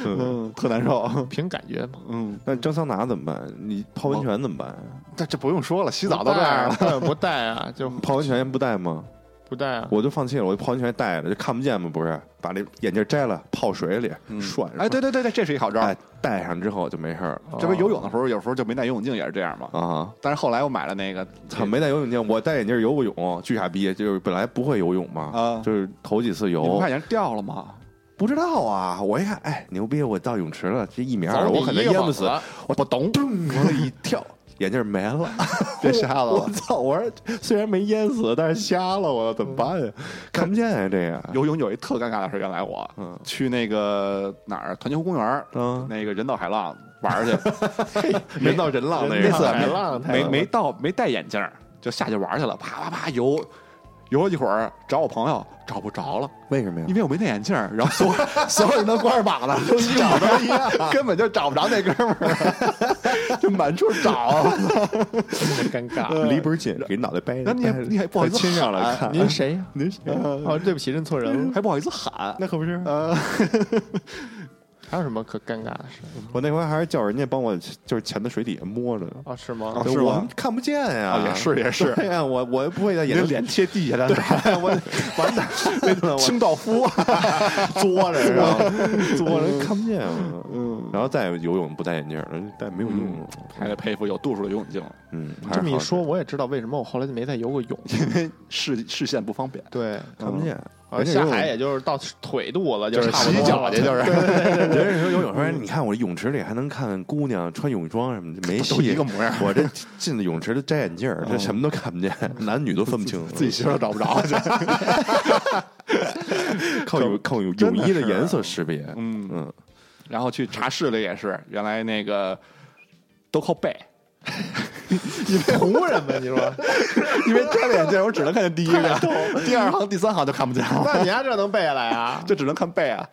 S3: 嗯，特难
S2: (laughs)
S3: 受。
S1: (laughs) 凭感觉嘛。
S3: 嗯，
S2: 那蒸桑拿怎么办？你泡温泉怎么办？
S3: 这这不用说了，洗澡
S1: 不
S3: 都这
S1: 戴
S3: 样
S1: 啊
S3: 了。
S1: 对不戴啊，就
S2: 泡温泉不戴吗？
S1: 不戴啊。
S2: 我就放弃了，我就泡温泉戴着，就看不见嘛，不是？把那眼镜摘了，泡水里涮。
S3: 哎，对对对对，这是一好招。
S2: 嗯哎，戴上之后就没事儿了
S3: 这不游泳的时候，有时候就没戴游泳镜也是这样嘛。
S2: 啊。
S3: 但是后来我买了那
S2: (laughs)
S3: 个，
S2: 操，没戴游泳镜，我戴眼镜游过泳，巨傻逼，就是本来不会游泳嘛，
S3: 啊
S2: 就是头几次
S3: 你不
S2: 游
S3: 怕眼镜掉了吗？
S2: 不知道啊，我一看，哎，牛逼，我到泳池了，这一米
S1: 早
S2: 二，
S1: 你
S2: 我可能
S1: 一个
S2: 淹不
S1: 猛
S2: 死
S1: 了，
S2: 我咚，往里一
S3: (laughs)
S2: 跳，眼镜没了。
S3: 别瞎了
S2: 我。操！我说虽然没淹死，但是瞎了，我怎么办
S3: 嗯
S2: 呀？看不见呀，这个
S3: 游泳有一特尴尬的事儿，原来我、
S2: 哎嗯
S3: 去那个哪儿团结湖公园儿，
S2: 嗯
S3: 那个人造海浪玩儿去， (laughs)
S2: 人造人浪那
S3: 那次
S2: 个，
S1: 海浪太
S3: 没
S1: 浪
S3: 没到没戴眼镜儿，就下去玩儿去了，啪啪啪游。游了一会儿，找我朋友找不着了，
S2: 为什么呀
S3: 因？为我没戴眼镜儿，然后所有 (laughs) 所有人都光着膀 (laughs) 子，都找不着一样， (laughs) 根本就找不着那哥们儿， (laughs) 就满处找。 (laughs)
S1: 尴尬。
S2: 离倍儿近，给脑袋掰
S3: 呃那
S2: 着，
S3: 你
S2: 掰着
S3: 也你也不好意思
S2: 还亲上了
S3: 喊
S2: 看。
S1: 您谁呀？
S2: 您谁？
S1: 哦，对不起，认错人了。
S3: 还不好意思喊，
S2: (laughs) 那可不是，
S3: 呃
S1: 还有什么可尴尬的事？
S2: 我那回还是叫人家帮我，就是潜到水底下摸着呢。
S1: 哦，是吗
S3: 啊？
S2: 就是我
S3: 吗
S2: 们看不见呀，
S3: 啊也是也是
S2: 对呀，我我又不会在
S3: 你
S2: 眼
S3: 的
S2: 睛
S3: 脸贴地下的，
S2: 我 (laughs) 完蛋，那个我
S3: 清道夫， (laughs)
S2: 作着，然后作着看不
S3: (laughs)
S2: 见，嗯，然后再游泳不戴眼镜儿，戴没有用，
S3: 还得佩服有度数的游泳镜，
S2: 嗯，还是
S1: 这么一
S2: 好
S1: 说，我也知道为什么我后来就没再游过
S2: (laughs)
S1: 泳。
S3: 因为视视线不方便。
S1: 对，
S2: 看不见，
S1: 啊，
S2: 人家
S1: 下
S2: 游泳
S1: 海也就是到腿肚子，
S3: 就是
S1: 差不多
S3: 洗脚
S1: 了
S3: 去，就是
S2: 人家说游泳说，哎你看我这泳池里还能看姑娘穿泳装什么的，没戏
S3: 都一个模样
S2: 我这进了泳池都摘眼镜儿，这什么都看不见，男女都分不清，
S3: 自己媳妇儿找不着去。
S2: 靠泳靠泳泳衣的颜色识别，
S3: 嗯，
S2: 嗯，
S3: (laughs) 然后去茶室里也是，原来那个都靠背，
S1: 图什么？你
S2: (laughs)
S1: 说？
S3: 因为摘了眼镜，我只能看见第一个，第二行、第三行就看不见了，
S1: 那你家这能背下来啊？
S3: (laughs) 就只能看背啊，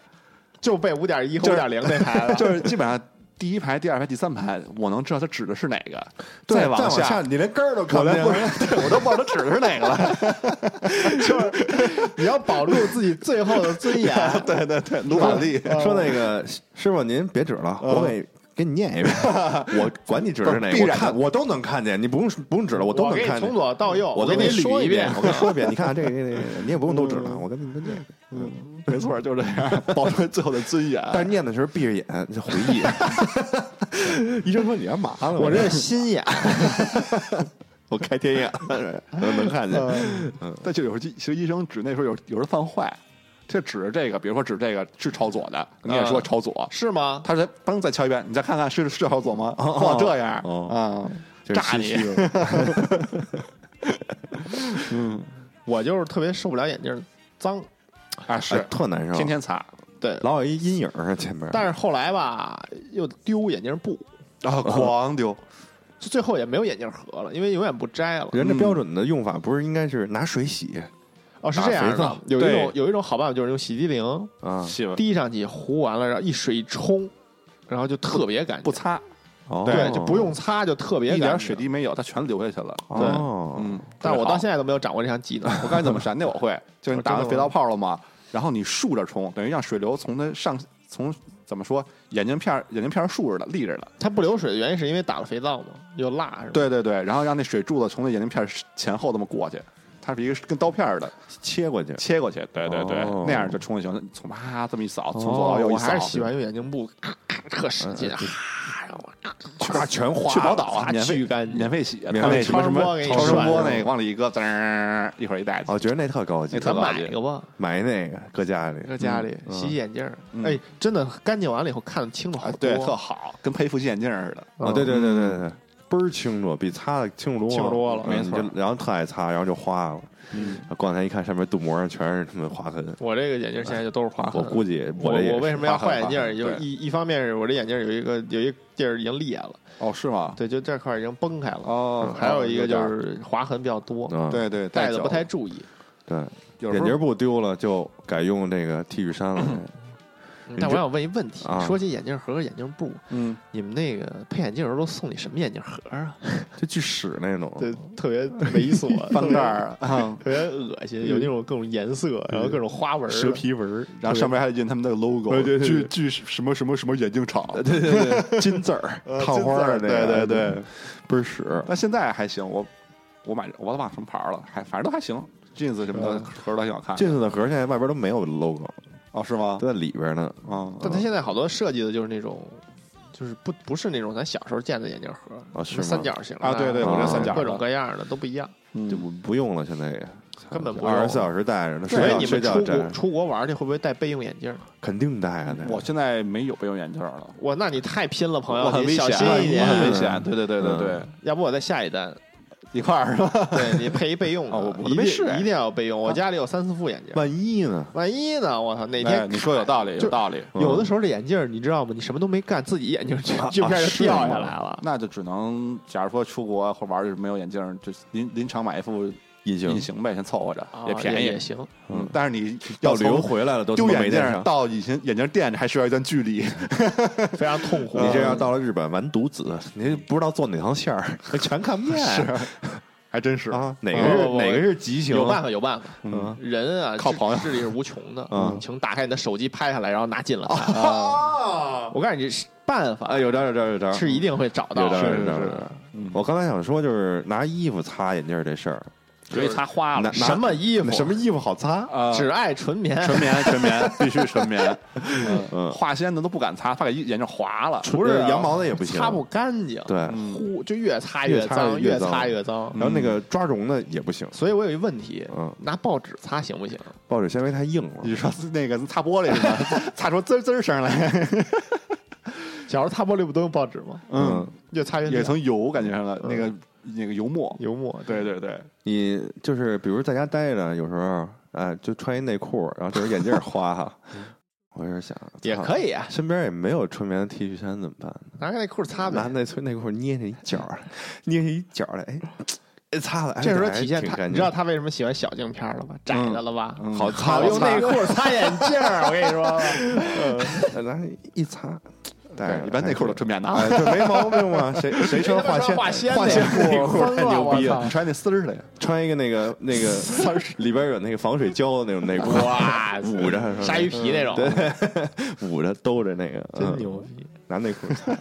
S1: 就背五点一和
S3: 就
S1: 五
S3: 是
S1: 点零那牌子，
S3: 就是基本上第一排、第二排、第三排，我能知道它指的是哪个。
S2: 对
S3: 再
S2: 再往
S3: 下，
S2: 你连根儿都看
S3: 我
S2: 不
S3: 连
S2: 见
S3: (laughs) 不。是，对我都忘了它指的是哪个了。
S1: 就是你要保住自己最后的尊严。
S3: (laughs) 对对对，努把力。
S2: 说那个师傅，您别指了，我给给你念一遍，我管你指的是哪
S3: 不
S2: 个，我
S3: 是必然的
S2: 看我都能看见，你不用不用指了， (laughs) 我都
S1: 我
S2: 能
S1: 给你
S2: 看见
S1: 从。左到右，
S2: 我都
S1: 给你
S2: 给你捋
S1: 说
S2: 一
S1: 遍
S2: 遍，。我跟你说一遍，你看看这个这个，这个你也不用都指了，我跟你跟念。
S3: (laughs) 没错，就这样，保证最后的尊严。
S2: 但是念的时候闭着眼就回忆。
S1: (laughs)
S2: 医生说你干嘛了？
S1: 我这是心眼，
S2: 我开天眼，能看见。
S1: 嗯
S3: 但就有时候，其实医生指那时候有有人犯坏，他指着这个，比如说指这个是朝左的，你也说朝左，
S1: 是吗？
S3: 他再嘣再敲一遍，你再看看是是朝左吗？
S2: 哦
S3: (laughs) 哇，这样
S2: 哦
S1: 嗯
S3: 啊，
S2: 就是
S3: 炸
S2: 心虚
S3: 你！
S1: 我就是特别受不了眼镜脏，
S3: 啊，
S2: 哎
S3: 是
S2: 特难受，
S3: 天天擦
S1: 对。
S2: 老有一阴影儿啊前面。
S1: 但是后来吧，又丢眼镜布，
S3: 啊，狂丢，
S1: 就最后也没有眼镜盒了，因为永远不摘了。
S2: 人的标准的用法不是应该是拿水洗
S1: 哦，是
S2: 打
S1: 这样
S2: 肥皂
S1: 的，有一种
S3: 对
S1: 有一种好办法就是用洗涤灵
S2: 啊？
S1: 滴上去，糊完了，然后一水一冲，然后就特别干净，
S3: 不擦，
S2: 哦
S1: 对，就不用擦，就特别
S3: 一
S1: 干
S3: 点
S1: 净
S3: 水。滴没有，它全流下去了。
S2: 哦，
S3: 嗯，
S1: 但是我到
S3: 在。
S1: 现在都没有掌握这项技能。
S3: 我告诉你怎么 (laughs) 闪，那我会，就是你打
S1: 真的吗
S3: 完肥皂泡了嘛，然后你竖着冲，等于让水流从它上从怎么说眼镜片儿眼镜片儿竖着的立着的，
S1: 它不流水的原因是因为打了肥皂嘛，有蜡是吧？
S3: 对对对，然后让那水柱子从那眼镜片儿前后这么过去，它是一个跟刀片儿的
S2: 切过去。
S3: 切过去，对对对，
S2: 哦
S3: 那样就冲就行，从啪这么一扫，从左到
S1: 哦，
S3: 右一
S1: 我
S3: 扫，
S1: 还是喜欢用眼镜布，咔咔特使劲，哈，然后
S2: 去把全花
S3: 去宝岛啊，
S1: 擦
S3: 免费
S1: 去干净
S3: 免费洗，
S2: 免
S3: 它
S2: 费
S3: 那
S2: 洗
S3: 什么什么
S1: 超声波给你
S3: 超声波
S1: 涮
S3: 那个往里一搁，滋儿一会儿一袋子
S2: 哦，，觉得那特高级，
S3: 那特
S1: 咱
S3: 高
S1: 买
S3: 级
S1: 一个吧，
S2: 买那个搁家里，
S1: 搁家里
S2: 嗯
S1: 洗洗眼镜儿。
S3: 嗯
S1: 哎，真的干净完了以后看得清楚哎好
S3: 啊
S1: 多，嗯
S3: 对，特好，跟配副眼镜儿似的。
S2: 啊，对对对对对对，倍儿清楚，比擦的清楚多了，
S1: 清楚多了
S2: 嗯
S1: 啊没
S3: 错
S2: 你就然后特爱擦，然后就花了。嗯，刚才一看上面镀膜上全是他妈划痕，
S1: 我这个眼镜现在就都是划
S2: 我
S1: 痕。
S2: 估计
S1: 我
S2: 这也
S1: 啊我为什么要
S3: 划痕
S1: 换眼镜儿？
S3: 划痕
S1: 有
S3: 对
S1: 一一方面是我这眼镜儿有一个有一地儿已经裂了，
S3: 哦，是吗？
S1: 对，就这块儿已经崩开了。
S3: 哦
S1: 嗯，还有一个
S3: 点
S1: 就
S3: 儿
S1: 是划痕比较多，
S2: 啊
S3: 对对，
S1: 戴的
S3: 久
S1: 不太
S3: 了
S1: 注意。
S2: 对，
S3: 有时
S2: 眼
S3: 候
S2: 镜布丢了就改用这个 T 恤衫了。
S1: 嗯
S2: 你
S1: 但我
S2: 这
S1: 想问一问题
S2: 啊，
S1: 说起眼镜盒和眼镜布，
S3: 嗯，
S1: 你们那个配眼镜的时候都送你什么眼镜盒啊？
S2: 就去屎那种，
S1: (laughs) 对，特别猥 (laughs) 琐，
S3: 翻盖 (laughs) 儿，啊，
S1: 特别恶心，有那种各种颜色，然后各种花纹儿，
S2: 蛇皮纹儿，
S3: 然后上面还印他们那个 logo，
S1: 对对对
S3: 巨巨什么什么什么眼镜厂。
S2: 对对
S3: (laughs)
S2: 对，金字儿
S3: 呃
S2: 烫花儿那
S3: 对
S2: 个，
S3: 对对，
S2: 倍儿屎。
S3: 但现在还行，我我买我都忘什么牌儿了，还反正都还行，jeans 嗯什么的盒儿都挺好看。
S2: 这次的盒现在外边都没有 logo，
S3: 哦，是吗？
S2: 都在里边呢。
S3: 啊，
S1: 但它现在好多设计的就是那种，就是不不是那种咱小时候见的眼镜盒，
S2: 哦是吗
S1: 三角形的
S3: 啊对对
S2: 我这三
S3: 角的
S1: 各种各样的都不一样。
S3: 嗯
S2: 就不不用了，现在也
S1: 根本不用
S2: 二十四小时戴着呢，
S1: 所
S2: 睡
S1: 以
S2: 觉
S1: 你
S2: 睡
S1: 们
S2: 觉
S1: 出
S2: 摘
S1: 国，出国玩去会不会戴备用眼镜？
S2: 肯定戴啊。那个
S3: 我现在没有备用眼镜了，
S1: 我那你太拼了，朋
S3: 我
S1: 友，
S3: 很
S1: 你
S3: 危
S1: 小
S3: 险，啊
S1: 心一
S3: 我很
S1: 点，
S3: 危险。对对对对对，
S1: 要不我再下一单。
S3: (laughs) 一块儿是吧？
S1: 对你配一备用的，
S3: 啊我我都
S1: 一
S3: 没
S1: 定
S3: 试哎
S1: 一定要备用。我家里有三四副眼镜，
S2: 万一呢？
S1: 万一呢？我操，哪
S3: 哎
S1: 天
S3: 你说有道理，
S1: 就
S3: 有道理，
S2: 嗯
S1: 有的时候这眼镜儿你知道吗？你什么都没干，自己眼镜儿
S3: 啊
S1: 就就片儿就掉下来了。
S3: 那就只能假如说出国或玩儿就是没有眼镜儿，就临临场买一副
S2: 隐
S3: 隐
S2: 形
S3: 形呗，先凑合着，
S1: 啊
S3: 也便宜
S1: 也。行，
S3: 嗯，但是你
S2: 要
S3: 要
S2: 留
S3: 从
S2: 回来了都他
S3: 丢
S2: 妈
S3: 眼
S2: 没戴
S3: 镜
S2: 上。
S3: 到以前眼镜店还需要一段距离，
S1: 非常痛苦。啊
S2: 你这要到了日本完犊子， (laughs) 你就不知道做哪条线儿，全看
S3: (laughs)
S2: 不见
S3: 还真是
S2: 啊！哪个
S1: 不
S2: 是
S1: 不不
S2: 哪个是极
S1: 嗯 (laughs)
S2: 刑？
S1: 有办法，有办法。
S2: 嗯
S1: 人啊，
S3: 靠
S1: 智
S3: 朋友
S1: 智力是无穷的。
S2: 嗯哦
S1: 请打开你的手机拍下来，然后拿进了它。
S2: 啊！
S1: 我告诉你，是办法哎
S2: 啊，有招有招有招，
S1: 是一定会找
S2: 有
S1: 到
S2: 招
S1: 的。
S2: 有招
S3: 是
S2: 有招。
S1: 嗯
S2: 我刚才想说，就是拿衣服擦眼镜儿这事儿，
S1: 所以擦花了，
S2: 拿拿
S1: 什么衣服？
S2: 什么衣服好擦？
S3: 啊，
S1: 只爱纯棉。
S3: (laughs) 纯棉纯棉必须纯棉，嗯
S2: 嗯
S3: 化纤的都不敢擦，怕给眼睛划了。嗯
S1: 不是啊
S2: 羊毛的也不行，
S1: 擦不干嗯净，
S2: 对
S1: 呼就越擦
S2: 越擦
S1: 脏，
S2: 越
S1: 越
S2: 脏嗯
S1: 擦越脏。
S2: 然后那个抓绒的也不行，
S1: 所以我有一问题，
S2: 嗯
S1: 拿报纸擦行不行？
S2: 报纸纤维太硬了。
S3: 你说那个擦玻璃是吧？ (laughs) 擦出滋儿滋儿声来，
S1: 小时候擦玻璃不都用报纸吗？
S2: 嗯，
S1: 越擦越
S3: 也
S1: 亮
S3: 从油感觉上了，那个那个油墨。
S1: 油墨，
S3: 嗯对对对，
S2: 你就是比如在家待着，有时候哎，就穿一内裤，然后这时候眼镜儿
S1: (laughs)
S2: 花哈，我就是想
S1: 嗯也可，以啊
S2: 操，身边也没有纯棉的 T 恤衫怎么办？
S1: 拿开那裤子擦
S2: 拿
S1: 呗。
S2: 那粗内裤捏着一角儿，捏着一角儿来，哎哎，擦了，哎
S1: 这时候
S2: 还
S1: 体现
S2: 挺
S1: 他，
S2: 干
S1: 你
S2: 净
S1: 知道他为什么喜欢小镜片了吧？窄的了吧？
S3: 嗯
S2: 好
S1: 好
S2: 擦，
S1: (laughs) 用
S2: 我擦
S1: (laughs) 内裤擦眼镜儿，我跟你说吧，
S2: 然后一擦，带着
S3: 哎一般内裤都
S2: 穿
S3: 纯棉的啊， (laughs)
S2: 哎，对，没毛病嘛，
S1: (laughs)
S2: 谁谁穿
S1: 谁他妈
S2: 化纤
S1: 穿化纤
S2: 化纤
S1: 内裤
S2: 内裤
S1: 疯
S2: 太
S1: 了
S2: 牛逼
S1: 我
S2: 了
S1: 操
S3: 你，穿那丝儿的呀，
S2: 穿一个那个那个里边有那个防水胶的那种内裤，
S1: 哇，
S2: 捂着是吧
S1: 鲨鱼皮那种，
S2: 捂着兜着那个，
S1: 哦真
S2: 嗯
S1: 牛逼，
S2: 拿内裤擦，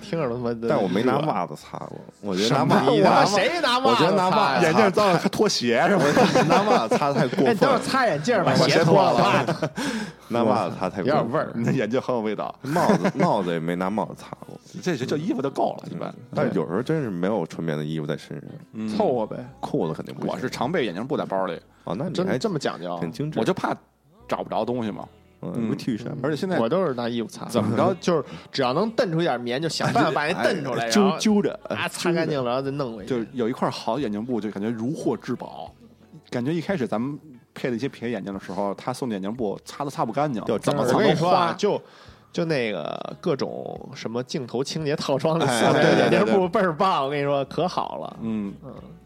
S1: 听着他妈的。
S2: 但我没拿，
S1: 啊
S2: 袜子擦过，我觉得拿
S3: 什么
S2: 袜
S3: 你
S2: 子
S3: 拿
S1: 哇，
S3: 袜
S1: 啊谁拿袜子？
S2: 我觉得拿袜子
S1: 哎
S3: 眼镜脏了，拖鞋是吧？ (laughs)
S2: 拿袜子擦太过
S1: 哎，
S2: 分
S1: 等会儿
S2: 了，
S1: 擦眼镜儿把
S3: 把鞋
S1: 鞋脱
S3: 脱
S1: 了
S3: 了
S1: 吧，袜子
S2: 拿袜子擦太
S1: 有
S2: 过
S1: 点味
S2: 分。
S1: 儿
S3: 你。的眼镜很有味道，
S2: 帽子帽子也没拿帽子擦过，
S3: 这就就衣服就够了，一般。
S2: 但是有时候真是没有纯棉的衣服在身上，
S1: (laughs)
S3: 嗯
S1: 凑合呗，
S2: 裤子肯定不行。
S3: 我是常备眼镜布在包里，
S2: 哦，那你
S1: 真
S2: 还
S1: 的这么讲究啊？
S2: 挺精致，
S3: 我就怕找不着东西嘛。
S2: 嗯，不 T 恤衫，
S3: 而且现在
S1: 我都是拿衣服擦，
S3: 怎么着
S1: (laughs) 就是只要能瞪出一点棉，就想办法
S2: (laughs)
S1: 把
S2: 哎
S1: 那瞪出
S3: 哎
S1: 来，然
S2: 揪
S1: 后
S2: 揪着，
S1: 啊擦干净了，然后再弄回去。
S3: 就是有一块好眼镜布，就感觉如获至宝。感觉一开始咱们配的一些便宜眼镜的时候，他送的眼镜布擦都擦不干净，
S2: 掉
S3: 怎
S2: 渣
S3: 么
S1: 我
S2: 儿
S3: 擦
S1: 跟
S3: 都
S1: 你说啊
S3: 花，。
S1: 就就那个各种什么镜头清洁套装的
S2: 哎
S1: 色
S2: 对
S1: 彩，
S2: 对对
S1: 眼镜布倍儿棒，我跟你说可好了。
S3: 嗯，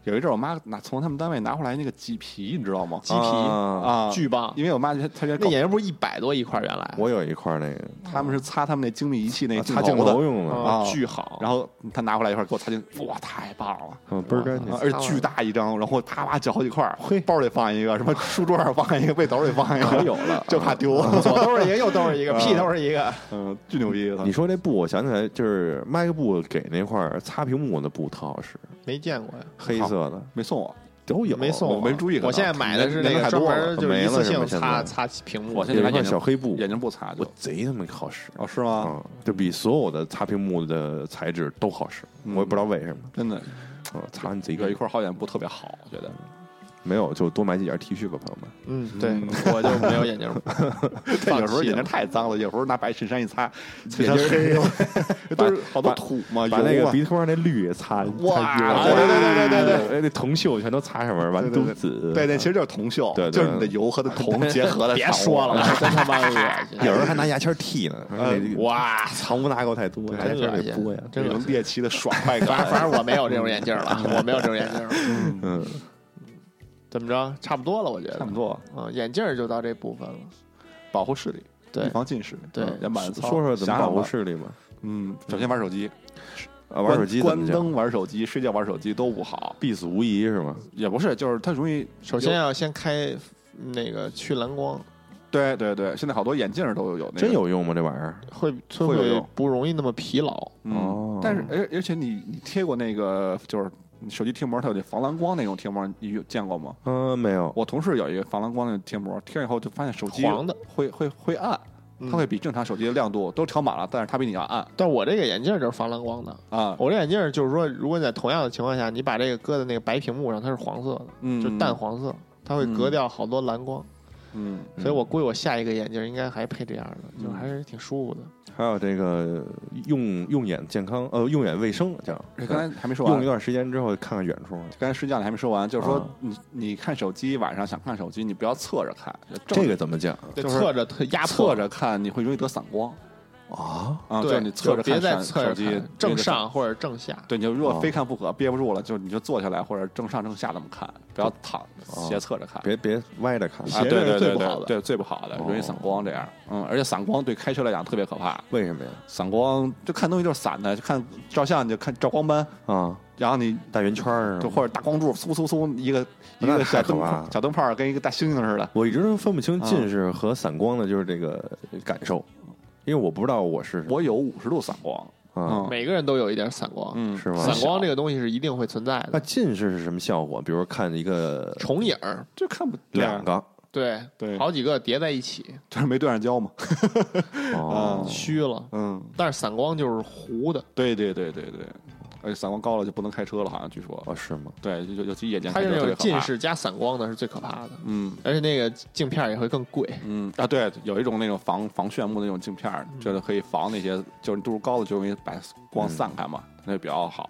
S3: 有一阵儿我妈拿从他们单位拿回来那个麂皮，你知道吗？
S2: 麂皮
S3: 啊，
S1: 巨棒
S3: 因为我妈她她觉
S1: 那
S3: 得
S1: 眼镜布一百多一块，原来
S2: 我有一块那个
S3: 他们是擦他们那精密仪器那
S2: 啊擦
S3: 镜
S2: 镜头
S3: 的，
S2: 用的，
S1: 啊
S3: 啊
S1: 巨好。
S3: 然后他拿回来一块儿给我擦镜，哇，太棒了！
S2: 嗯，倍儿干净
S3: 啊。而且巨大一张，然后啪啪搅好几块儿，包里放一个，什么书桌上放一个，背兜里放一个，
S2: 可有了
S3: (laughs) 就怕丢。
S1: 左兜儿一个，右兜儿一个，
S3: 啊
S1: 屁兜儿一个，
S3: 嗯，巨牛逼！
S2: 你说这布，我想起来，就是麦克布给那块儿擦屏幕的布特好使，
S1: 没见过呀，
S2: 黑色的
S3: 没送我，
S2: 都有。
S1: 没送啊，
S3: 我没注意可能
S1: 我现在买的是那
S3: 年
S1: 个
S3: 代太
S1: 专
S3: 多了
S1: 门就是
S2: 没
S1: 一
S2: 了
S1: 次
S2: 是
S1: 性
S2: 吗
S1: 擦
S2: 现在
S1: 擦屏幕
S3: 我
S1: 的，
S3: 现
S2: 有
S3: 在拿
S2: 一块
S3: 眼镜
S2: 小黑布
S3: 眼，睛不擦就
S2: 我贼他妈好使
S3: 哦，是吗？
S2: 啊！就比所有的擦屏幕的材质都好使，我
S3: 嗯
S2: 也不知道为什么。
S3: 真的
S2: 嗯，擦你贼
S3: 有一
S2: 干
S3: 块好眼布特别好，我觉得。
S2: 没有就多买几件 T 恤吧，朋友们。
S1: 嗯，对
S3: 嗯，
S1: 我就没有眼
S3: (laughs)
S1: 镜布，
S3: 但有时候
S1: 放弃
S3: 眼
S1: 了
S3: 睛太脏了，有时候拿白衬衫一擦，衬
S2: 眼镜
S3: 衫黑了， (laughs) 都是
S2: 把
S3: 好多土嘛，
S2: 把那
S3: 油
S2: 个
S3: 啊
S2: 鼻头上那绿也擦，
S3: 哇
S2: 太晕了
S3: 对对对对对，
S2: 哎那铜锈全都擦上面，完
S3: 对
S2: 都
S3: 对对
S2: 紫。啊
S3: 对，那其实就是铜锈，
S2: 嗯对对
S3: 就是你的油和它铜结合的
S1: 别
S3: 产物。
S1: 说了，真他妈恶心。
S2: (laughs) 有人还拿牙签剃呢，哇，
S1: 呃哇，
S2: (laughs) 藏污纳垢太多，拿牙
S1: 真
S2: 签
S1: 恶
S2: 得拨呀
S1: 心，。真
S3: 这
S1: 恶
S3: 种
S1: 心。
S3: 猎奇的爽快
S1: (laughs) 反正
S3: 感，
S1: 反正我没有这种眼镜了，我没有这种眼镜了。
S2: 嗯，
S1: 怎么着？差不多了，我觉得
S3: 差不。多
S1: 嗯，眼镜儿就到这部分了。
S3: 保护视力。预
S1: 对，
S3: 防近视，
S1: 对
S3: 嗯也满
S2: 说说怎么保护。视力吧。
S3: 嗯，首先玩手机，
S2: 啊，玩手机怎
S3: 关
S2: 么
S3: 关
S2: 讲？
S3: 灯、玩手机、睡觉玩手机都不好，
S2: 必死无疑是吗？
S3: 也不是，就是它容易。
S1: 首先要先开那个去蓝光，
S3: 对对对，现在好多眼镜儿都有那个
S2: 真有用吗？这玩意儿？
S1: 会会
S3: 会有
S1: 会
S3: 用
S1: 不容易那么疲劳。
S2: 哦
S3: 嗯，但是而而且你你贴过那个就是手机贴膜，它有那防蓝光那种贴膜，你有见过吗？
S2: 嗯，没有。
S3: 我同事有一个防蓝光的贴膜，贴上以后就发现手机
S1: 黄的
S3: 会会会暗，
S1: 嗯
S3: 它会比正常手机的亮度都调满了，但是它比你要暗
S1: 但我这个眼镜儿就是防蓝光的，
S3: 啊，
S1: 我这眼镜儿就是说，如果你在同样的情况下，你把这个搁在那个白屏幕上，它是黄色的，
S3: 嗯，
S1: 就是淡，黄色，它会隔掉好多蓝光。
S3: 嗯，
S1: 所以我估计我下一个眼镜儿应该还配这样的，就
S3: 嗯
S1: 还是挺舒服的。
S2: 还有这个用用眼健康，呃，用眼卫生讲。
S3: 刚才还没说完
S2: 用一，段时间之后看看远处，
S3: 刚才睡觉你还没说完，就是
S2: 啊
S3: 说
S1: 嗯
S3: 你你看手机，晚上想看手机，你不要侧着看，正
S2: 这个怎么讲
S1: 对
S3: 就是
S1: 侧着特压迫
S3: 侧着看你会容易得散光
S2: 啊？
S3: 啊，就
S1: 对，
S3: 是你侧着
S1: 别
S3: 看
S1: 再
S3: 闪
S1: 侧
S3: 手
S1: 着
S3: 机
S1: 看，正。上或者正下。
S3: 对，你就如果
S2: 哦
S3: 非看不可，憋不住了，就你就坐下来或者正上正下这么看，不要躺斜侧着看。
S2: 别别歪着看，
S3: 啊，
S1: 哦斜
S3: 对
S1: 着是
S3: 对
S1: 最
S3: 对
S1: 不好的哦
S3: 对，对最不好的，容易散光这样。嗯，而且散光对开车来讲特别可怕，
S2: 为什么呀？
S3: 散光就看东西就是散的，就看照相你就看照光斑，
S2: 啊，
S3: 然后你
S2: 大圆圈儿
S3: 就
S2: 啊。
S3: 或者大光柱，嗖嗖嗖一个一
S2: 那
S3: 个
S2: 太
S3: 小
S2: 可
S3: 灯
S2: 怕了
S3: 泡小灯泡跟一个大星星似的。
S2: 我一直都分不清近视和散光的，就是这个感受，因为我不知道我是什
S3: 我有五十度散光，
S2: 么啊，
S3: 嗯
S1: 每个人都有一点散光，
S3: 嗯，
S2: 是吗？
S1: 散光这个东西是一定会存在
S2: 那
S1: 的。
S2: 近视是什么效果？比如看一个
S1: 重影儿，
S3: 这看不对啊
S2: 两个
S1: 对
S3: 对
S1: 好几个叠在一起，
S3: (laughs) 就是没对上焦嘛。
S2: 哦，
S1: 虚了。
S3: 嗯，
S1: 但是散光就是糊的，
S3: 对对对对对，而且散光高了就不能开车了，好像据说。
S2: 哦是吗？
S3: 对，尤尤其夜间
S1: 它
S3: 开
S1: 是
S3: 车
S1: 那
S3: 特别
S1: 种
S3: 可怕
S1: 近。视加散光的是最可怕的，
S3: 嗯
S1: 而且那个镜片儿也会更贵。
S3: 嗯啊，对，有一种那种防防眩目的那种镜片儿，就是可以防那些，就是度数高的就容易把光散开嘛，那就比较好。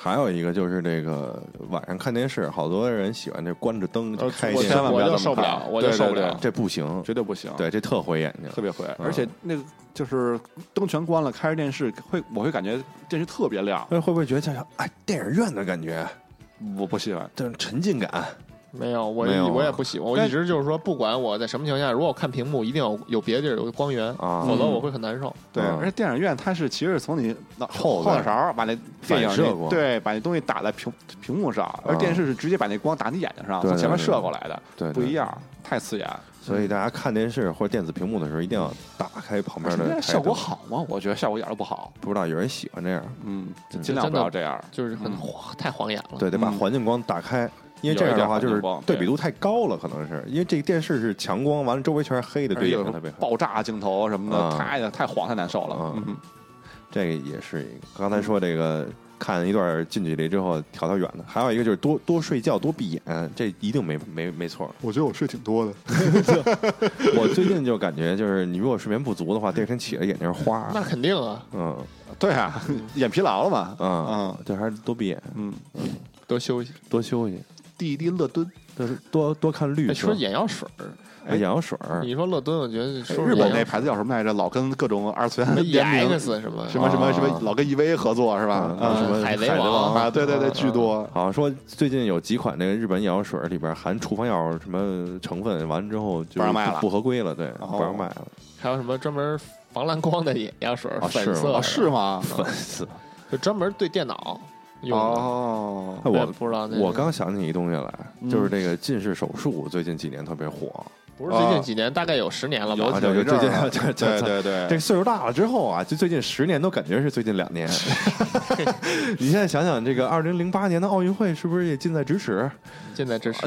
S2: 还有一个就是这个晚上看电视，好多人喜欢这关着灯就
S3: 哦
S1: 呃
S2: 开
S1: 我
S2: 电视
S3: 千，万不
S1: 我
S3: 要
S1: 就
S3: 这么
S1: 受不了，
S3: 看
S1: 我就
S3: 对
S1: 受
S3: 对
S1: 不
S3: 对
S1: 了。
S2: 这不行，
S3: 绝对不行，
S2: 对，这特毁眼睛
S3: 特。别会。而且那个就是灯全关了，开着电视会，我会感觉电视特别亮，
S2: 那会不会觉得像哎电影院的感觉，
S3: 我不喜欢。
S2: 这种沉浸感？
S1: 没有，我
S2: 没有啊
S1: 我也不喜欢，我
S3: 但
S1: 一直就是说，不管我在什么情况下，如果我看屏幕，一定有有别的地儿有个光源，
S2: 啊
S1: 否则我会很难受。
S3: 对，
S2: 嗯
S3: 而且电影院它是其实是从你脑
S2: 后
S3: 后
S2: 边
S3: 脑勺把那电影
S2: 反射
S3: 那
S2: 过嗯
S3: 对，把那东西打在屏屏幕上，而电视是直接把那光打你眼睛上，
S2: 对
S3: 从前面
S2: 对对
S3: 射过来的，
S2: 对对
S3: 不一样，太刺眼。
S2: 所以大家看电视或者电子屏幕的时候，一定要打开旁边
S3: 现
S2: 的
S3: 在
S2: 台
S3: 效果
S2: 灯，
S3: 好吗？我觉得效果一点都不好。
S2: 不知道有人喜欢这样，
S3: 嗯，就
S2: 嗯
S3: 尽量
S1: 真
S3: 不
S1: 的
S3: 要这样。
S1: 就是很晃太晃眼了。
S2: 对，得把
S3: 嗯
S2: 环境光打开，因为这
S3: 有
S2: 样的
S3: 一点
S2: 话就是
S3: 环境光
S2: 对
S3: 对
S2: 比度太高了，可能是因为这个电视是强光，完了周围全是黑的，
S3: 而
S2: 对
S3: 且有
S2: 眼
S3: 时
S2: 睛特
S3: 候
S2: 别好。
S3: 爆炸镜头什么的，
S2: 嗯
S3: 太太晃太难受了。
S2: 嗯
S3: 嗯，
S2: 这个也是一个。刚才说这个看一段近距离之后调调远的，还有一个就是多多睡觉，多闭眼，这一定没没没
S3: (laughs)
S2: 错。
S3: 我觉得我睡挺多的。
S2: 我最近就感觉就是你如果睡眠不足的话，第二天起来眼睛是花。
S1: 那肯定啊，
S2: 嗯 (laughs)
S3: 对啊，眼疲劳了嘛。
S2: 嗯，对，还是多闭眼，
S3: 嗯，
S1: 多休息。
S2: 多休息，
S3: 弟弟乐敦，
S2: 多多多看绿
S1: 哎，
S2: 色
S1: 说，眼药水儿，
S2: 哎眼药水儿。
S1: 你说乐敦，我觉得说
S3: 日本那
S1: 眼
S3: 牌子叫什么来着？老跟各种二次元
S1: 药
S3: 联名，
S1: EX 什么啊
S3: 什么什
S2: 啊
S3: 么什么，老跟 EVA 合作是吧？
S2: 嗯
S3: 嗯
S2: 什么
S1: 海贼
S2: 海贼王
S1: 王
S3: 啊，对对对，巨多。
S2: 好像说最近有几款那个日本眼药水里边含处方药什么成分，完了之后就
S3: 不让卖了
S2: 不合规了，对，
S3: 哦
S2: 不让卖了。
S3: (laughs)
S1: 还有什么专门防蓝光的眼药水儿，
S2: 啊是
S1: 粉色
S2: 吗
S1: 的
S3: 哦，是吗？
S2: 粉丝，
S1: 就专门对电脑用的。
S3: 哦，
S2: 哎
S1: 我也
S2: 我
S1: 不知道那是，
S2: 我刚想起一东西来，
S3: 嗯
S2: 就是这个近视手术最近几年特别火，
S1: 不是最
S3: 啊
S1: 近几年，大概有十年了吧？
S2: 啊，就就
S3: 有一阵
S2: 最
S3: 儿
S2: 近 (laughs)
S3: 了
S2: 就就
S3: 对对对，
S2: 这岁数大了之后啊，就最近十年都感觉是最近两
S3: (laughs)
S2: 年。你现在想想，这个二零零八年的奥运会是不是也近在咫尺？
S1: 现在这是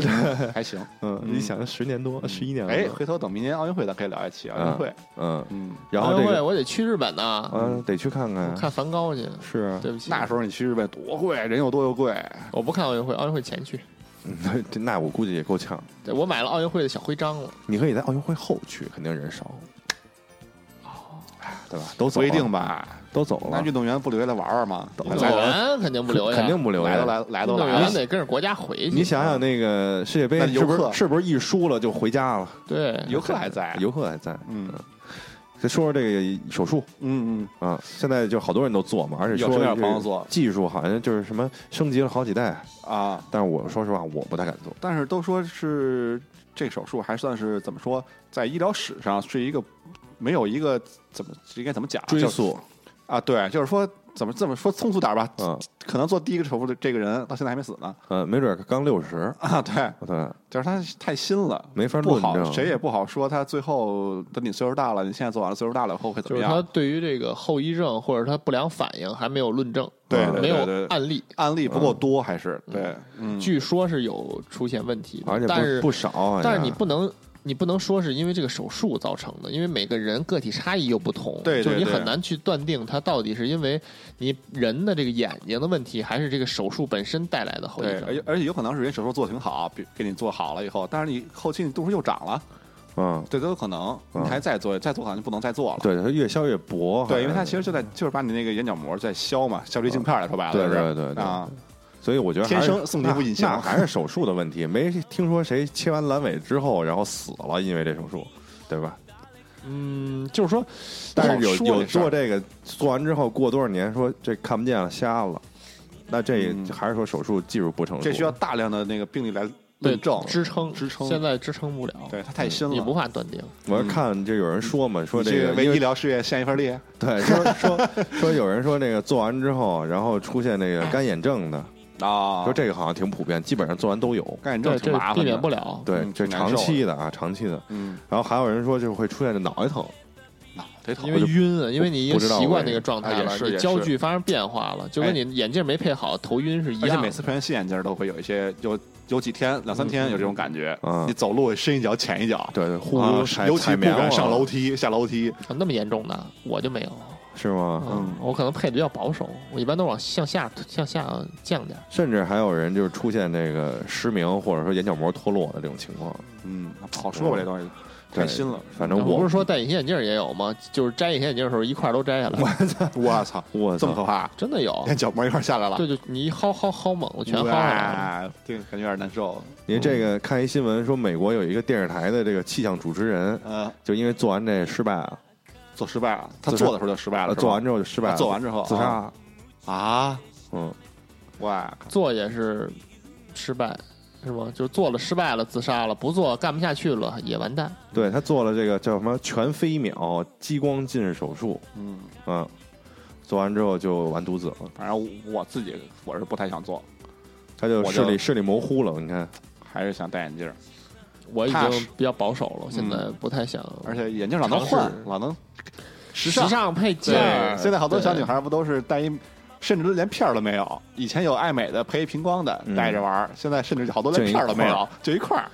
S3: 还行。
S2: 嗯，
S3: 嗯
S2: 你想十年多，十一年了。
S3: 哎，回头等明年奥运会咱可以聊一期奥运会。
S2: 嗯，
S3: 嗯，
S2: 然后
S1: 奥
S2: 这
S1: 运会
S2: 个
S1: 哎我得去日本呢，
S2: 嗯，得去看看
S1: 我
S2: 呀。
S1: 看梵高去。
S2: 是啊，
S1: 对不起，
S3: 那时候你去日本多贵，人又多又贵。
S1: 我不看奥运会，奥运会前去。
S2: 嗯这 (laughs) 那我估计也够呛。
S1: 对我买了奥运会的小徽章了，
S2: 你可以在奥运会后去，肯定人少。
S1: 哦
S2: 哎对吧？都走了
S3: 不一定，吧？
S2: 都走
S3: 那
S2: 了
S3: 运，动员不留下来玩玩吗？
S1: 运动
S3: 来了
S1: 员肯定不留呀，
S2: 肯定不留
S3: 来
S2: 呀
S3: 都。来了啊来
S1: 运
S3: 都
S1: 动
S3: 来
S1: 员
S3: 了，
S1: 得跟着国家回去。
S2: 你想想，那个世界杯
S3: 那
S2: 是不
S3: 游客
S2: 是是不是一输了就回家了？
S1: 对，
S3: 游客还在。啊
S2: 游客还在。
S3: 嗯
S2: 再说说这个手术
S3: 嗯
S2: 啊，现在就好多人都做嘛，而且
S3: 有
S2: 说
S3: 这样
S2: 这
S3: 帮做
S2: 技术好像就是什么升级了好几代，
S3: 嗯啊，
S2: 但是我说实话，我不太敢做。啊
S3: 但是都说是这个手术还算是怎么说，在医疗史上是一个没有一个怎么应该怎么讲
S2: 追
S3: 就是
S2: 溯，
S3: 啊？对，就是说怎么这么说通俗点吧，
S2: 嗯
S3: 可能做第一个手术的这个人到现在还没死呢 (laughs)
S2: 呃，没准儿刚六十，
S3: 啊，对，
S2: 对，
S3: 就是他太新了。
S2: 没法
S3: 不
S2: 论
S3: 好，
S2: 证。
S3: 谁也不好说。他最后等你岁数大了，你现在做完了，岁数大了以后会怎
S1: 就
S3: 么
S1: 是他
S3: 样？
S1: 对于这个后遗症或者他不良反应还没有论证，啊
S3: 对
S1: 没
S3: 对对
S1: 有
S3: 对，
S1: 案例，
S3: 案例不够多，还是对，嗯，
S1: 据说是有出现问题
S2: 而
S1: 的，但
S2: 且
S1: 是
S2: 不不少啊。
S1: 但是你不能。你不能说是因为这个手术造成的，因为每个人个体差异又不同，
S3: 对对
S1: 就是你
S3: 对
S1: 很难去断定它到底是因为你人的这个眼睛的问题，还是这个手术本身带来的后遗
S3: 对，哎
S1: 症
S3: 而。且而且有可能是人手术做的挺好，比给你做好了以后，但是你后期你度数又长了，
S2: 嗯，
S3: 这都有可能。
S2: 嗯
S3: 你还再做，再做好像就不能再做了。
S2: 对，它越削越薄。
S3: 对，因为它其
S2: 实
S3: 实就在就是把你那个眼角膜在削嘛，削这镜片儿了，说白了，
S2: 对
S3: 就是
S2: 对对对
S3: 啊，
S2: 所以我觉得还
S3: 天
S2: 是
S3: 生送你一副隐形
S2: 那，那还
S3: (laughs)
S2: 是手术的问题，没听说谁切完阑尾之后然后死了，因为这手术，对吧？
S1: 嗯，就是说，
S2: 但是
S3: 不好
S2: 有
S3: 说
S2: 有
S3: 这事儿
S2: 做这个做完之后过多少年说这看不见了瞎了，那这
S3: 嗯
S2: 还是说手术技术不成熟，
S3: 这需要大量的那个病例来
S1: 对
S3: 论证
S1: 支撑
S3: 支撑
S1: 现在支撑不了，
S3: 对，它太新
S1: 你无
S3: 了。
S1: 法断定。
S2: 我是看这有人说嘛，说
S3: 嗯你
S2: 这个
S3: 为
S2: 因
S3: 医疗事业献一份力，
S2: 对说说说有人说那个做完之后，然后出现那个干眼症的，
S3: 啊
S2: 说这个好像挺普遍，基本上做完都有。
S3: 干眼
S1: 对，
S3: 症
S1: 这
S3: 挺麻
S1: 避
S3: 烦
S1: 免不
S3: 的，
S1: 了。
S2: 对，
S3: 嗯
S2: 这
S3: 挺难
S2: 长期的啊，长期的。
S3: 嗯，
S2: 然后还有人说就会出现这脑袋疼，
S3: 得疼
S1: 因为晕啊，因为你已经
S2: 不知道
S1: 习惯
S2: 为
S1: 那个状态
S3: 啊也
S1: 了，
S3: 是
S1: 你
S3: 也
S1: 焦
S3: 是哎
S1: 距发生变化了，就跟你眼镜没配好，头晕是一
S3: 而且
S1: 样的。
S3: 每次配完新眼镜儿都会有一些有有几天两三天有这种感觉，
S2: 嗯
S3: 你走路深一脚浅一脚，
S2: 对对，呼
S3: 啊
S2: 噜踩
S3: 尤
S2: 踩
S3: 其不
S2: 棉花
S3: 敢上楼梯下楼梯，
S1: 啊那么严重的，我就没有。
S2: 是吗？
S3: 嗯
S1: 我可能配的比较保守，我一般都往向下向下降点儿。
S2: 甚至还有人就是出现这个失明或者说眼角膜脱落的这种情况。
S3: 嗯，不好说吧这东西，
S2: 对
S3: 太新了，
S2: 反正
S1: 不
S2: 我
S1: 是说戴隐形眼镜儿也有吗？就是摘隐形眼镜儿的时候一块儿都摘下来，
S3: 我操，
S2: 我
S3: 这么可
S2: 操，
S3: 怕，
S1: 真的
S3: (laughs)
S1: 有。
S3: 连脚膜一块儿下来了，
S1: 对，就你一薅薅薅猛，我全薅下来了。
S3: 哇这个感觉有点难受，
S2: 因为这个看一新闻说美国有一个电视台的这个气象主持人，
S3: 呃，
S2: 就因为做完这失败了，
S3: 做失败了，他
S2: 自杀
S3: 做的时候就失败了，
S2: 呃
S3: 是吧
S2: 做完之后就失败了，
S3: 啊做完之后
S2: 自杀了，
S3: 啊，
S2: 嗯，
S3: 哇，
S1: 做也是失败，是吗？就做了失败了，自杀了；不做干不下去了，也完蛋。
S2: 对他做了这个叫什么全飞秒激光近视手术，
S3: 嗯，
S2: 嗯，做完之后就完犊子了，
S3: 反正我自己我是不太想做，
S2: 他就
S3: 我
S2: 视
S3: 就
S2: 力视力模糊了。你看，
S3: 还是想戴眼镜
S2: 嗯
S3: 儿，
S1: 我已
S3: 踏
S1: 经
S3: 实嗯
S1: 比较保守了，我现在不太想。
S3: 而且眼镜老能换
S1: 尝试，
S3: 老能时
S1: 时尚配件儿，
S3: 对，现在好多小女
S1: 对
S3: 孩不都是戴一，甚至都连片儿都没有。以前有爱美的配一平光的
S2: 嗯
S3: 戴着玩儿，现在甚至好多连
S2: 就一
S3: 片儿都没
S2: 块
S3: 有，就一块儿。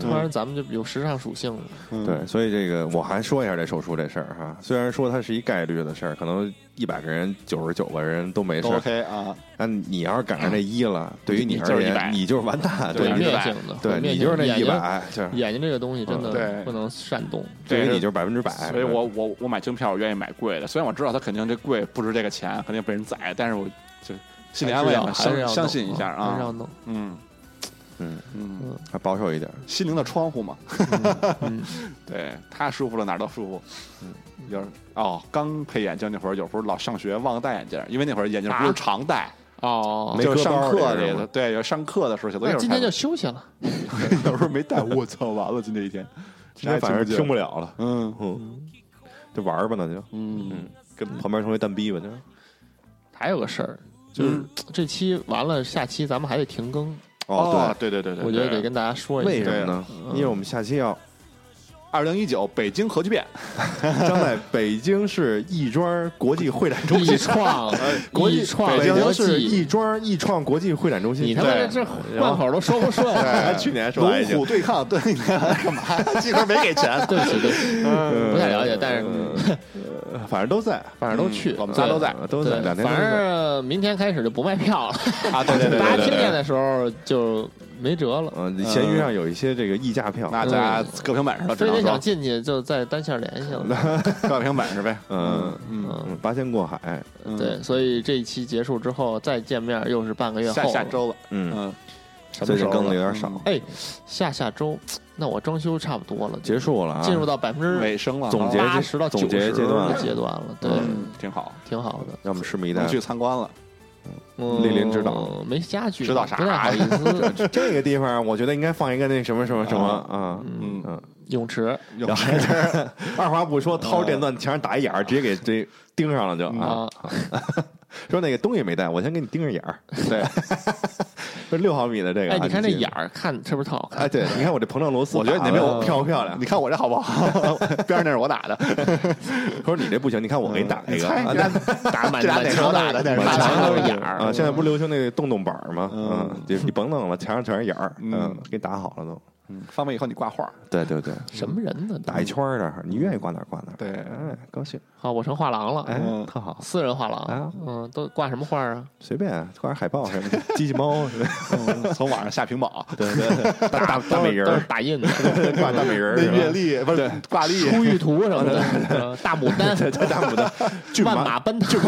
S1: 突然咱们就有时尚属性了。
S3: 嗯
S2: 对，所以这个我还说一下这手术这事儿哈，虽然说它是一概率的事儿，可能一百个人九十九个人都没事
S3: 都
S2: 儿，
S3: OK 啊，
S2: 但你要是赶上这一了，对于
S3: 你
S2: 你
S3: 就
S2: 而
S3: 是
S2: 言
S3: 100，
S2: 你就是完蛋，
S3: 就是
S2: 对，
S1: 毁
S2: 你
S1: 灭
S2: 就
S3: 100
S1: 性的，
S2: 对
S1: 毁灭
S2: 你
S1: 性
S2: 就是那
S1: 眼
S2: 一
S1: 睛
S2: 百，就是
S1: 眼睛这个东西真的
S2: 嗯
S3: 对
S1: 不能擅动。
S2: 对于
S3: 这
S2: 你
S3: 是
S2: 就是百分之百。
S3: 所以我我我买京票，我愿意买贵的。虽然我知道它肯定这贵不值这个钱，肯定被人宰，但是我就心理安慰嘛，
S1: 还是要
S3: 相相信一下
S1: 还是要
S3: 啊。
S1: 弄。
S3: 嗯
S2: 嗯，
S3: 嗯，
S2: 还保守一点，
S3: 心灵的窗户嘛，
S1: (laughs) 嗯，
S3: 对他舒服了哪儿都舒服。嗯，有时哦，刚配眼镜那会儿，有时候老上学忘戴眼镜，因为那会儿眼镜不
S1: 啊
S3: 是常戴。
S1: 哦
S2: 没，
S3: 就
S2: 割
S3: 是上
S2: 包
S3: 课
S2: 这是
S3: 个
S2: 吗
S3: 对，有上课的时候写作业
S1: 那
S3: 的时
S1: 今
S3: 候才
S1: 天就
S3: 能，
S1: 休息了。
S3: 有时候没带，我操，完了，今天一天，
S2: 今天反正听不了了，
S3: 嗯
S2: 嗯，就玩儿吧，那就
S3: 嗯，
S2: 跟旁边同学蛋逼吧，就
S1: 还有个事儿，就是
S3: 嗯
S1: 这期完了，下期咱们还得停更，
S2: 哦，
S3: 对对对对，
S1: 我觉得得跟大家说
S2: 对，
S1: 一
S2: 为
S1: 下
S2: 什。么呢？因为我们下期 (laughs) 要
S3: 二零一九北京核聚变，
S2: 将在北京市亦庄国际会展中
S1: 易
S2: 心，
S1: 创，
S3: (laughs)
S2: 国
S1: 易
S2: 际
S1: 创
S2: 北
S1: 国
S2: 京市
S1: 际，
S2: 亦庄亦创国际会展中心。
S1: 你他妈
S2: 对
S1: 这贯口都说不顺。
S2: (laughs) 去年说来
S3: 龙
S2: 着
S3: 虎，对抗，对，你 (laughs) 看干嘛？这哥没给 (laughs) 钱，
S1: 对不起，对不
S2: 嗯
S1: 起，不太了解，但是
S2: 呃 (laughs) 反正都在，
S1: 反正都去，
S3: 嗯我们仨都在
S2: (laughs) 都在，
S1: 对，
S2: 两天都
S1: 反
S2: 在。
S1: 正明天开始就不卖票了，
S3: 啊，对对对
S1: 大家
S3: 对
S1: 听见
S3: 对，
S1: 的时候就没辙了。
S2: 嗯，闲鱼上有一些这个溢价票，
S3: 那咱俩各平本
S2: 啊
S3: 事了，只
S1: 非得
S3: 能
S1: 想
S3: 说
S1: 进去，就在单线联系了。
S2: (laughs)
S3: 各平本事呗，
S2: 嗯
S3: 嗯，
S2: 嗯，八仙过海，
S3: 嗯
S1: 对，，所以这一期结束之后再见面又是半个月后
S3: 下
S1: 了
S3: 下周了，
S2: 嗯，
S3: 嗯，
S1: 什
S2: 最
S1: 么时
S2: 近
S1: 候
S2: 更的有
S1: 了
S2: 点少，
S1: 哎，下下周，那我装修差不多了，
S2: 结束了啊，
S1: 进入到百分之
S3: 嗯尾声了，
S2: 总结
S1: 八十到九
S2: 总
S1: 十
S2: 结阶段
S1: 的阶段了，对，
S3: 嗯，挺好，
S1: 挺好的。
S2: 让我们拭目以待
S3: 能。去参观了，
S1: 嗯
S2: 莅临指导，
S1: 没家具，
S3: 指导啥
S1: 不太好意
S2: (laughs)
S1: 思。
S2: 这个地方，我觉得应该放一个那什么什么什么啊。
S1: 嗯，
S3: 嗯，
S2: 嗯，
S1: (laughs) 泳池
S3: 有
S2: 然后 (laughs) 二话不说，掏电钻墙上打一眼儿，直接给这盯上了就啊。
S1: 啊，
S2: 说那个东西没带，我先给你盯着眼
S3: (laughs)
S2: 儿。
S3: 对， (laughs)
S2: 说六毫米的这个啊，
S1: 哎，你看这
S2: 记得
S1: 眼儿看是不是特好看？
S2: 哎，对，你看我这膨胀螺丝，
S3: 我觉得你没有
S2: 漂不漂亮
S3: 你？看我这好不好？ (laughs) 边上那是我打的，
S2: 他说你这不行，你看我给你打一
S3: 你
S2: 个。
S3: 猜
S2: 啊
S3: 嗯你
S2: 那
S1: 打满
S3: 这俩
S1: 满
S3: 哪
S1: 墙都
S3: 个打的那是
S1: 满墙都是眼儿
S2: 啊，现在不是流行那个洞洞板儿吗？
S3: 嗯
S2: 嗯，你你甭弄了，墙上全是眼儿，嗯
S3: 嗯，
S2: 给打好了都。
S3: (laughs) 方便以后你挂画。
S2: 对对对，
S1: 什么人呢？
S2: 打一圈儿的，你愿意挂哪儿挂哪儿。
S3: 对嗯
S2: 哎，高兴，
S1: 好，啊我成画廊
S2: 哎
S1: 了，，
S2: 特好，
S1: 私人画
S2: 啊
S1: 廊，嗯，都挂什么画啊？
S2: 随便挂点海报
S3: (laughs)
S2: 什么的，机器猫什么的，
S3: 从网上下屏保，
S2: 对对，大大大美人
S1: 都
S2: 儿
S1: 是，打
S2: (laughs)
S1: 印的，
S2: 挂大美人儿
S3: 那
S2: 是吧，
S3: 阅历不是挂历，
S1: 出狱图什么的，呃大牡丹，
S2: 大牡
S3: (laughs)
S2: 丹，骏
S1: 万
S2: 马
S1: 马奔腾，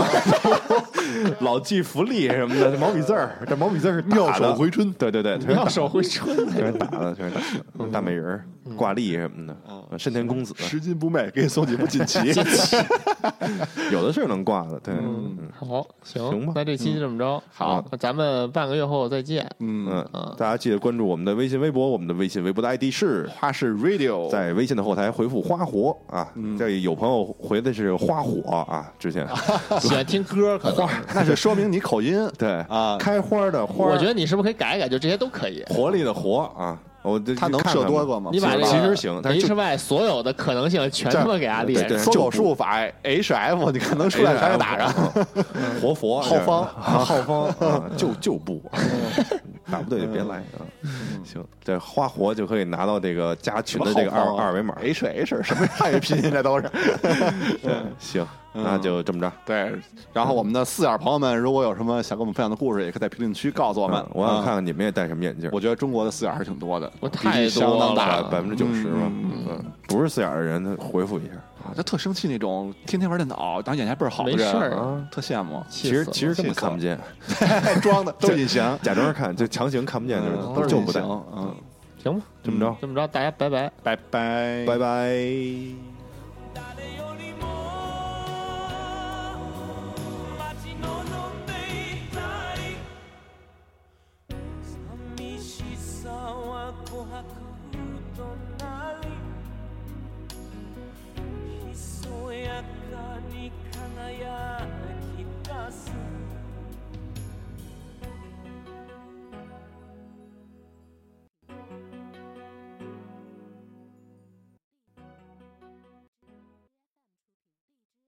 S1: (laughs)
S2: 老骥伏枥什么的，毛笔字儿，这毛笔字儿是打的
S3: 妙手回春
S2: 对对对，全是
S1: 妙
S2: 打
S1: 手回
S2: (laughs)
S1: 春。
S2: 全是打的，全是打
S3: 嗯
S2: 的，大美人儿、挂历什么的，慎天公子，
S3: 拾金不昧，给你送几部锦旗。
S2: 有的是能挂的，对，嗯
S1: 嗯， (laughs) 好，行，
S2: 行吧嗯
S1: 那这期就这么着，啊
S2: 好，
S1: 咱们半个月后再
S2: (laughs)
S1: 见。
S3: 嗯，
S2: 嗯，大家记得关注我们的微信、微博，我们的微信、微博的 ID 是。
S3: 花式 Radio，
S2: 在微信的后台回复“花火”啊，
S3: 嗯
S2: 这有朋友回的是“花火”啊，之
S3: (laughs)
S2: 前
S1: 喜欢听歌，可能啊
S3: 那是说明你口音。
S2: 对
S3: (laughs) 啊
S2: 开花的花，
S1: 我觉得你是不是可以改一改，就这些都可以。
S2: 活力的活啊，我这
S3: 他能
S2: 看看
S3: 设
S2: 吧
S3: 多个吗？
S1: 你把这个
S2: 其实行但是就
S1: H Y 所有的可能性全他妈给阿丽，
S2: 对对
S3: 搜狗术法 (laughs) HF，你看能出来啥就打上。
S2: 嗯活佛
S3: 浩方
S2: 啊浩方啊，就就不啊打不对就别来啊。行，这花活就可以拿到这个加群的这
S3: (laughs)
S2: 个二
S3: 啊
S2: 二维码。
S3: H H 什么汉语拼音这都是。
S2: 嗯行，那就这么着。
S3: (laughs) 对，然后我们的四眼朋友们，如果有什么想跟我们分享的故事，也可以在评论区告诉我们
S2: 嗯。我想看
S3: 嗯，
S2: 看你们也戴什么眼镜
S3: 我，觉得中国的四眼还是挺多的，
S1: 我
S3: 比
S1: 太
S3: 例相当
S1: 多
S3: 大
S1: 了
S2: 百百分之九十吧。嗯，不是四眼的人回复一下。
S3: 啊，就特生气那种，天天玩电脑，然后眼睛还倍儿好的
S1: 没事儿
S3: 人，
S2: 啊
S3: 特羡慕。
S1: 气
S2: 其
S1: 死
S2: 实
S1: 了
S2: 其实根本看不见，
S3: (laughs) 装的都是隐形，
S2: 假装看就强行看不见，就是
S3: 嗯
S2: 不
S3: 都是
S2: 就
S3: 隐
S2: 不戴
S3: 形。。嗯，
S1: 行吧，
S2: 这么着，
S1: 这么着，大家拜嗯拜。
S3: 拜拜，
S2: 拜拜。
S4: 誰よりも待ち望んでいたい寂しくうどん